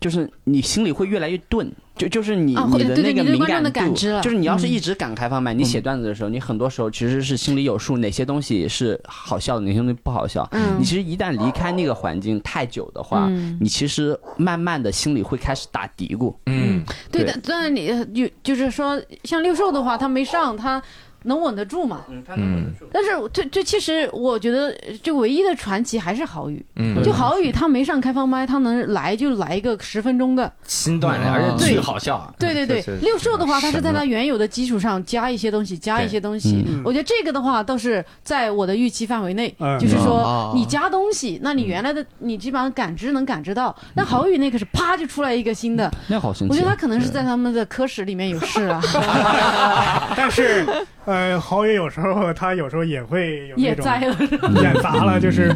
就是你心里会越来越钝，就就是你、啊会你的对对那个你对敏观众感的度，感知了就是你要是嗯一直敢开放麦，你写段子的时候，你很多时候其实是心里有数，哪些东西是好笑的，哪些东西不好笑。嗯你其实一旦离开那个环境太久的话，嗯你其实慢慢的心里会开始打嘀咕。嗯，对对的，但你呃有就是说，像六兽的话，他没上，他能稳得住嘛？嗯但是这这其实我觉得，就唯一的传奇还是郝宇。嗯，就郝宇他没上开放麦，他能来就来一个十分钟的。新段子，而且巨好笑啊。对对对这，六兽的话，他是在神他了原有的基础上加一些东西，加一些东西。嗯我觉得这个的话倒是在我的预期范围内，嗯就是哦说你加东西，那你原来的你基本上感知能感知到。但郝宇那个是啪就出来一个新的，那好神奇啊！我觉得他可能是在他们的科室里面有事啊了。但是，呃，郝宇有时候他有时候也会有那也种栽了，嗯演砸了，就是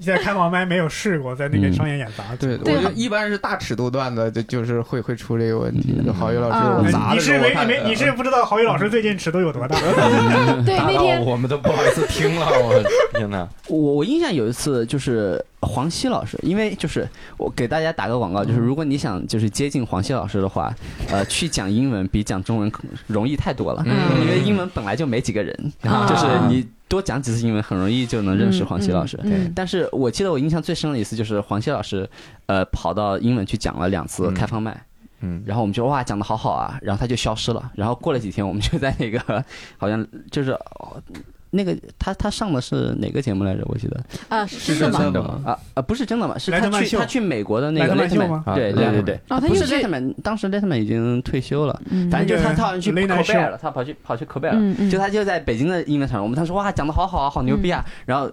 在开房麦没有试过，在那嗯个商演演砸。 对，我对觉得一般是大尺度段子，就就是会会出这个问题。就郝宇老师，啊我砸哎你了之后，是我没你看嗯没你是不知道郝宇老师最近尺度 有多大，对打那到天我们都不好意思听了，我的天哪！我我印象有一次就是黄西老师，因为就是我给大家打个广告，就是如果你想就是接近黄西老师的话，呃，去讲英文比讲中文可容易太多了，嗯因为英文本来就没几个人，啊就是你多讲几次英文很容易就能认识黄西老师。嗯嗯嗯但是我记得我印象最深的一次就是黄西老师，呃，跑到英文去讲了两次开放麦。嗯然后我们就哇讲的好好啊，然后他就消失了。然后过了几天，我们就在那个 好像就是哦那个他他上的是哪个节目来着？我记得啊，是的嘛？的吗？啊啊不是真的吗？是莱特他曼去秀他去美国的那莱个特曼秀 Letterman 吗啊对对对 Letterman 对，哦，他不又是去， Letterman，当时 Letterman 已经退休了，嗯反正就是他那个他好像去雷南口贝尔秀了，他跑去跑去口贝尔了，嗯嗯，就他就在北京的英文场，我们当时哇讲的好好啊，好牛逼啊，嗯然后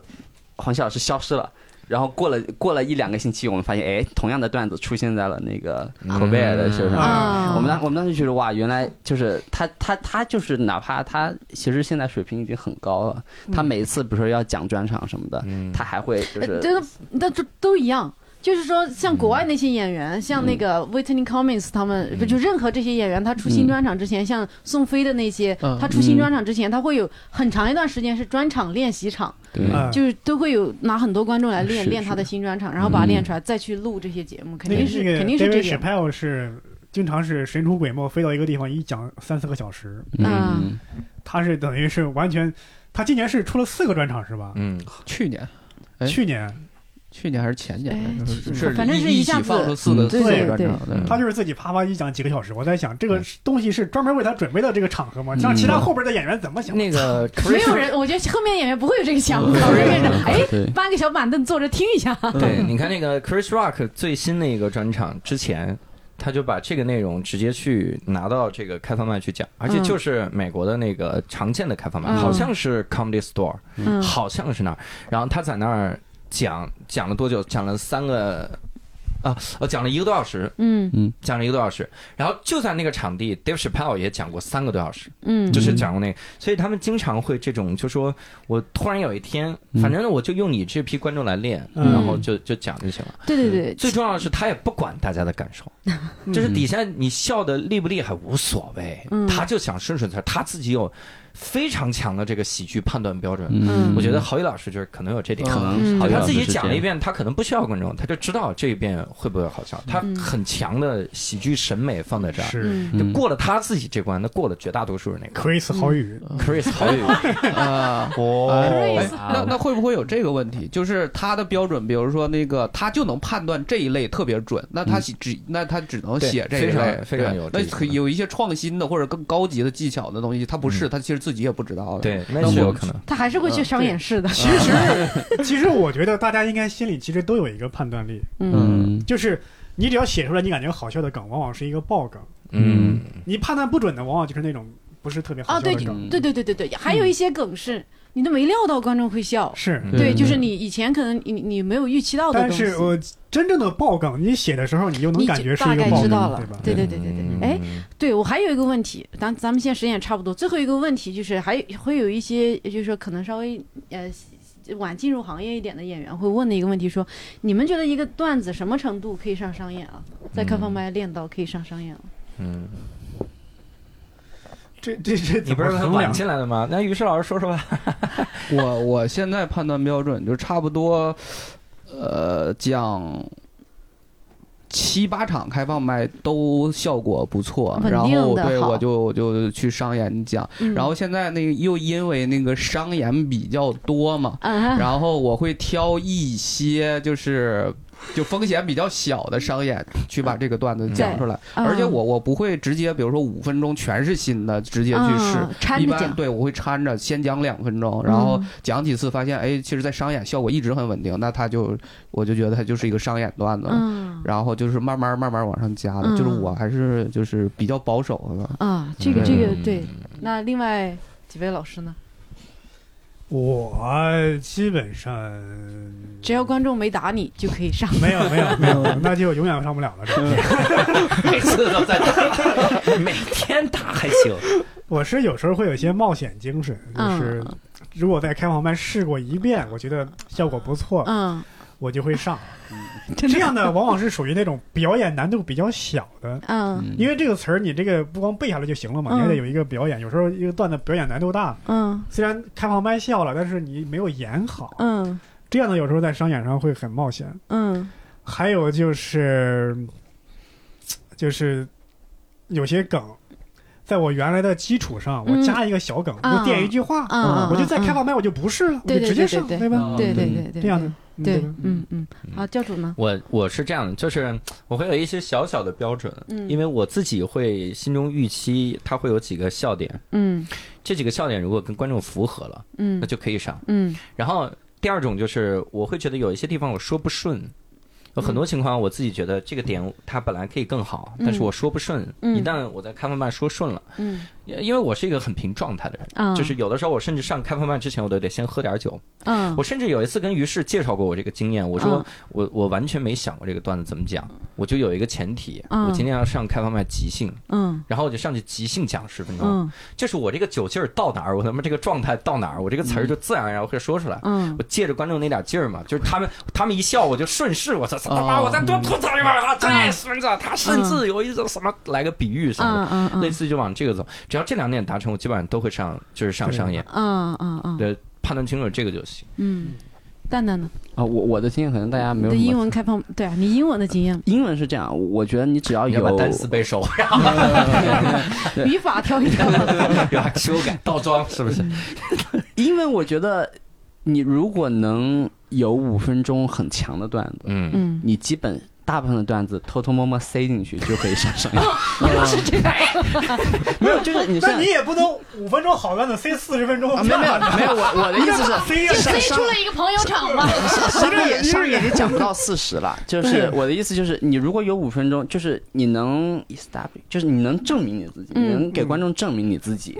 黄西老师消失了。然后过了过了一两个星期，我们发现，哎，同样的段子出现在了那个嗯口贝尔的身上。啊，我们当我们当时觉得哇，原来就是他他他就是哪怕他其实现在水平已经很高了，嗯他每一次比如说要讲专场什么的，嗯他还会就呃是这个那都都一样。就是说，像国外那些演员，像那个 Whitney Cummings 他们，不就任何这些演员，他出新专场之前，像宋飞的那些，嗯他出新专场之前，他会有很长一段时间是专场练习场，嗯就是都会有拿很多观众来练是练他的新专场，然后把它练出来，再去录这些节目，肯嗯那定那是个肯定是 David 这个， Chappelle 是经常是神出鬼没，飞到一个地方一讲三四个小时，嗯，他是等于是完全，他今年是出了四个专场是吧？嗯，去年，哎去年去年还是前年哎来着？去是反正一是一一下起放子嗯出四个对四个对专对场对他就是自己啪啪一讲几个小时，我在想这嗯个东西是专门为他准备的这个场合吗？让其他后边的演员怎么想？那个 Chris 没有人，我觉得后面演员不会有这个想法，会变成哎，搬个小板凳坐着听一下，嗯 对，你看那个 Chris Rock 最新的一个专场之前，他就把这个内容直接去拿到这个开放麦去讲，而且就是美国的那个常见的开放麦，嗯好像是 Comedy Store，、嗯好像是那儿。然后他在那儿讲讲了多久？讲了三个啊，呃，讲了一个多小时，嗯讲了一个多小时。然后就在那个场地，Dave Chappelle 也讲过三个多小时。嗯就是讲过那个，所以他们经常会这种，就说我突然有一天，嗯反正我就用你这批观众来练，嗯然后就就讲就行了。对对对，最重要的是，他也不管大家的感受， 就是底下你笑的厉不厉害无所谓，嗯他就想顺顺词儿，他自己有非常强的这个喜剧判断标准。嗯我觉得郝宇老师就是可能有这点，可能嗯好像他自己讲了一，遍，他可能不需要观众，他就知道这一遍会不会好笑，他嗯很强的喜剧审美放在这儿。是嗯就过了他自己这关，那过了绝大多数人那关。 Chris 郝宇，嗯 Chris 好友啊。哦哎那那会不会有这个问题？就是他的标准，比如说那个，他就能判断这一类特别准，那他只那他只能写这嗯对一非常类，非常有对这那个可有一些创新的或者更高级的技巧的东西，他不是，嗯他其实自己也不知道 的。对，那那我是有可能。他还是会去商演室的。其实嗯其实我觉得大家应该心里其实都有一个判断力，嗯，就是你只要写出来你感觉好笑的梗，往往是一个爆梗；嗯，你判断不准的，往往就是那种不是特别好啊，笑对嗯的梗。嗯对对对对对，还有一些梗是你都没料到观众会笑。是，对，嗯就是你以前可能你你没有预期到的嗯但东西。是我真正的爆梗，你写的时候你就能你感就觉是大一个概爆知道梗，了对吧，？嗯对对对对嗯对。哎，对我还有一个问题，咱咱们现在时间也差不多，最后一个问题就是还有会有一些就是说可能稍微呃晚进入行业一点的演员会问的一个问题说，你们觉得一个段子什么程度可以上商演啊？在开放麦练到可以上商演了、嗯，这这这你怎不么是衡晚量？进来的吗？那于适老师说说吧。我我现在判断标准就差不多，呃，讲七八场开放麦都效果不错，稳然后定的对好我就我就去商演讲，嗯然后现在那个又因为那个商演比较多嘛，啊，然后我会挑一些就是就风险比较小的商演去把这个段子讲出来，嗯而且我我不会直接，比如说五分钟全是新的直接去试嗯，掺着一般讲嗯对我会掺着先讲两分钟，然后讲几次发现哎，其实在商演效果一直很稳定，那他就我就觉得他就是一个商演段子了。嗯然后就是慢慢慢慢往上加的，嗯就是我还是就是比较保 守的，啊，这个这个对。那另外几位老师呢？我基本上只要观众没打你就可以上。没有没有没有，那就永远上不了了。这个 嗯每次都在打， 每天打还行。我是有时候会有一些冒险精神，就嗯是如果在开放麦试过一遍，我觉得效果不错，嗯，我就会上。这样的往往是属于那种表演难度比较小的，嗯因为这个词儿你这个不光背下来就行嗯了嘛，你还得有一个表演。有时候一个段子表演难度大，嗯虽然开放麦笑了，但是你没有演好，嗯这样的有时候在商演上会很冒险。嗯还有就是，就是有些梗，在我原来的基础上，嗯我加一个小梗，啊我垫一句嗯话，啊我就在啊开放麦我就不是了，我对就对直接对上，对对哦吧？对对对对，这样的，嗯对吧，嗯嗯，好，教主呢？ 我我是这样的，就是我会有一些小小的标准，嗯因为我自己会心中预期它会有几个笑点，嗯这几个笑点如果跟观众符合了，嗯那就可以上。嗯然后第二种就是我会觉得有一些地方我说不顺，有很多情况我自己觉得这个点它本来可以更好，但是我说不顺。嗯嗯一旦我在开放麦说顺了，嗯因因为我是一个很凭状态的人，啊，就是有的时候我甚至上开放麦之前我都得先喝点酒。嗯我甚至有一次跟于适介绍过我这个经验，我说嗯我我完全没想过这个段子怎么讲，我就有一个前提，嗯我今天要上开放麦即兴，嗯然后我就上去即兴讲十分钟，嗯就是我这个酒劲儿到哪儿，我他妈这个状态到哪儿，我这个词儿就自然而然会说出来。嗯我借着观众那点劲儿嘛，就是他们他们一笑，我就顺势，我操哦他妈，我再嗯多吐槽一会儿啊！这孙子，他甚至有一种什么来个比喻什么嗯的，嗯类似就往这个走。只要这两点达成，我基本上都会上，就是上对商演，嗯嗯嗯对，判断清楚这个就行。嗯，蛋蛋呢？啊，我我的经验可能大家你没有的什么英文开放对啊，你英文的经验，英文是这样，我觉得你只要你要啊有把单词背熟， 语法挑一挑。然后修改倒装，嗯是不是？英文，我觉得你如果能有五分钟很强的段子，嗯， 嗯，你基本大部分的段子偷偷摸摸塞进去就可以上上是这样。 没有，就是你那像你也不能五分钟好段子塞四十分钟，。啊，没有没有没有，我我的意思是塞呀上出了一个朋友场嘛， 商业商业也讲不到四十了，就是我的意思就是，你如果有五分钟，就是你能 establish，就是你能证明你自己，嗯你能给观众证明你自己，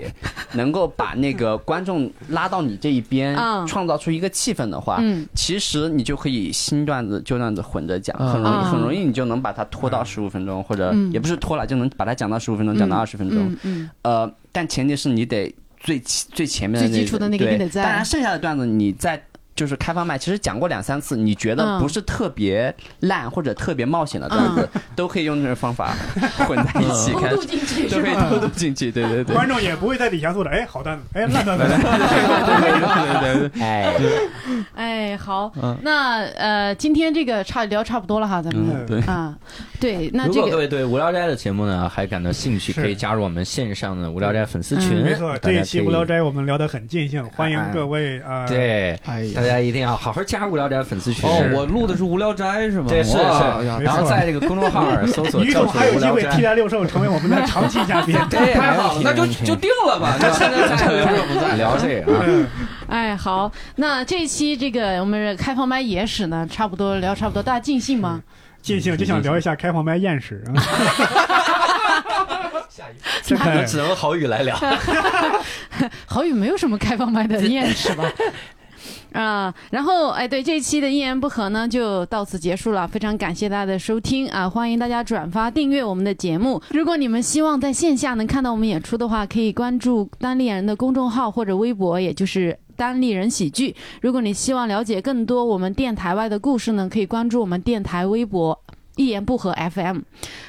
能够把那个观众拉到你这一边嗯，创造出一个气氛的话，嗯其实你就可以新段子旧段子混着讲，嗯很容易嗯很容易你就能把它拖到十五分钟，或者嗯也不是拖了，就能把它讲到十五分钟，讲到二十分钟。嗯呃，但前提是你得最起最前面的最基础的那个对你得在当然剩下的段子你在。就是开放麦，其实讲过两三次，你觉嗯得不是特别烂或者特别冒险的段子，都可以用这种方法 混在一起嗯偷开，渡进去都是可以吧？偷渡进去。对对对，观众也不会在底下坐着，哎，好段子，哎，烂段子，嗯哎，哎，好，那呃，今天这个差聊差不多了哈，咱们嗯对，啊，对，那如这果各个位对无聊斋的节目呢还感到兴趣，是可以加入我们线上的无聊斋粉丝群。嗯没错，这一期大家可以无聊。斋我们聊得很尽兴，欢迎各位啊，呃，对，哎呀大家一定要好好加无聊斋粉丝群。哦，我录的是无聊斋是吗？对是哇是呀没然后错在这个公众号儿搜索 于教总主还无有机聊会替斋。代六兽成为我们的长期 嘉宾。对，太好了，那就就定了吧。就现 在在这 个不在聊这 个啊。嗯哎，好，那这一期这个我们开放麦野史呢，差不多聊差不多，大家尽兴吗？嗯尽兴就想聊一下开放麦厌食啊，这可能只能郝宇来聊。郝宇没有什么开放麦的念是吧？啊，然后哎，对这一期的一言不合呢，就到此结束了。非常感谢大家的收听啊，欢迎大家转发、订阅我们的节目。如果你们希望在线下能看到我们演出的话，可以关注单立人的公众号或者微博，也就是。单立人喜剧。如果你希望了解更多我们电台外的故事呢，可以关注我们电台微博“一言不合 FM”。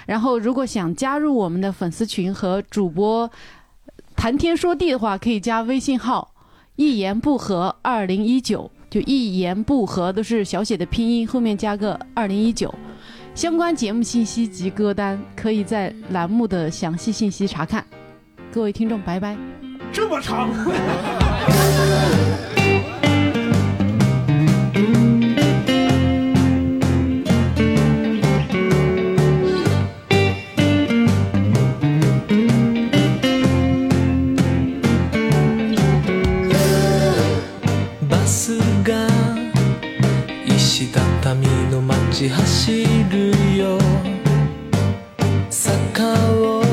然后，如果想加入我们的粉丝群和主播谈天说地的话，可以加微信号“一言不合二零一九”，就一言不合都是小写的拼音，后面加个二零一九。相关节目信息及歌单可以在栏目的详细信息查看。各位听众，拜拜。这么长。バスが石畳の街走るよ坂を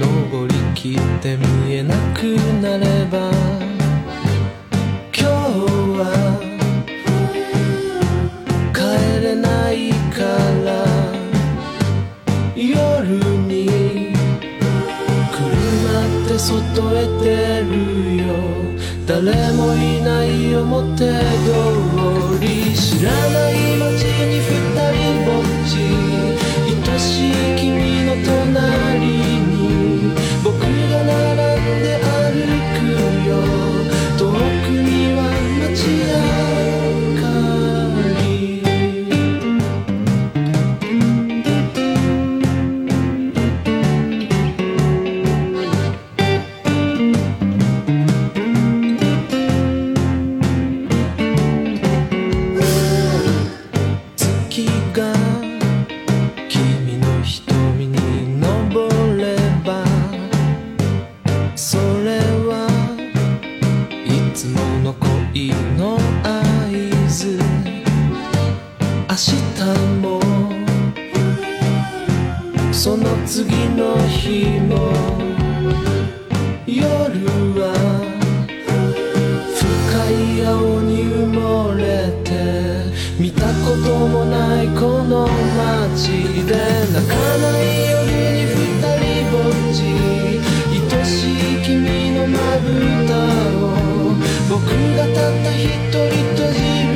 登りきって見えなくなれば今日は帰れないから夜に車って外へ出るよ誰もいない表通り知らない街に二人ぼっち愛しい君の隣に僕が並んで歩くよ遠くには街明かり月が君の瞳に登ればそれはいつもの恋の合図明日もその次の日も夜は深い青に埋もれて見たこともないこの街で泣かない夜に二人ぼっち愛しい君のまぶたを僕がたった一人閉じる